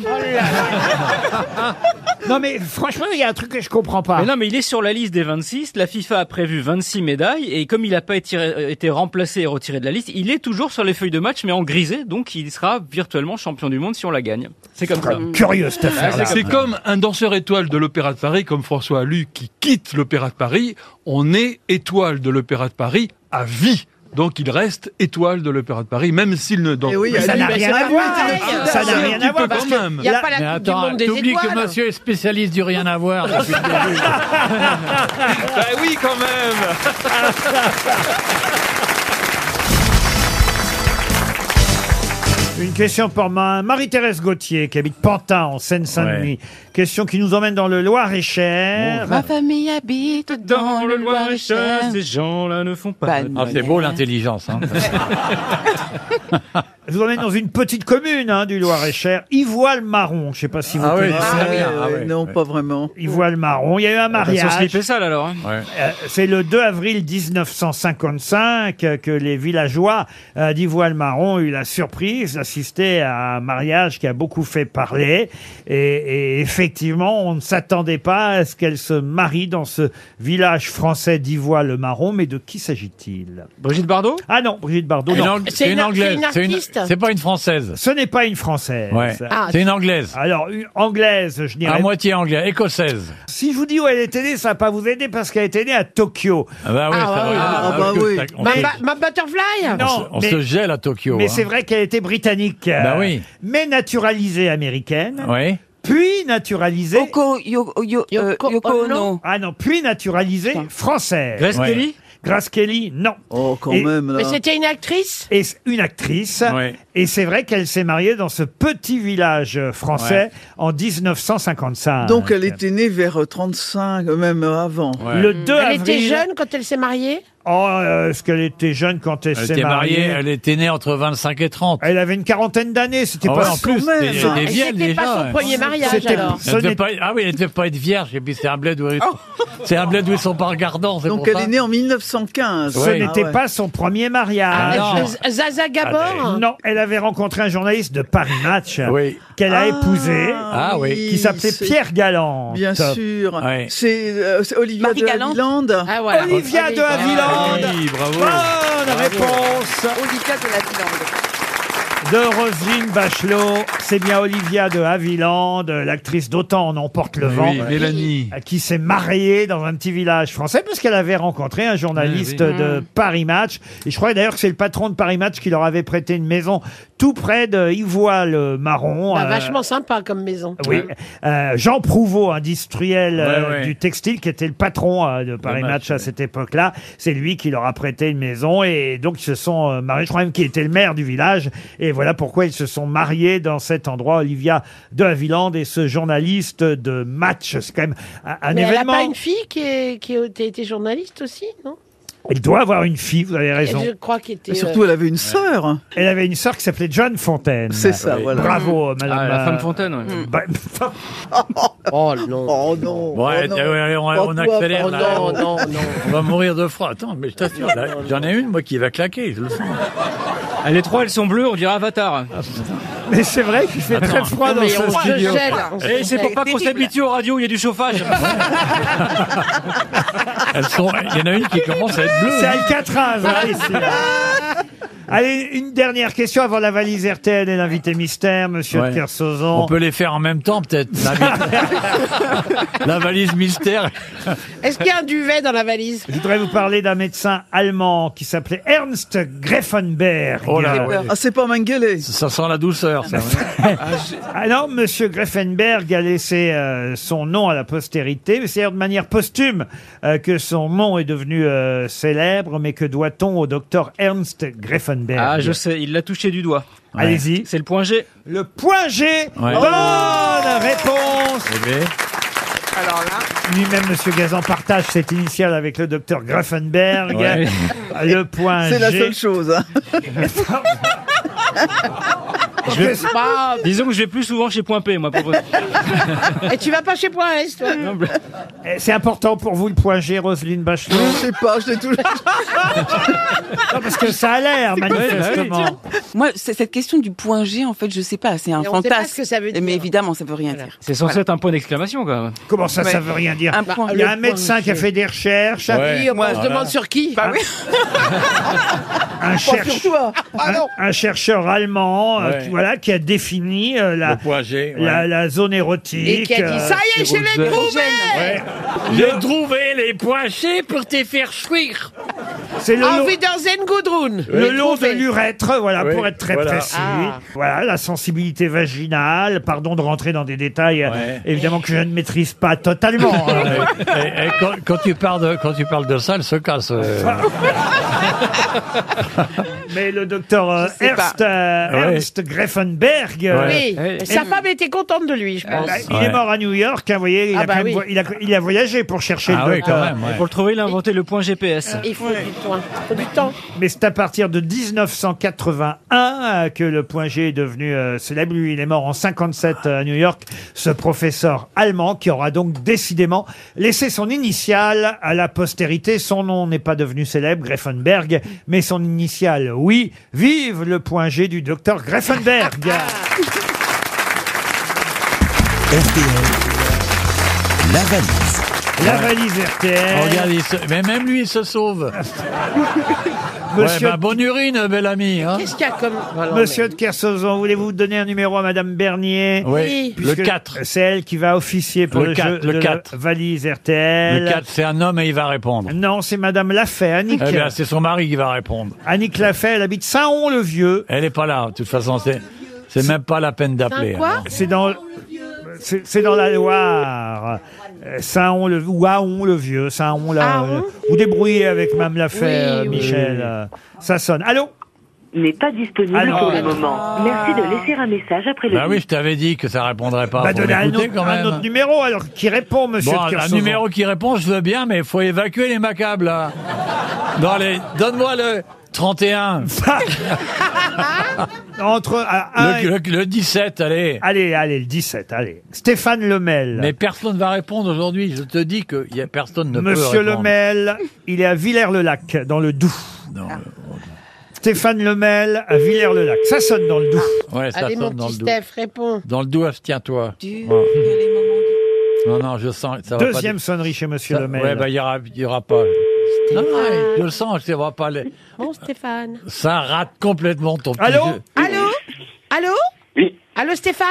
[SPEAKER 2] Non mais franchement, il y a un truc que je comprends pas.
[SPEAKER 10] Mais non, mais il est sur la liste des 26. La FIFA a prévu 26 médailles et comme il n'a pas été, euh, été remplacé et retiré de la liste, il est toujours sur les feuilles de match mais en grisé, donc il sera virtuellement champion du monde si on la gagne. C'est comme ça.
[SPEAKER 2] Curieux cette affaire.
[SPEAKER 10] Hmm. Ah, c'est
[SPEAKER 6] C'est
[SPEAKER 10] comme-
[SPEAKER 6] comme un danseur étoile de l'Opéra de Paris, comme François Alu qui quitte l'Opéra de Paris. On est étoile de l'Opéra de Paris à vie. Donc il reste étoile de l'Opéra de Paris, même s'il ne danse
[SPEAKER 9] oui,
[SPEAKER 6] plus.
[SPEAKER 9] à
[SPEAKER 6] Ça
[SPEAKER 9] lui,
[SPEAKER 6] n'a
[SPEAKER 9] mais
[SPEAKER 6] rien
[SPEAKER 9] c'est
[SPEAKER 6] à
[SPEAKER 9] pas
[SPEAKER 6] voir.
[SPEAKER 9] pareil,
[SPEAKER 6] Ah,
[SPEAKER 9] c'est
[SPEAKER 6] ça n'a
[SPEAKER 9] un
[SPEAKER 6] rien
[SPEAKER 9] petit
[SPEAKER 6] à voir
[SPEAKER 9] peu
[SPEAKER 6] parce
[SPEAKER 9] quand
[SPEAKER 6] que
[SPEAKER 9] même.
[SPEAKER 6] y a pas la
[SPEAKER 3] Mais
[SPEAKER 6] Coupe du
[SPEAKER 3] attends,
[SPEAKER 6] Monde des
[SPEAKER 3] t'oublies que
[SPEAKER 6] étoiles.
[SPEAKER 3] monsieur est spécialiste du rien à
[SPEAKER 8] Ah,
[SPEAKER 3] voir. depuis le début.
[SPEAKER 6] Bah
[SPEAKER 8] Eh
[SPEAKER 6] oui, quand même.
[SPEAKER 2] Une question pour ma- Marie-Thérèse Gauthier qui habite Pantin en Seine-Saint-Denis. Question qui nous emmène dans le Loir-et-Cher.
[SPEAKER 4] Ma famille habite dans le Loir-et-Cher.
[SPEAKER 10] Ces gens-là ne font
[SPEAKER 7] Bah,
[SPEAKER 10] pas.
[SPEAKER 3] Ah, c'est beau l'intelligence. hein.
[SPEAKER 2] Je vous emmène dans une petite commune hein, du Loir-et-Cher, Ivoile-Maron. Je sais pas si vous
[SPEAKER 9] Ah oui,
[SPEAKER 2] connaissez.
[SPEAKER 9] c'est Ah oui, bien, ah oui, non, oui. pas
[SPEAKER 2] vraiment. Ivoile-Maron. Il y a eu un
[SPEAKER 10] Attention,
[SPEAKER 2] mariage.
[SPEAKER 10] slipper sale, alors. hein.
[SPEAKER 2] Euh, C'est le 2 avril 1955 euh, que les villageois euh, d'Ivoile-Maron ont eu la surprise d'assister à un mariage qui a beaucoup fait parler. Et, et effectivement, on ne s'attendait pas à ce qu'elle se marie dans ce village français d'Ivoile-Maron. Mais de qui s'agit-il
[SPEAKER 10] Brigitte Bardot
[SPEAKER 2] Ah non, Brigitte Bardot.
[SPEAKER 3] Une
[SPEAKER 2] non.
[SPEAKER 3] Ang- C'est une Anglaise. C'est une- C'est pas une Française.
[SPEAKER 2] Ce n'est pas une Française.
[SPEAKER 3] Ouais. Ah, C'est une Anglaise.
[SPEAKER 2] Alors, une Anglaise, je dirais.
[SPEAKER 3] À moitié anglaise, écossaise.
[SPEAKER 2] Si je vous dis où elle était née, ça va pas vous aider parce qu'elle était née à Tokyo.
[SPEAKER 3] Ah bah oui, ça va.
[SPEAKER 2] Ah,
[SPEAKER 3] Ah,
[SPEAKER 2] bah
[SPEAKER 3] que-
[SPEAKER 2] oui.
[SPEAKER 3] tac, on
[SPEAKER 2] Ma-
[SPEAKER 3] se-
[SPEAKER 2] ma-
[SPEAKER 7] Ma butterfly
[SPEAKER 2] Non,
[SPEAKER 3] on
[SPEAKER 2] mais-
[SPEAKER 3] se gèle à Tokyo.
[SPEAKER 2] Mais
[SPEAKER 3] hein.
[SPEAKER 2] c'est vrai qu'elle était britannique. euh,
[SPEAKER 3] Bah oui. Ah
[SPEAKER 2] Mais naturalisée américaine.
[SPEAKER 3] Oui.
[SPEAKER 2] Puis naturalisée.
[SPEAKER 5] Yoko, yo, yo- euh, Yoko, Ono.
[SPEAKER 2] Ah non, puis naturalisée française.
[SPEAKER 5] Grace Ouais. Kelly
[SPEAKER 2] Grace Kelly, non. Oh,
[SPEAKER 9] quand même, là. Mais c'était
[SPEAKER 2] une actrice et, c- Une actrice. Et c'est vrai qu'elle s'est mariée dans ce petit village euh, français
[SPEAKER 9] Ouais.
[SPEAKER 2] en 1955.
[SPEAKER 9] Ah, Donc elle était née vers 35, euh, même avant.
[SPEAKER 2] Le
[SPEAKER 7] Elle
[SPEAKER 2] 2 avril.
[SPEAKER 7] était jeune quand elle s'est mariée
[SPEAKER 2] Oh, euh, est-ce qu'elle était jeune quand elle,
[SPEAKER 3] Elle
[SPEAKER 2] s'est
[SPEAKER 3] était mariée,
[SPEAKER 2] mariée
[SPEAKER 3] elle était née entre 25 et 30.
[SPEAKER 2] Elle avait une quarantaine d'années, c'était
[SPEAKER 3] Ah ouais,
[SPEAKER 2] pas
[SPEAKER 3] en plus, c'était- elle était vieille
[SPEAKER 7] c'était
[SPEAKER 3] déjà.
[SPEAKER 7] pas son
[SPEAKER 3] ouais.
[SPEAKER 7] premier mariage,
[SPEAKER 2] C'était-
[SPEAKER 7] alors. Oh.
[SPEAKER 2] ce
[SPEAKER 3] Elle devait
[SPEAKER 2] n'est-
[SPEAKER 3] pas- ah oui, elle ne devait pas être vierge, et puis c'est un bled où ils sont, c'est un bled où ils sont pas regardants, c'est
[SPEAKER 9] Donc
[SPEAKER 3] pour
[SPEAKER 9] elle
[SPEAKER 3] ça.
[SPEAKER 9] est née en 1915.
[SPEAKER 2] Ce n'était
[SPEAKER 9] Ah
[SPEAKER 2] pas son premier mariage.
[SPEAKER 3] Ah, non.
[SPEAKER 7] Z- Zaza Gabor
[SPEAKER 2] Attendez. Non, elle avait rencontré un journaliste de Paris Match qu'elle a
[SPEAKER 9] Ah,
[SPEAKER 2] épousé,
[SPEAKER 3] Ah
[SPEAKER 9] oui.
[SPEAKER 2] qui s'appelait
[SPEAKER 9] c'est-
[SPEAKER 2] Pierre Galland.
[SPEAKER 9] Bien sûr. C'est euh, c'est Olivia de Havilland.
[SPEAKER 3] Ah,
[SPEAKER 2] Olivia de Havilland. Bonne réponse.
[SPEAKER 5] Olivia de Havilland.
[SPEAKER 2] de Roselyne Bachelot. C'est bien Olivia de Havilland, l'actrice d'Autant en emporte le
[SPEAKER 6] Mais
[SPEAKER 2] vent.
[SPEAKER 6] oui, Mélanie.
[SPEAKER 2] euh, Qui s'est mariée dans un petit village français parce qu'elle avait rencontré un journaliste
[SPEAKER 6] Oui, oui.
[SPEAKER 2] de
[SPEAKER 6] Mm.
[SPEAKER 2] Paris Match. Et je crois d'ailleurs que c'est le patron de Paris Match qui leur avait prêté une maison tout près de Ivoile-Marron.
[SPEAKER 7] Bah,
[SPEAKER 2] euh,
[SPEAKER 7] Vachement sympa comme maison.
[SPEAKER 2] oui, Euh, Jean Prouveau, industriel euh,
[SPEAKER 7] Ouais, ouais.
[SPEAKER 2] du textile, qui était le patron euh, de Paris
[SPEAKER 7] Dommage,
[SPEAKER 2] Match à cette époque-là, c'est lui qui leur a prêté une maison et donc ils se sont euh, mariés. Je crois même qu'il était le maire du village et voilà pourquoi ils se sont mariés dans cet endroit. Olivia de Havilland et ce journaliste de Match, c'est quand même un, un
[SPEAKER 7] Mais elle a
[SPEAKER 2] événement.
[SPEAKER 7] pas une fille qui, est, qui a été journaliste aussi, non
[SPEAKER 2] Il doit avoir une fille, vous avez raison.
[SPEAKER 7] Je crois qu'elle était. euh,
[SPEAKER 9] Et surtout, elle avait une sœur. hein.
[SPEAKER 2] Elle avait une sœur qui s'appelait John Fontaine.
[SPEAKER 9] C'est ça, Oui. voilà.
[SPEAKER 2] Bravo, madame.
[SPEAKER 10] Ah, la femme
[SPEAKER 2] euh,
[SPEAKER 10] Fontaine, ouais.
[SPEAKER 2] Bah-
[SPEAKER 7] oh non.
[SPEAKER 9] Oh non.
[SPEAKER 3] Ouais,
[SPEAKER 9] oh non.
[SPEAKER 3] allez, allez, on,
[SPEAKER 9] Pas
[SPEAKER 3] on
[SPEAKER 9] toi,
[SPEAKER 3] accélère.
[SPEAKER 9] pas-
[SPEAKER 3] là.
[SPEAKER 9] Non, non, non.
[SPEAKER 3] On va mourir de froid. Attends, mais je t'assure, là, j'en ai une, moi, qui va claquer. Je le sens.
[SPEAKER 10] Ah,
[SPEAKER 3] Ah,
[SPEAKER 10] Les trois, elles sont bleues, on dirait Avatar.
[SPEAKER 2] Mais c'est vrai qu'il fait
[SPEAKER 10] Attends.
[SPEAKER 2] très froid dans
[SPEAKER 10] Mais
[SPEAKER 2] ce
[SPEAKER 10] on se
[SPEAKER 2] studio.
[SPEAKER 10] gèle, on
[SPEAKER 3] Eh,
[SPEAKER 10] se Et c'est pour gèle. pas qu'on s'habitue aux radios où il y a du chauffage.
[SPEAKER 3] Elles sont, il y en a une qui commence à être bleue.
[SPEAKER 2] C'est Alcatraz, hein, ici. Allez, une dernière question avant la valise RTL et l'invité mystère, monsieur
[SPEAKER 3] Ouais.
[SPEAKER 2] de Kersauzon.
[SPEAKER 3] On peut les faire en même temps, peut-être. La, la valise mystère.
[SPEAKER 7] Est-ce qu'il y a un duvet dans la valise
[SPEAKER 2] Je voudrais vous parler d'un médecin allemand qui s'appelait Ernst Greffenberg.
[SPEAKER 3] Oh là, ouais.
[SPEAKER 9] Ah, c'est pas Mengele.
[SPEAKER 3] Ça sent la douceur, ça.
[SPEAKER 2] Ah, Alors, Monsieur Greffenberg a laissé euh, son nom à la postérité, mais c'est d'ailleurs de manière posthume euh, que son nom est devenu euh, célèbre. Mais que doit-on au docteur Ernst Greffenberg
[SPEAKER 10] Ah, je sais, il l'a touché du doigt.
[SPEAKER 2] Ouais. Allez-y.
[SPEAKER 10] C'est le point G.
[SPEAKER 2] Le point G. Bonne réponse.
[SPEAKER 8] Eh
[SPEAKER 5] Alors là.
[SPEAKER 2] Lui-même, Monsieur Gazan, partage cette initiale avec le docteur Greffenberg.
[SPEAKER 9] Ouais.
[SPEAKER 2] Le point
[SPEAKER 9] C'est la
[SPEAKER 2] G.
[SPEAKER 9] seule chose. hein.
[SPEAKER 7] Ah,
[SPEAKER 10] Je vais-
[SPEAKER 7] bah.
[SPEAKER 10] Ah, Disons que je vais plus souvent chez Point P, moi, pour
[SPEAKER 7] Et tu vas pas chez Point S, toi
[SPEAKER 2] Eh, C'est important pour vous le point G, Roselyne Bachelot
[SPEAKER 9] Je sais pas, je l'ai toujours.
[SPEAKER 2] Non, parce que ça a l'air,
[SPEAKER 7] bah
[SPEAKER 2] manifestement.
[SPEAKER 5] Moi, c'est- cette question du point G, en fait, je sais pas. C'est un
[SPEAKER 7] Et on sait
[SPEAKER 5] fantasme.
[SPEAKER 7] pas ce que ça veut dire.
[SPEAKER 5] Mais évidemment, ça veut rien dire.
[SPEAKER 10] C'est censé être un point d'exclamation, quand même.
[SPEAKER 2] Comment ça, ça
[SPEAKER 5] Ouais.
[SPEAKER 2] veut rien dire
[SPEAKER 5] Un point.
[SPEAKER 2] Il y a
[SPEAKER 5] Le
[SPEAKER 2] un médecin
[SPEAKER 5] point
[SPEAKER 2] qui a
[SPEAKER 5] G.
[SPEAKER 2] fait des recherches.
[SPEAKER 7] Oui, on se
[SPEAKER 10] Ah.
[SPEAKER 7] demande sur qui. Bah oui.
[SPEAKER 2] un, cherche-
[SPEAKER 9] toi.
[SPEAKER 2] un- un chercheur allemand euh,
[SPEAKER 3] Ouais.
[SPEAKER 2] qui, voilà, qui a défini euh, la,
[SPEAKER 3] Le point G, ouais.
[SPEAKER 2] la, la zone érotique.
[SPEAKER 7] Et qui a dit
[SPEAKER 2] euh,
[SPEAKER 7] ça y est, je l'ai trouvé
[SPEAKER 3] J'ai trouvé les points G pour te faire chouir.
[SPEAKER 2] C'est le long,
[SPEAKER 7] Envie dans Zen Gudrun.
[SPEAKER 2] le long de l'urètre, voilà,
[SPEAKER 3] Oui,
[SPEAKER 2] pour être très
[SPEAKER 3] voilà.
[SPEAKER 2] précis.
[SPEAKER 7] Ah.
[SPEAKER 2] Voilà, la sensibilité vaginale. Pardon de rentrer dans des détails, euh,
[SPEAKER 3] Ouais.
[SPEAKER 2] évidemment, que je ne maîtrise pas totalement. hein.
[SPEAKER 3] Et- et Eh, quand, quand tu parles de, quand tu parles de ça, elle se casse. euh.
[SPEAKER 2] Mais le docteur euh,
[SPEAKER 7] sais pas.
[SPEAKER 2] Ernst, euh,
[SPEAKER 3] Ouais.
[SPEAKER 2] Ernst Greffenberg. euh,
[SPEAKER 7] Oui,
[SPEAKER 10] Ouais.
[SPEAKER 7] sa femme était contente de lui, je pense.
[SPEAKER 2] bah, il est
[SPEAKER 3] Ouais.
[SPEAKER 2] mort à New York, hein, vous voyez, il,
[SPEAKER 7] Ah
[SPEAKER 2] a quand
[SPEAKER 7] bah
[SPEAKER 2] même
[SPEAKER 7] oui.
[SPEAKER 2] vo- il a- il a voyagé pour chercher
[SPEAKER 3] Ah
[SPEAKER 2] le
[SPEAKER 3] oui,
[SPEAKER 2] docteur. Euh,
[SPEAKER 3] quand même.
[SPEAKER 10] Et
[SPEAKER 3] ouais.
[SPEAKER 10] pour le trouver, il a inventé le point GPS.
[SPEAKER 7] Il faut du temps. Il faut du temps.
[SPEAKER 2] Mais c'est à partir de 1981 euh, que le point G est devenu euh, célèbre. Lui, il est mort en 57 euh, à New York. Ce professeur allemand qui aura donc décidément laissé son initiale à la postérité. Son nom n'est pas devenu célèbre, Greffenberg, mais son initiale, oui. Vive le point G du docteur Greffenberg.
[SPEAKER 1] RTL, la valise.
[SPEAKER 2] La valise
[SPEAKER 3] Oh,
[SPEAKER 2] RTL.
[SPEAKER 3] regarde, il se- mais même lui, il se sauve.
[SPEAKER 2] Monsieur-
[SPEAKER 3] Ouais, bah, bonne urine, bel ami. Hein.
[SPEAKER 7] Qu'est-ce qu'il y a comme. Voilà,
[SPEAKER 2] Monsieur de Kersauzon, voulez-vous donner un numéro à Madame Bernier
[SPEAKER 3] Oui, le
[SPEAKER 2] Puisque
[SPEAKER 3] 4.
[SPEAKER 2] C'est elle qui va officier pour le,
[SPEAKER 3] Le quatre,
[SPEAKER 2] jeu
[SPEAKER 3] le
[SPEAKER 2] de
[SPEAKER 3] quatre.
[SPEAKER 2] la valise RTL.
[SPEAKER 3] Le 4, c'est un homme et il va répondre.
[SPEAKER 2] Non, c'est Madame Lafay, Annick.
[SPEAKER 3] Eh bien, c'est son mari qui va répondre.
[SPEAKER 2] Annick Lafay, elle habite Saint-On-le-Vieux.
[SPEAKER 3] Elle est pas là, de toute façon, c'est, c'est même pas la peine d'appeler.
[SPEAKER 7] quoi
[SPEAKER 3] alors.
[SPEAKER 2] C'est dans, c'est c'est dans la Loire. Euh, Saint-On-le, ou Aon-le-Vieux, Saint-On, là.
[SPEAKER 7] Aon
[SPEAKER 2] euh, Vous débrouillez avec Madame Lafay,
[SPEAKER 7] Oui,
[SPEAKER 2] euh,
[SPEAKER 7] Ah, oui.
[SPEAKER 2] Michel. euh, Ça sonne. Allô
[SPEAKER 16] n'est pas disponible
[SPEAKER 2] Alors,
[SPEAKER 16] pour le
[SPEAKER 2] alors.
[SPEAKER 16] moment. Merci de laisser un message après le
[SPEAKER 3] Bah
[SPEAKER 16] bip.
[SPEAKER 3] oui, je t'avais dit que ça répondrait pas.
[SPEAKER 2] Bah,
[SPEAKER 3] Faut
[SPEAKER 2] donnez un
[SPEAKER 3] l'écouter,
[SPEAKER 2] autre,
[SPEAKER 3] quand
[SPEAKER 2] un
[SPEAKER 3] même.
[SPEAKER 2] autre numéro, alors, qui répond, monsieur
[SPEAKER 3] Bon,
[SPEAKER 2] de
[SPEAKER 3] un
[SPEAKER 2] Kersauzon.
[SPEAKER 3] numéro qui répond, je veux bien, mais il faut évacuer les macabres, là. Dans les, donne-moi le 31,
[SPEAKER 2] Entre à, un et-
[SPEAKER 3] le, le- le 17, allez.
[SPEAKER 2] Allez, allez, le 17, allez. Stéphane Lemel.
[SPEAKER 3] Mais personne va répondre aujourd'hui. Je te dis que y a personne ne peut
[SPEAKER 2] Monsieur
[SPEAKER 3] répondre.
[SPEAKER 2] Lemel, il est à Villers-le-Lac, dans le Doubs.
[SPEAKER 3] Non,
[SPEAKER 7] Ah.
[SPEAKER 2] Stéphane Lemel à Villers-le-Lac. Ça sonne dans le Doubs.
[SPEAKER 3] euh, ouais, ça
[SPEAKER 7] Allez, mon
[SPEAKER 3] sonne dans le
[SPEAKER 7] petit
[SPEAKER 3] dos.
[SPEAKER 7] Steph, réponds.
[SPEAKER 3] Dans le dos, abstiens-toi. Ah. Non, non, je sens. Ça va
[SPEAKER 2] Deuxième
[SPEAKER 3] pas
[SPEAKER 2] sonnerie chez Monsieur
[SPEAKER 3] Ça-
[SPEAKER 2] Lemel.
[SPEAKER 3] Ouais, bah, il y aura, il y aura pas. Non, non, je le sens, je ne vois pas. les-
[SPEAKER 7] Bon, Stéphane.
[SPEAKER 3] Ça rate complètement ton petit
[SPEAKER 2] Allô
[SPEAKER 3] jeu.
[SPEAKER 7] Allô Allô
[SPEAKER 17] Oui.
[SPEAKER 7] Allô Stéphane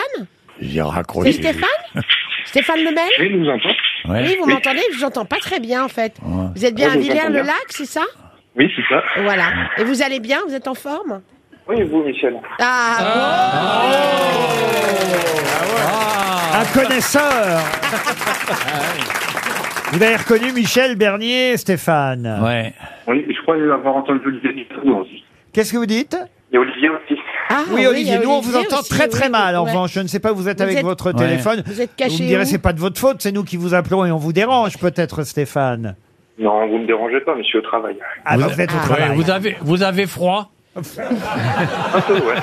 [SPEAKER 17] J'ai
[SPEAKER 7] C'est
[SPEAKER 17] raccroché.
[SPEAKER 7] Stéphane Stéphane Lemel
[SPEAKER 17] Oui, nous entend.
[SPEAKER 7] Oui, vous m'entendez Je vous entends pas très bien en fait. Vous êtes bien
[SPEAKER 17] Ah,
[SPEAKER 7] à
[SPEAKER 17] je vous entends
[SPEAKER 7] Villers-le-Lac, c'est ça
[SPEAKER 17] Oui, c'est ça.
[SPEAKER 7] Voilà. Et vous allez bien Vous êtes en forme
[SPEAKER 17] Oui, vous, Michel.
[SPEAKER 7] Ah,
[SPEAKER 3] Ah.
[SPEAKER 2] Un connaisseur Vous avez reconnu Michel Bernier, Stéphane
[SPEAKER 3] Ouais.
[SPEAKER 17] Oui, je crois avoir entendu Olivier Nitrou aussi.
[SPEAKER 2] Qu'est-ce que vous dites
[SPEAKER 17] Et Olivier aussi.
[SPEAKER 7] Ah,
[SPEAKER 2] oui, Olivier, nous on vous entend très très mal. En
[SPEAKER 17] ouais.
[SPEAKER 2] revanche, je ne sais pas, vous êtes
[SPEAKER 17] Vous
[SPEAKER 2] avec
[SPEAKER 17] êtes-
[SPEAKER 2] votre
[SPEAKER 17] Ouais.
[SPEAKER 2] téléphone.
[SPEAKER 17] Vous êtes caché
[SPEAKER 2] Vous me direz,
[SPEAKER 17] où
[SPEAKER 2] c'est pas de votre faute, c'est nous qui vous appelons et on vous dérange peut-être, Stéphane.
[SPEAKER 17] Non, vous me dérangez pas, monsieur, au travail.
[SPEAKER 2] Ah, bah, vous êtes au travail.
[SPEAKER 3] vous avez, vous avez froid
[SPEAKER 17] Un peu, ouais.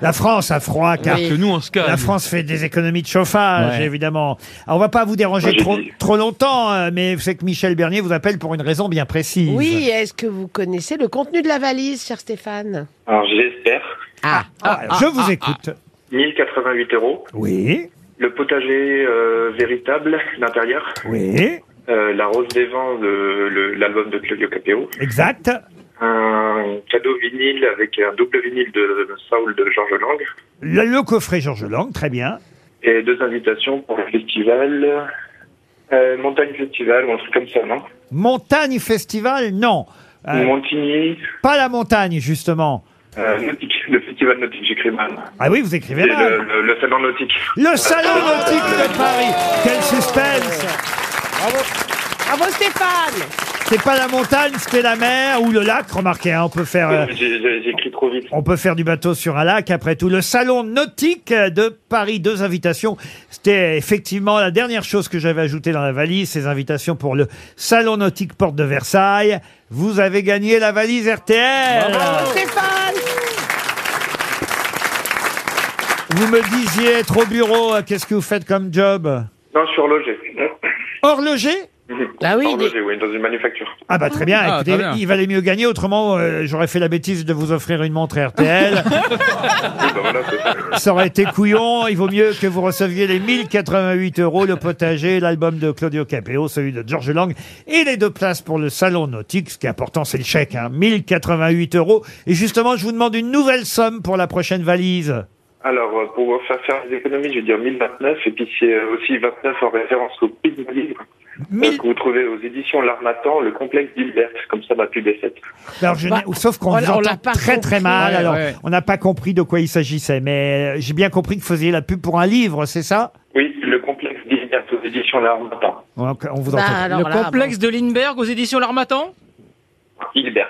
[SPEAKER 2] La France a froid, car
[SPEAKER 6] Parce que nous, on se calme.
[SPEAKER 2] La France fait des économies de chauffage,
[SPEAKER 6] Ouais.
[SPEAKER 2] évidemment. Alors, on va pas vous déranger
[SPEAKER 6] Moi, j'ai
[SPEAKER 2] trop,
[SPEAKER 6] dit.
[SPEAKER 2] trop longtemps, euh, mais c'est que Michel Bernier vous appelle pour une raison bien précise.
[SPEAKER 7] Oui, est-ce que vous connaissez le contenu de la valise, cher Stéphane
[SPEAKER 17] Alors, j'espère.
[SPEAKER 7] Ah,
[SPEAKER 2] Alors, je vous écoute.
[SPEAKER 17] 1088 euros.
[SPEAKER 2] Oui,
[SPEAKER 17] Le potager euh, véritable, l'intérieur.
[SPEAKER 2] oui,
[SPEAKER 17] Euh, la rose des vents, de- le- l'album de Claudio Capéo.
[SPEAKER 2] exact.
[SPEAKER 17] Un cadeau vinyle avec un double vinyle de Saul de Georges Lang.
[SPEAKER 2] Le, le coffret Georges Lang, très bien.
[SPEAKER 17] Et deux invitations pour le festival. euh, Montagne Festival ou un truc comme ça, non
[SPEAKER 2] Montagne Festival, non. Euh,
[SPEAKER 17] Montigny,
[SPEAKER 2] pas la montagne, justement.
[SPEAKER 17] euh, Nautique, le festival nautique, j'écris mal.
[SPEAKER 2] Ah oui, vous écrivez
[SPEAKER 17] C'est
[SPEAKER 2] mal.
[SPEAKER 17] le, le- le salon nautique.
[SPEAKER 2] Le salon nautique de Paris. Quel suspense
[SPEAKER 7] Bravo Bravo Stéphane
[SPEAKER 2] C'est pas la montagne, c'était la mer ou le lac. Remarquez, hein, on peut faire, euh,
[SPEAKER 17] J'ai- j'ai- J'écris trop vite.
[SPEAKER 2] on peut faire du bateau sur un lac. Après tout, le salon nautique de Paris, deux invitations. C'était effectivement la dernière chose que j'avais ajoutée dans la valise, ces invitations pour le salon nautique Porte de Versailles. Vous avez gagné la valise RTL.
[SPEAKER 7] Bravo Stéphane
[SPEAKER 2] Vous me disiez être au bureau, euh, qu'est-ce que vous faites comme job
[SPEAKER 17] Non, je suis horloger.
[SPEAKER 2] Horloger
[SPEAKER 7] Ah oui,
[SPEAKER 17] Horloger, oui, dans une manufacture.
[SPEAKER 2] Ah bah très bien, écoutez, il valait mieux gagner, autrement euh, j'aurais fait la bêtise de vous offrir une montre RTL. ben ça aurait été couillon, il vaut mieux que vous receviez les 1088 euros, le potager, l'album de Claudio Capéo, celui de George Lang, et les deux places pour le salon nautique, ce qui est important c'est le chèque, hein, 1088 euros. Et justement je vous demande une nouvelle somme pour la prochaine valise.
[SPEAKER 17] Alors, euh, pour faire faire des économies, je vais dire 1029, et puis c'est euh, aussi 29 en référence au prix de mon livre, euh, que vous trouvez aux éditions L'Armatan, le complexe d'Hilbert, comme ça ma pub est faite.
[SPEAKER 2] Alors, je n'ai-
[SPEAKER 17] Bah,
[SPEAKER 2] sauf qu'on
[SPEAKER 17] on
[SPEAKER 2] vous
[SPEAKER 17] l'a- on
[SPEAKER 2] entend
[SPEAKER 17] l'a pas
[SPEAKER 2] très très
[SPEAKER 17] compris.
[SPEAKER 2] mal.
[SPEAKER 17] Ouais,
[SPEAKER 2] alors,
[SPEAKER 17] ouais.
[SPEAKER 2] on n'a pas compris de quoi il s'agissait, mais euh, j'ai bien compris que vous faisiez la pub pour un livre, c'est ça
[SPEAKER 17] Oui, le complexe d'Hilbert aux éditions L'Armatan.
[SPEAKER 2] on, on vous entend.
[SPEAKER 10] Bah, alors Le là, complexe de Lindbergh aux éditions L'Armatan
[SPEAKER 17] Hilbert.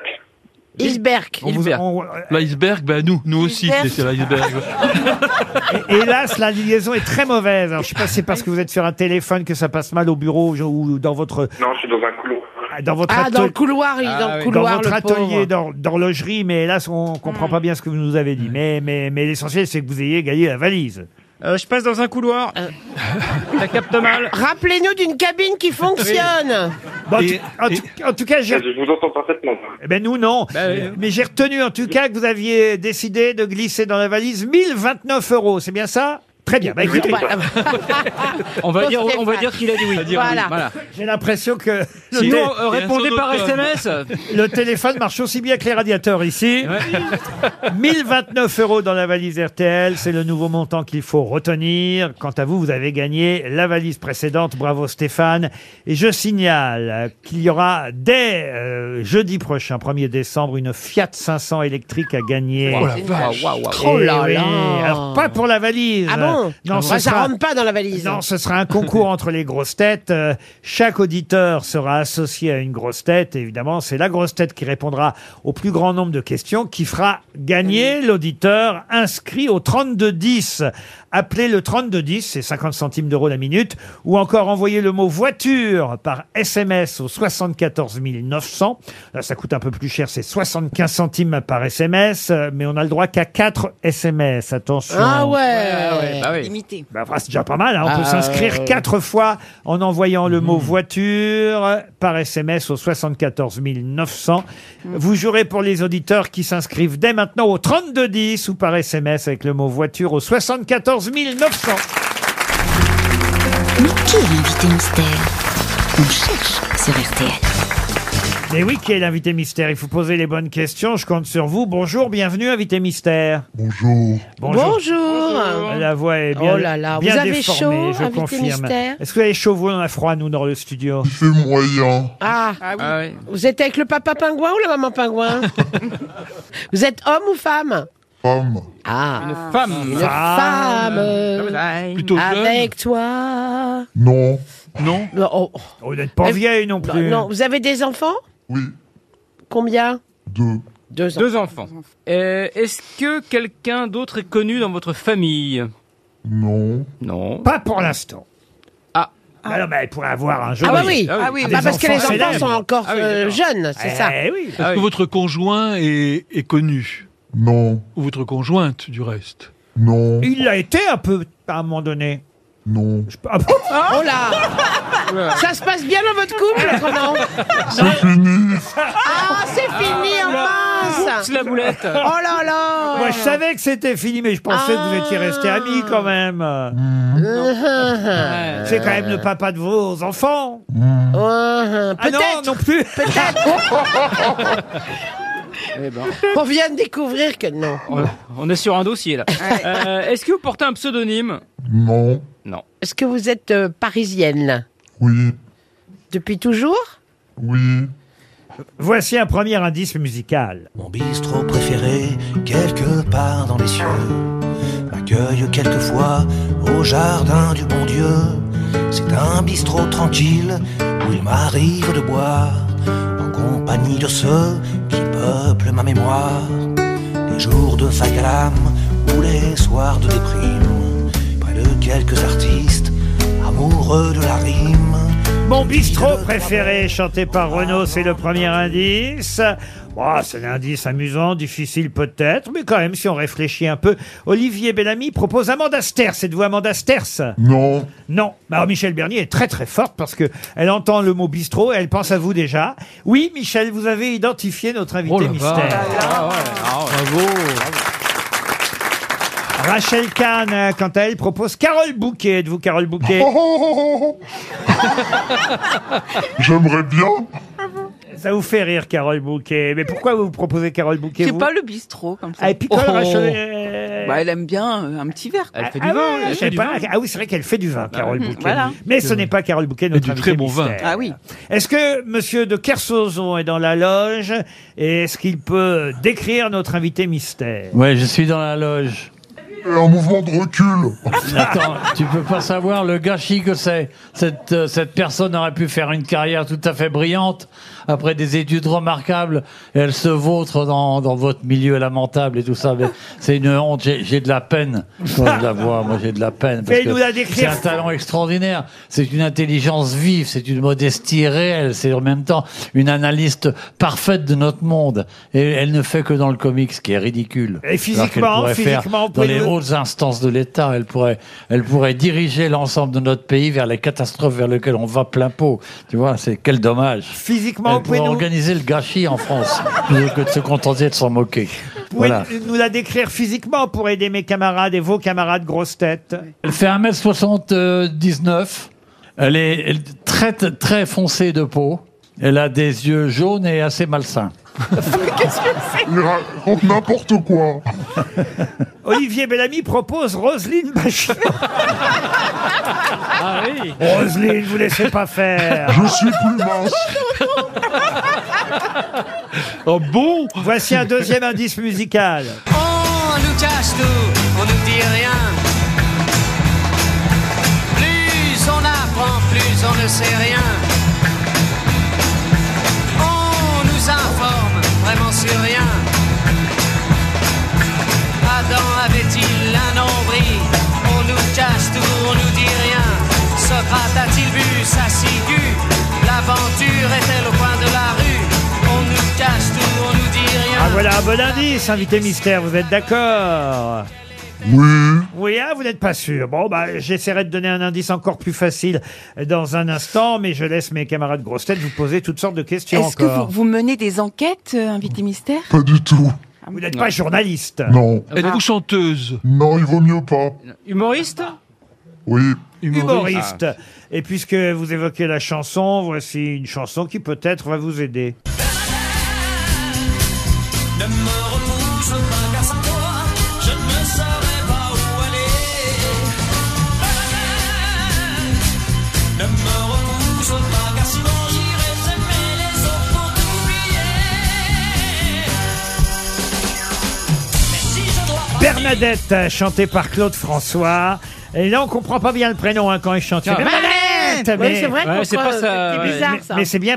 [SPEAKER 7] Iceberg.
[SPEAKER 6] On vous- on- L'iceberg, ben nous, nous aussi, c'est c'est l'iceberg.
[SPEAKER 2] Hélas, la liaison est très mauvaise. Alors, je sais pas si c'est parce que vous êtes sur un téléphone que ça passe mal au bureau je- ou dans votre
[SPEAKER 17] Non, je suis dans un couloir.
[SPEAKER 2] dans votre
[SPEAKER 7] Ah,
[SPEAKER 2] atel-
[SPEAKER 7] dans le couloir, il est
[SPEAKER 10] Ah
[SPEAKER 7] dans le couloir,
[SPEAKER 2] dans votre
[SPEAKER 7] le
[SPEAKER 2] atelier
[SPEAKER 7] pauvre. Mm.
[SPEAKER 2] d'hor- d'horlogerie, mais hélas, on comprend pas bien ce que vous nous avez dit. Mais mais mais l'essentiel, c'est que vous ayez gagné la valise.
[SPEAKER 10] Euh, Je passe dans un couloir. Ça capte mal.
[SPEAKER 7] Euh. Rappelez-nous d'une cabine qui fonctionne
[SPEAKER 2] Bon, en, tout- en tout, en tout cas, j'ai.
[SPEAKER 17] Je vous entends parfaitement.
[SPEAKER 2] Eh ben nous non. Mais j'ai retenu en tout cas que vous aviez décidé de glisser dans la valise 1029 euros. C'est bien ça Très bien. Bah, écoutez,
[SPEAKER 10] On va dire, on va dire qu'il a dit oui.
[SPEAKER 2] Voilà. j'ai l'impression que le
[SPEAKER 10] Sinon,
[SPEAKER 2] tél-
[SPEAKER 10] euh, répondez par SMS.
[SPEAKER 2] Le téléphone marche aussi bien que les radiateurs ici. 1029 euros dans la valise RTL, c'est le nouveau montant qu'il faut retenir. Quant à vous, vous avez gagné la valise précédente. Bravo Stéphane. Et je signale euh, qu'il y aura dès euh, jeudi prochain, 1er décembre, une Fiat 500 électrique à gagner.
[SPEAKER 7] Oh la vache. Waouh, waouh, waouh.
[SPEAKER 2] Eh
[SPEAKER 7] Oh là
[SPEAKER 2] oui.
[SPEAKER 7] là.
[SPEAKER 2] Alors, pas pour la valise.
[SPEAKER 7] Ah bon
[SPEAKER 2] Non,
[SPEAKER 7] Ah
[SPEAKER 2] ce
[SPEAKER 7] bon. Ah, ça
[SPEAKER 2] sera-
[SPEAKER 7] rentre pas dans la valise.
[SPEAKER 2] Non, ce sera un concours entre les grosses têtes. Euh, chaque auditeur sera associé à une grosse tête. Et évidemment, c'est la grosse tête qui répondra au plus grand nombre de questions qui fera gagner l'auditeur inscrit au 3210. Appelez le 3210, c'est 50 centimes d'euros la minute, ou encore envoyez le mot voiture par SMS au 74 900. Là, Euh, ça coûte un peu plus cher, c'est 75 centimes par SMS, euh, mais on a le droit qu'à 4 SMS. Attention.
[SPEAKER 7] Ah ouais, Limité.
[SPEAKER 2] Bah, enfin, c'est déjà pas mal. hein. On peut
[SPEAKER 7] Ah,
[SPEAKER 10] Bah,
[SPEAKER 2] s'inscrire
[SPEAKER 10] euh,
[SPEAKER 7] ouais. Mmh.
[SPEAKER 2] quatre fois en envoyant le mot voiture par SMS au 74 900.
[SPEAKER 7] Mmh.
[SPEAKER 2] Vous jouerez pour les auditeurs qui s'inscrivent dès maintenant au 3210 ou par SMS avec le mot voiture au 74 900.
[SPEAKER 11] Mais qui est l'invité mystère On cherche sur RTL.
[SPEAKER 2] Et oui, qui est l'invité mystère Il faut poser les bonnes questions. Je compte sur vous. Bonjour, bienvenue, invité mystère. Bonjour. Bonjour.
[SPEAKER 7] Bonjour.
[SPEAKER 2] La voix est bien,
[SPEAKER 7] Oh là là,
[SPEAKER 2] bien
[SPEAKER 7] vous avez chaud,
[SPEAKER 2] déformée, je
[SPEAKER 7] invité
[SPEAKER 2] confirme.
[SPEAKER 7] mystère
[SPEAKER 2] Est-ce que vous avez chaud, vous, on a froid, nous, dans le studio C'est moyen.
[SPEAKER 7] Ah, Vous êtes avec le papa pingouin ou la maman pingouin Vous êtes homme ou femme
[SPEAKER 18] Femme.
[SPEAKER 7] Ah.
[SPEAKER 18] Une
[SPEAKER 7] Une femme.
[SPEAKER 18] Plutôt jeune.
[SPEAKER 7] Avec toi.
[SPEAKER 18] Non.
[SPEAKER 6] Non.
[SPEAKER 7] oh.
[SPEAKER 2] Vous n'êtes pas
[SPEAKER 7] Euh,
[SPEAKER 2] vieille non plus.
[SPEAKER 7] Non, vous avez des enfants
[SPEAKER 18] Oui.
[SPEAKER 7] Combien
[SPEAKER 18] Deux.
[SPEAKER 7] Deux,
[SPEAKER 10] enfants. Euh, Est-ce que quelqu'un d'autre est connu dans votre famille
[SPEAKER 18] Non.
[SPEAKER 10] Non.
[SPEAKER 2] Pas pour l'instant.
[SPEAKER 10] Ah.
[SPEAKER 2] Alors, mais elle pourrait avoir un jour.
[SPEAKER 7] Ah bah oui. Ah
[SPEAKER 2] des
[SPEAKER 7] bah parce que les enfants
[SPEAKER 2] célèbres.
[SPEAKER 7] sont encore
[SPEAKER 2] Ah oui,
[SPEAKER 7] euh,
[SPEAKER 2] d'accord.
[SPEAKER 7] jeunes, c'est ça.
[SPEAKER 6] Est-ce que votre conjoint est, est connu
[SPEAKER 18] Non.
[SPEAKER 6] Ou votre conjointe, du reste
[SPEAKER 18] Non.
[SPEAKER 2] Il l'a été un peu à un moment donné.
[SPEAKER 18] Non.
[SPEAKER 2] Ah bon
[SPEAKER 7] Oh là Ça se passe bien dans votre couple, autrement
[SPEAKER 18] C'est fini.
[SPEAKER 7] Ah, c'est fini, en mince
[SPEAKER 10] Oups, la boulette.
[SPEAKER 7] Oh là là Ah.
[SPEAKER 2] Moi, je savais que c'était fini, mais je pensais que vous étiez restés amis quand même.
[SPEAKER 7] Hmm. Non.
[SPEAKER 2] C'est quand même le papa de vos enfants.
[SPEAKER 7] Euh,
[SPEAKER 2] Ah non,
[SPEAKER 7] Peut-être
[SPEAKER 2] non plus
[SPEAKER 7] Peut-être On vient de découvrir que non.
[SPEAKER 10] On, Eh ben. Euh, on est sur un dossier là. Euh, Est-ce que vous portez un pseudonyme
[SPEAKER 18] Non.
[SPEAKER 10] Non.
[SPEAKER 7] Est-ce que vous êtes euh, parisienne
[SPEAKER 18] Oui.
[SPEAKER 7] Depuis toujours
[SPEAKER 18] Oui.
[SPEAKER 2] Voici un premier indice musical.
[SPEAKER 19] Mon bistrot préféré, quelque part dans les cieux, m'accueille quelquefois au jardin du bon Dieu. C'est un bistrot tranquille où il m'arrive de boire en compagnie de ceux qui peuplent ma mémoire. Les jours de vague à l'âme ou les soirs de déprime, près de quelques artistes amoureux de la rime.
[SPEAKER 2] Mon bistrot préféré, chanté par Renaud, c'est le premier indice. Bon, c'est un indice amusant, difficile peut-être, mais quand même, si on réfléchit un peu, Olivier Bellamy propose Amanda Sters. Êtes-vous Amanda Sters
[SPEAKER 18] Non.
[SPEAKER 2] Non. Alors, Michel Bernier est très très forte parce que elle entend le mot bistrot et elle pense à vous déjà. Oui, Michel, vous avez identifié notre invité mystère.
[SPEAKER 6] Bravo.
[SPEAKER 2] Rachel Kahn, euh, quant à elle, propose Carole Bouquet. Êtes-vous Carole Bouquet
[SPEAKER 8] Oh,
[SPEAKER 18] Oh, J'aimerais bien.
[SPEAKER 2] Ça vous fait rire, Carole Bouquet. Mais pourquoi vous proposez Carole Bouquet
[SPEAKER 4] C'est
[SPEAKER 2] vous
[SPEAKER 4] pas le bistrot comme ça.
[SPEAKER 2] Ah, et puis quand
[SPEAKER 4] Oh.
[SPEAKER 2] Rachel-
[SPEAKER 4] Bah, elle aime bien euh, un petit verre. quoi.
[SPEAKER 2] Ah, ah ouais, je savais pas. Ah oui, c'est vrai qu'elle fait du vin, Carole
[SPEAKER 4] Bah oui.
[SPEAKER 2] Bouquet.
[SPEAKER 4] Voilà.
[SPEAKER 2] Mais ce n'est pas Carole Bouquet, notre invitée mystère.
[SPEAKER 4] Ah oui.
[SPEAKER 2] Est-ce que Monsieur de Kersozon est dans la loge et est-ce qu'il peut décrire notre invité mystère
[SPEAKER 3] Ouais, je suis dans la loge.
[SPEAKER 18] un mouvement de recul.
[SPEAKER 3] Attends, tu peux pas savoir le gâchis que c'est. Cette, euh, cette personne aurait pu faire une carrière tout à fait brillante après des études remarquables. Et elle se vautre dans, dans votre milieu lamentable et tout ça. Mais C'est une honte. J'ai j'ai de la peine quand je la vois. Moi, j'ai de la peine. parce
[SPEAKER 2] Mais il
[SPEAKER 3] que
[SPEAKER 2] nous la décrit.
[SPEAKER 3] C'est un talent extraordinaire. C'est une intelligence vive. C'est une modestie réelle. C'est en même temps une analyste parfaite de notre monde. Et elle ne fait que dans le comique, ce qui est ridicule.
[SPEAKER 2] Et physiquement,
[SPEAKER 3] Alors qu'elle pourrait faire
[SPEAKER 2] physiquement,
[SPEAKER 3] dans les
[SPEAKER 2] pouvez-vous-
[SPEAKER 3] hautes instances de l'État, elle pourrait, elle pourrait diriger l'ensemble de notre pays vers les catastrophes vers lesquelles on va plein pot. Tu vois, c'est quel dommage.
[SPEAKER 2] Physiquement,
[SPEAKER 3] elle pourrait
[SPEAKER 2] pouvez-nous-
[SPEAKER 3] organiser le gâchis en France plutôt que de se contenter de s'en moquer.
[SPEAKER 2] Vous pouvez
[SPEAKER 3] Voilà.
[SPEAKER 2] nous la décrire physiquement pour aider mes camarades et vos camarades grosses têtes
[SPEAKER 3] Elle fait 1m79. Elle est, elle est très, très foncée de peau. Elle a des yeux jaunes et assez malsains.
[SPEAKER 18] Qu'est-ce que c'est Il raconte n'importe quoi.
[SPEAKER 2] Olivier Bellamy propose Roselyne Bachelot.
[SPEAKER 10] Ah oui.
[SPEAKER 2] Roselyne, vous laissez pas faire.
[SPEAKER 18] Je suis plus mince.
[SPEAKER 2] Oh bon Voici un deuxième indice musical.
[SPEAKER 8] On Oh, nous cache tout, on nous dit rien. Plus on apprend, plus on ne sait rien. On nous informe vraiment sur rien. Adam avait-il un nombril On nous cache tout, on nous dit rien. Socrate a-t-il vu sa ciguë L'aventure est-elle au coin de la rue On nous cache tout, on nous dit rien.
[SPEAKER 2] Ah voilà un bon indice, invité mystère, vous êtes d'accord
[SPEAKER 18] Oui.
[SPEAKER 2] Oui, ah, vous n'êtes pas sûr. Bon, bah, j'essaierai de donner un indice encore plus facile dans un instant, mais je laisse mes camarades grosses têtes vous poser toutes sortes de questions
[SPEAKER 4] Est-ce que vous,
[SPEAKER 2] encore.
[SPEAKER 4] vous menez des enquêtes, euh, invité mystère
[SPEAKER 18] Pas du tout.
[SPEAKER 2] Vous n'êtes pas journaliste.
[SPEAKER 18] Non.
[SPEAKER 6] Êtes-vous chanteuse
[SPEAKER 18] Non, il vaut mieux pas.
[SPEAKER 10] Humoriste
[SPEAKER 18] Oui.
[SPEAKER 2] Ah. Humoriste. Et puisque vous évoquez la chanson, voici une chanson qui peut-être va vous aider.
[SPEAKER 8] Ne me repousse pas car sans toi, je ne saurais pas où aller. Banane, ne me repousse pas car sinon j'irai aimer les autres pour t'oublier. Mais si je dois partir-
[SPEAKER 2] Bernadette, euh, chantée par Claude François. Et là, on comprend pas bien le prénom hein, quand il chante. C'est
[SPEAKER 8] Ah,
[SPEAKER 2] Bernadette
[SPEAKER 8] Bernadette
[SPEAKER 2] mais-
[SPEAKER 8] Oui, c'est vrai, Ouais, pourquoi, c'est pas ça,
[SPEAKER 2] Mais-
[SPEAKER 8] c'est bizarre, ça.
[SPEAKER 2] Mais c'est bien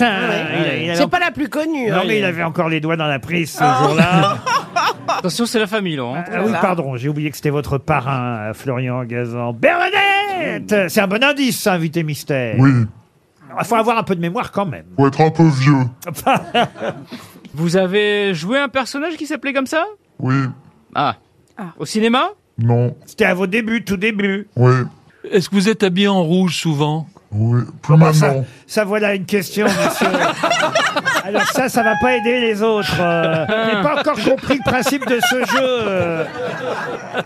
[SPEAKER 8] ouais.
[SPEAKER 2] Il a- il a-
[SPEAKER 7] Ah C'est pas la plus connue.
[SPEAKER 2] Non,
[SPEAKER 7] hein,
[SPEAKER 2] mais il
[SPEAKER 7] est-
[SPEAKER 2] avait encore les doigts dans la prise ce
[SPEAKER 8] Oh.
[SPEAKER 2] jour-là.
[SPEAKER 10] Attention, c'est la famille, Laurent.
[SPEAKER 2] Ah oui, pardon, j'ai oublié que c'était votre parrain, euh, Florian Gazan. Bernadette C'est un bon indice, ça, invité mystère.
[SPEAKER 18] Oui,
[SPEAKER 2] Il faut avoir un peu de mémoire quand même.
[SPEAKER 18] faut être un peu vieux.
[SPEAKER 10] Vous avez joué un personnage qui s'appelait comme ça
[SPEAKER 18] Oui,
[SPEAKER 10] Ah. Au cinéma
[SPEAKER 18] non,
[SPEAKER 2] C'était à vos débuts, tout début.
[SPEAKER 18] oui,
[SPEAKER 6] Est-ce que vous êtes habillé en rouge souvent
[SPEAKER 18] oui. Plus
[SPEAKER 2] Comment Ah bah, ça,
[SPEAKER 18] maintenant.
[SPEAKER 2] ça, voilà une question, monsieur. Alors ça, ça va pas aider les autres. euh. J'ai pas encore compris le principe de ce jeu. euh.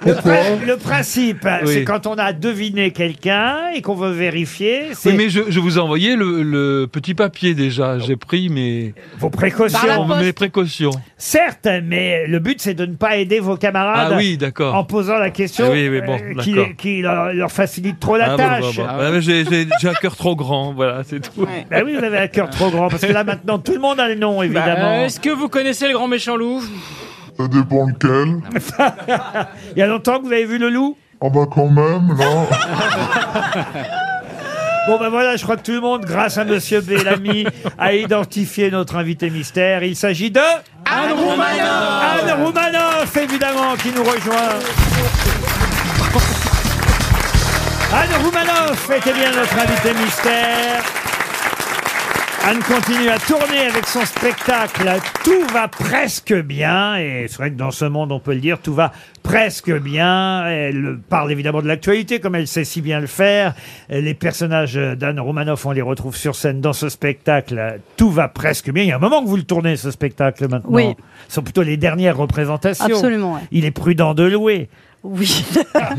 [SPEAKER 2] Le, pri- le principe,
[SPEAKER 6] Oui.
[SPEAKER 2] c'est quand on a deviné quelqu'un et qu'on veut vérifier. C'est
[SPEAKER 6] Oui, mais je, je vous ai envoyé le, le petit papier déjà. J'ai pris mes...
[SPEAKER 2] Vos précautions. Par la poste.
[SPEAKER 6] Mes précautions.
[SPEAKER 2] Certes, mais le but c'est de ne pas aider vos camarades
[SPEAKER 6] Ah oui, d'accord.
[SPEAKER 2] en posant la question
[SPEAKER 6] Ah oui, oui, bon,
[SPEAKER 2] euh, qui,
[SPEAKER 6] d'accord.
[SPEAKER 2] qui leur, leur facilite trop la
[SPEAKER 6] Ah, bon,
[SPEAKER 2] tâche.
[SPEAKER 6] bon, bon. Ah, mais J'ai j'ai- j'ai un cœur trop grand, voilà, c'est tout.
[SPEAKER 2] Ben oui, vous avez un cœur trop grand parce que là maintenant tout le monde a le
[SPEAKER 18] Bah,
[SPEAKER 2] nom Bah, évidemment.
[SPEAKER 10] Est-ce que vous connaissez le grand méchant loup
[SPEAKER 18] euh, Ça dépend lequel.
[SPEAKER 2] Il y a longtemps que vous avez vu le loup
[SPEAKER 18] Ah bah quand même, là.
[SPEAKER 2] Bon ben voilà, je crois que tout le monde, grâce à Monsieur Bellamy, a identifié notre invité mystère. Il s'agit de Anne
[SPEAKER 8] Roumanoff.
[SPEAKER 2] Anne Roumanoff, évidemment, qui nous rejoint. Anne Roumanoff était bien notre invité mystère. Anne continue à tourner avec son spectacle Tout va presque bien et c'est vrai que dans ce monde on peut le dire tout va presque bien. Elle parle évidemment de l'actualité comme elle sait si bien le faire. Les personnages d'Anne Romanoff on les retrouve sur scène dans ce spectacle Tout va presque bien. Il y a un moment que vous le tournez ce spectacle maintenant.
[SPEAKER 20] Oui.
[SPEAKER 2] Ce sont plutôt les dernières représentations.
[SPEAKER 20] Absolument, ouais.
[SPEAKER 2] Il est prudent de louer.
[SPEAKER 20] Oui.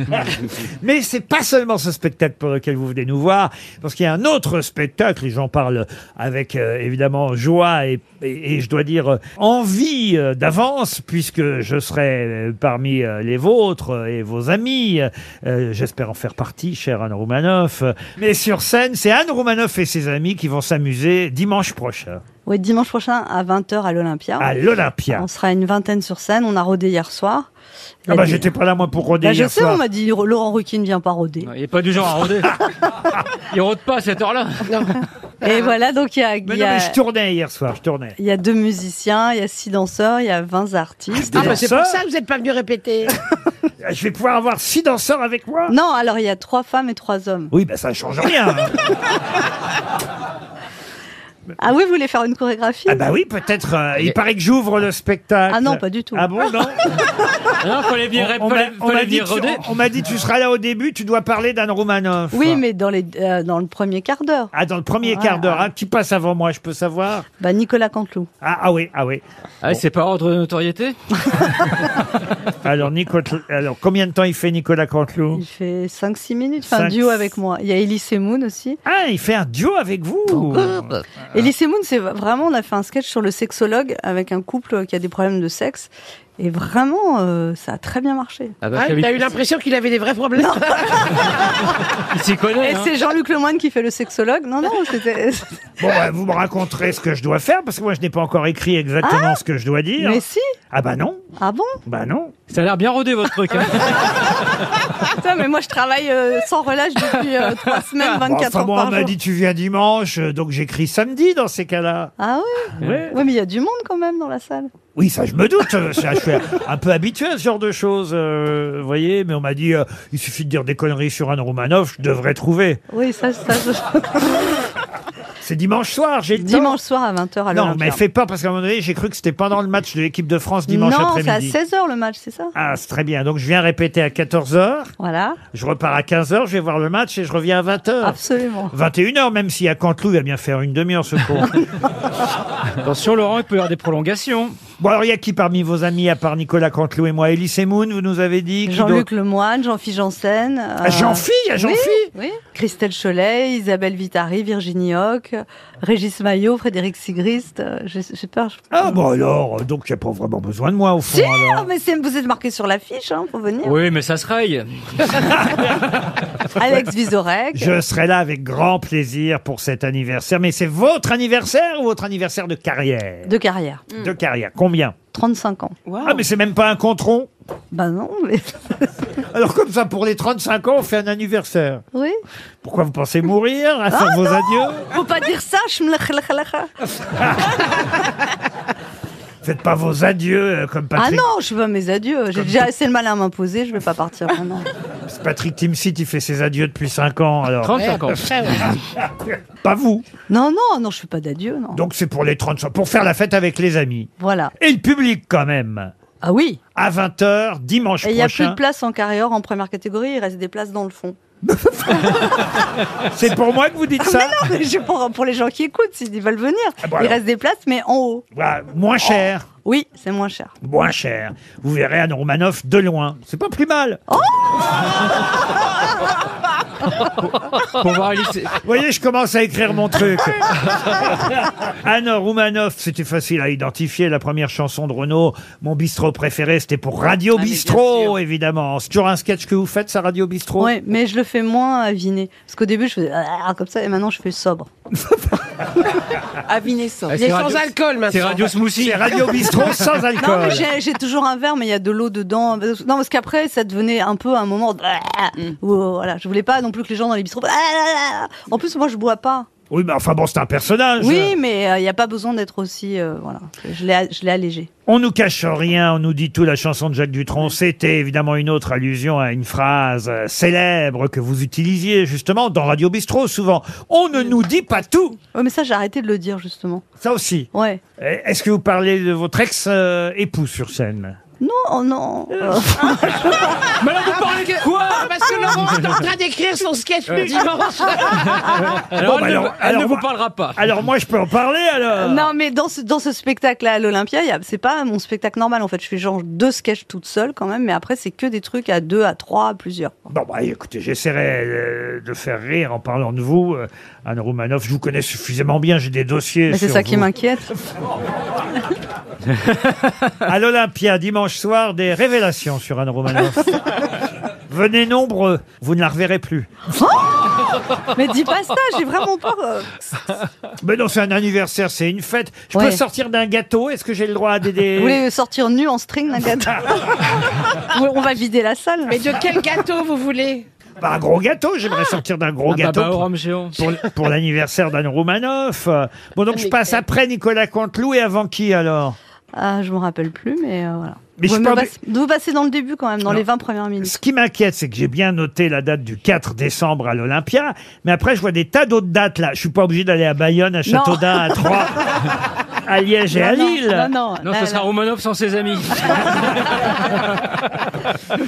[SPEAKER 2] Mais c'est pas seulement ce spectacle pour lequel vous venez nous voir, parce qu'il y a un autre spectacle, et j'en parle avec euh, évidemment joie et, et- et je dois dire euh, envie euh, d'avance, puisque je serai euh, parmi euh, les vôtres euh, et vos amis. Euh, J'espère en faire partie, chère Anne Roumanoff. Mais sur scène, c'est Anne Roumanoff et ses amis qui vont s'amuser dimanche prochain.
[SPEAKER 20] Oui, dimanche prochain à 20h à l'Olympia.
[SPEAKER 2] À l'Olympia.
[SPEAKER 20] On sera une vingtaine sur scène. On a rodé hier soir. Il y
[SPEAKER 2] Ah
[SPEAKER 20] a
[SPEAKER 2] bah
[SPEAKER 20] des-
[SPEAKER 2] j'étais pas là moi pour rôder
[SPEAKER 20] Eh Bah, je
[SPEAKER 2] hier
[SPEAKER 20] sais,
[SPEAKER 2] soir.
[SPEAKER 20] on m'a dit Ro- Laurent Ruquier ne vient pas roder.
[SPEAKER 10] Il n'est pas du genre à rôder. Il rôde pas à cette heure-là.
[SPEAKER 20] Et voilà, donc il y a, il
[SPEAKER 2] Mais
[SPEAKER 20] y
[SPEAKER 2] non
[SPEAKER 20] a-
[SPEAKER 2] mais je tournais hier soir, je tournais.
[SPEAKER 20] il y a deux musiciens, il y a six danseurs, il y a 20 artistes.
[SPEAKER 2] Ah, bah, c'est pour ça
[SPEAKER 20] que vous n'êtes pas venu répéter.
[SPEAKER 2] Je vais pouvoir avoir six danseurs avec moi.
[SPEAKER 20] non, alors il y a trois femmes et trois hommes.
[SPEAKER 2] Oui, bah ça change rien. hein.
[SPEAKER 20] Ah oui, vous voulez faire une chorégraphie
[SPEAKER 2] Ah bah oui, peut-être. euh, il paraît que j'ouvre le spectacle.
[SPEAKER 20] Ah non, pas du tout.
[SPEAKER 2] Ah bon, non
[SPEAKER 10] Non, fallait venir,
[SPEAKER 2] On m'a-
[SPEAKER 10] fallait-
[SPEAKER 2] on m'a
[SPEAKER 10] fallait
[SPEAKER 2] dit,
[SPEAKER 10] venir
[SPEAKER 2] tu-
[SPEAKER 10] rôder.
[SPEAKER 2] on- on m'a dit, tu seras là au début, tu dois parler d'Anne Roumanoff.
[SPEAKER 20] Oui, mais dans, les, euh, dans le premier quart d'heure.
[SPEAKER 2] Ah, dans le premier
[SPEAKER 20] Ouais.
[SPEAKER 2] quart d'heure, hein, qui passe avant moi, je peux savoir
[SPEAKER 20] Bah, Nicolas Canteloup.
[SPEAKER 2] Ah, ah oui, ah oui.
[SPEAKER 10] Ah, c'est pas ordre de notoriété
[SPEAKER 2] Alors, Nico, alors combien de temps il fait Nicolas Canteloup
[SPEAKER 20] Il fait 5-6 minutes, enfin,
[SPEAKER 2] Cinq-
[SPEAKER 20] duo avec moi. Il y a Elise et Moon aussi. bah.
[SPEAKER 2] Ah, il fait un duo avec vous
[SPEAKER 10] bah,
[SPEAKER 20] Elise et Moon, c'est vraiment, on a fait un sketch sur le sexologue avec un couple qui a des problèmes de sexe. Et vraiment, euh, ça a très bien marché.
[SPEAKER 10] Ah bah,
[SPEAKER 7] Ah,
[SPEAKER 10] Camille-
[SPEAKER 7] T'as eu l'impression qu'il avait des vrais problèmes.
[SPEAKER 10] Il s'y connaît.
[SPEAKER 20] Et
[SPEAKER 10] hein.
[SPEAKER 20] c'est Jean-Luc Lemoyne qui fait le sexologue Non, non, c'était...
[SPEAKER 2] Bon, bah, vous me raconterez ce que je dois faire, parce que moi, je n'ai pas encore écrit exactement ce que je dois dire.
[SPEAKER 20] Ah Mais si
[SPEAKER 2] Ah bah non,
[SPEAKER 20] Ah bon
[SPEAKER 2] bah non.
[SPEAKER 10] Ça a l'air bien rodé votre truc. hein.
[SPEAKER 20] Putain, mais moi je travaille euh, sans relâche depuis 3 Euh, semaines, 24
[SPEAKER 2] Ah, Bon, enfin,
[SPEAKER 20] heures
[SPEAKER 2] moi, on
[SPEAKER 20] par
[SPEAKER 2] m'a
[SPEAKER 20] jour.
[SPEAKER 2] dit, tu viens dimanche, euh, donc j'écris samedi dans ces cas-là.
[SPEAKER 20] Ah oui
[SPEAKER 2] Ouais.
[SPEAKER 20] mais il y a du monde quand même dans la salle.
[SPEAKER 2] Oui, ça je me doute. euh, ça, je suis un peu habitué à ce genre de choses, euh, vous voyez. Mais on m'a dit, euh, il suffit de dire des conneries sur Anne Romanoff, je devrais trouver.
[SPEAKER 20] Oui, ça, ça je-
[SPEAKER 2] C'est dimanche soir, j'ai le temps.
[SPEAKER 20] Dimanche soir à 20h à
[SPEAKER 2] Non, mais
[SPEAKER 20] l'Olympia.
[SPEAKER 2] fais pas parce qu'à un moment donné, j'ai cru que c'était pendant le match de l'équipe de France dimanche
[SPEAKER 20] Non, c'est à
[SPEAKER 2] après-midi.
[SPEAKER 20] 16h le match, c'est ça
[SPEAKER 2] Ah, c'est très bien. Donc je viens répéter à 14h,
[SPEAKER 20] Voilà,
[SPEAKER 2] je repars à 15h, je vais voir le match et je reviens à 20h.
[SPEAKER 20] absolument.
[SPEAKER 2] 21h, même s'il y a Cantelou, il va bien faire une demi-heure ce con.
[SPEAKER 10] Attention, Laurent, il peut y avoir des prolongations.
[SPEAKER 2] Bon, alors, il y a qui parmi vos amis, à part Nicolas Cantelou et moi Elise et Moon, vous nous avez dit Ah, qui
[SPEAKER 20] Jean-Luc
[SPEAKER 2] d'autre
[SPEAKER 20] Lemoine, Jean-Philippe Janssen. euh,
[SPEAKER 2] Jean-Phi, il y a Jean-Phi
[SPEAKER 20] oui, oui. Christelle Cholet, Isabelle Vitari, Virginie Hoc, Régis Maillot, Frédéric Sigrist. euh, J'ai j'ai peur. je-
[SPEAKER 2] Ah, bon, alors, euh, donc, il n'y a pas vraiment besoin de moi, au fond.
[SPEAKER 20] Si, oh,
[SPEAKER 2] alors.
[SPEAKER 20] mais c'est- vous êtes marqué sur l'affiche, hein, pour venir.
[SPEAKER 10] Oui, mais ça se raye.
[SPEAKER 20] Alex Vizorek.
[SPEAKER 2] Je serai là avec grand plaisir pour cet anniversaire. Mais c'est votre anniversaire ou votre anniversaire de carrière
[SPEAKER 20] De carrière.
[SPEAKER 2] Mm. De carrière. Combien
[SPEAKER 20] 35 ans.
[SPEAKER 2] Ah, mais c'est même pas un contron
[SPEAKER 20] Bah non, mais.
[SPEAKER 2] Alors, comme ça, pour les 35 ans, on fait un anniversaire.
[SPEAKER 20] Oui.
[SPEAKER 2] Pourquoi vous pensez mourir à faire
[SPEAKER 20] Ah
[SPEAKER 2] vos
[SPEAKER 20] non
[SPEAKER 2] adieux
[SPEAKER 20] Faut pas dire ça, je me lachalachalach.
[SPEAKER 2] Faites pas vos adieux euh, comme
[SPEAKER 20] Ah
[SPEAKER 2] Patrick.
[SPEAKER 20] non, je veux pas mes adieux. J'ai déjà assez le mal à m'imposer, je vais pas partir maintenant.
[SPEAKER 2] Parce que Patrick Timsit, il fait ses adieux depuis 5 ans. Alors.
[SPEAKER 20] 35 ans.
[SPEAKER 2] pas vous.
[SPEAKER 20] Non, non, non, je fais pas d'adieu, non.
[SPEAKER 2] Donc c'est pour les 35, pour faire la fête avec les amis.
[SPEAKER 20] Voilà.
[SPEAKER 2] Et le public quand même.
[SPEAKER 20] Ah oui.
[SPEAKER 2] À 20h, dimanche
[SPEAKER 20] Et il n'y a plus
[SPEAKER 2] prochain.
[SPEAKER 20] de place en carrière en première catégorie, il reste des places dans le fond.
[SPEAKER 2] C'est pour moi que vous dites
[SPEAKER 20] Ah,
[SPEAKER 2] ça Ah,
[SPEAKER 20] mais non, mais je- pour, pour les gens qui écoutent, s'ils veulent venir, il
[SPEAKER 2] bon, alors.
[SPEAKER 20] reste des places, mais en haut. Oh.
[SPEAKER 2] Bah, moins cher.
[SPEAKER 20] Oui, c'est moins cher.
[SPEAKER 2] Moins cher. Vous verrez Anne Romanoff de loin. C'est pas plus mal.
[SPEAKER 20] Oh
[SPEAKER 2] Vous voyez, je commence à écrire mon truc. Anne Roumanoff, c'était facile à identifier. La première chanson de Renaud, mon bistrot préféré, c'était pour Radio Bistrot, évidemment. C'est toujours un sketch que vous faites, ça, Radio Bistrot
[SPEAKER 20] Ouais, mais je le fais moins aviné. Parce qu'au début, je faisais ah, comme ça, et maintenant, je fais sobre. aviné sobre.
[SPEAKER 7] Ah, c'est Il est Radio- sans alcool, maintenant. c'est Radio Smoothie.
[SPEAKER 2] C'est Radio Bistrot sans alcool.
[SPEAKER 20] Non, mais j'ai- j'ai toujours un verre, mais il y a de l'eau dedans. Non, parce qu'après, ça devenait un peu un moment. de- où, voilà, je voulais pas non plus que les gens dans les bistrots. En plus, moi, je bois pas.
[SPEAKER 2] Oui, mais enfin bon, c'est un personnage.
[SPEAKER 20] Oui, mais euh, il n'y a pas besoin d'être aussi. euh, voilà, je l'ai je l'ai allégé.
[SPEAKER 2] On nous cache rien, on nous dit tout. La chanson de Jacques Dutronc, c'était évidemment une autre allusion à une phrase euh, célèbre que vous utilisiez justement dans Radio Bistrot souvent. On ne nous dit pas tout.
[SPEAKER 20] Ouais, mais ça, j'ai arrêté de le dire justement.
[SPEAKER 2] Ça aussi.
[SPEAKER 20] Ouais.
[SPEAKER 2] Eh, Est-ce que vous parlez de votre ex-époux sur scène
[SPEAKER 20] Non, oh non. Euh,
[SPEAKER 7] Ah.
[SPEAKER 20] Ah,
[SPEAKER 7] Mais là, vous parlez de quoi Parce que Laurent est en train d'écrire son sketch le dimanche.
[SPEAKER 10] Alors,
[SPEAKER 2] Bon, bah
[SPEAKER 10] elle,
[SPEAKER 2] alors-
[SPEAKER 10] ne, elle
[SPEAKER 2] alors
[SPEAKER 10] ne
[SPEAKER 2] moi-
[SPEAKER 10] vous parlera pas.
[SPEAKER 2] Alors moi, je peux en parler alors.
[SPEAKER 20] Euh, Non, mais dans ce, dans ce spectacle-là à l'Olympia, il y a- c'est pas mon spectacle normal en fait. Je fais genre deux sketchs toute seule quand même, mais après, c'est que des trucs à deux, à trois, à plusieurs.
[SPEAKER 2] Bon, bah écoutez, j'essaierai euh, de faire rire en parlant de vous, euh, Anne Roumanoff. Je vous connais suffisamment bien, j'ai des dossiers.
[SPEAKER 20] Mais c'est
[SPEAKER 2] sur
[SPEAKER 20] ça qui
[SPEAKER 2] vous.
[SPEAKER 20] m'inquiète.
[SPEAKER 2] À l'Olympia, dimanche soir, des révélations sur Anne Romanoff. Venez nombreux, vous ne la reverrez plus.
[SPEAKER 20] mais dis pas ça, j'ai vraiment peur. euh.
[SPEAKER 2] Mais non, c'est un anniversaire, c'est une fête. Je peux
[SPEAKER 20] Ouais.
[SPEAKER 2] sortir d'un gâteau Est-ce que j'ai le droit à des... des-
[SPEAKER 20] Vous voulez sortir nu en string, la gâteau On va vider la salle.
[SPEAKER 7] Mais de quel gâteau vous voulez
[SPEAKER 2] Bah, un gros gâteau, j'aimerais sortir d'un gros
[SPEAKER 10] Ah,
[SPEAKER 2] gâteau
[SPEAKER 10] bah, bah, au
[SPEAKER 2] pour,
[SPEAKER 10] rhum géant.
[SPEAKER 2] pour- pour l'anniversaire d'Anne Roumanoff. Euh, Bon, donc je passe après Nicolas Canteloup et avant qui alors
[SPEAKER 20] Ah, je me rappelle plus, mais euh, voilà.
[SPEAKER 2] Mais
[SPEAKER 20] vous,
[SPEAKER 2] je
[SPEAKER 20] me
[SPEAKER 2] parle-
[SPEAKER 20] passe- vous passez dans le début quand même, dans
[SPEAKER 2] Non.
[SPEAKER 20] les 20 premières minutes.
[SPEAKER 2] Ce qui m'inquiète, c'est que j'ai bien noté la date du 4 décembre à l'Olympia, mais après je vois des tas d'autres dates là. Je suis pas obligé d'aller à Bayonne, à Châteaudun, à Troyes, à Liège et
[SPEAKER 20] Non,
[SPEAKER 2] à
[SPEAKER 20] non,
[SPEAKER 2] Lille.
[SPEAKER 20] Non, non,
[SPEAKER 10] Non,
[SPEAKER 20] là,
[SPEAKER 10] ce
[SPEAKER 20] là.
[SPEAKER 10] sera Romanov sans ses amis.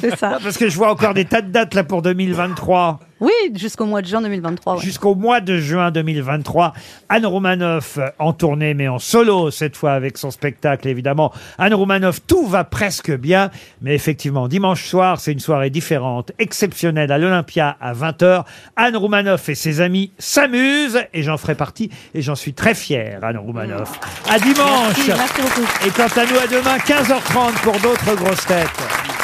[SPEAKER 20] C'est ça.
[SPEAKER 2] Non, Parce que je vois encore des tas de dates là pour 2023.
[SPEAKER 20] Oui, jusqu'au mois de juin 2023. ouais.
[SPEAKER 2] Jusqu'au mois de juin 2023, Anne Romanoff euh, en tournée, mais en solo cette fois avec son spectacle évidemment. Anne Romanoff, tout va presque bien, mais effectivement, dimanche soir, c'est une soirée différente, exceptionnelle à l'Olympia à 20h. Anne Romanoff et ses amis s'amusent et j'en ferai partie et j'en suis très fier, Anne Romanoff. À dimanche
[SPEAKER 20] Merci, merci beaucoup.
[SPEAKER 2] Et quant à nous, à demain, 15h30 pour d'autres grosses têtes.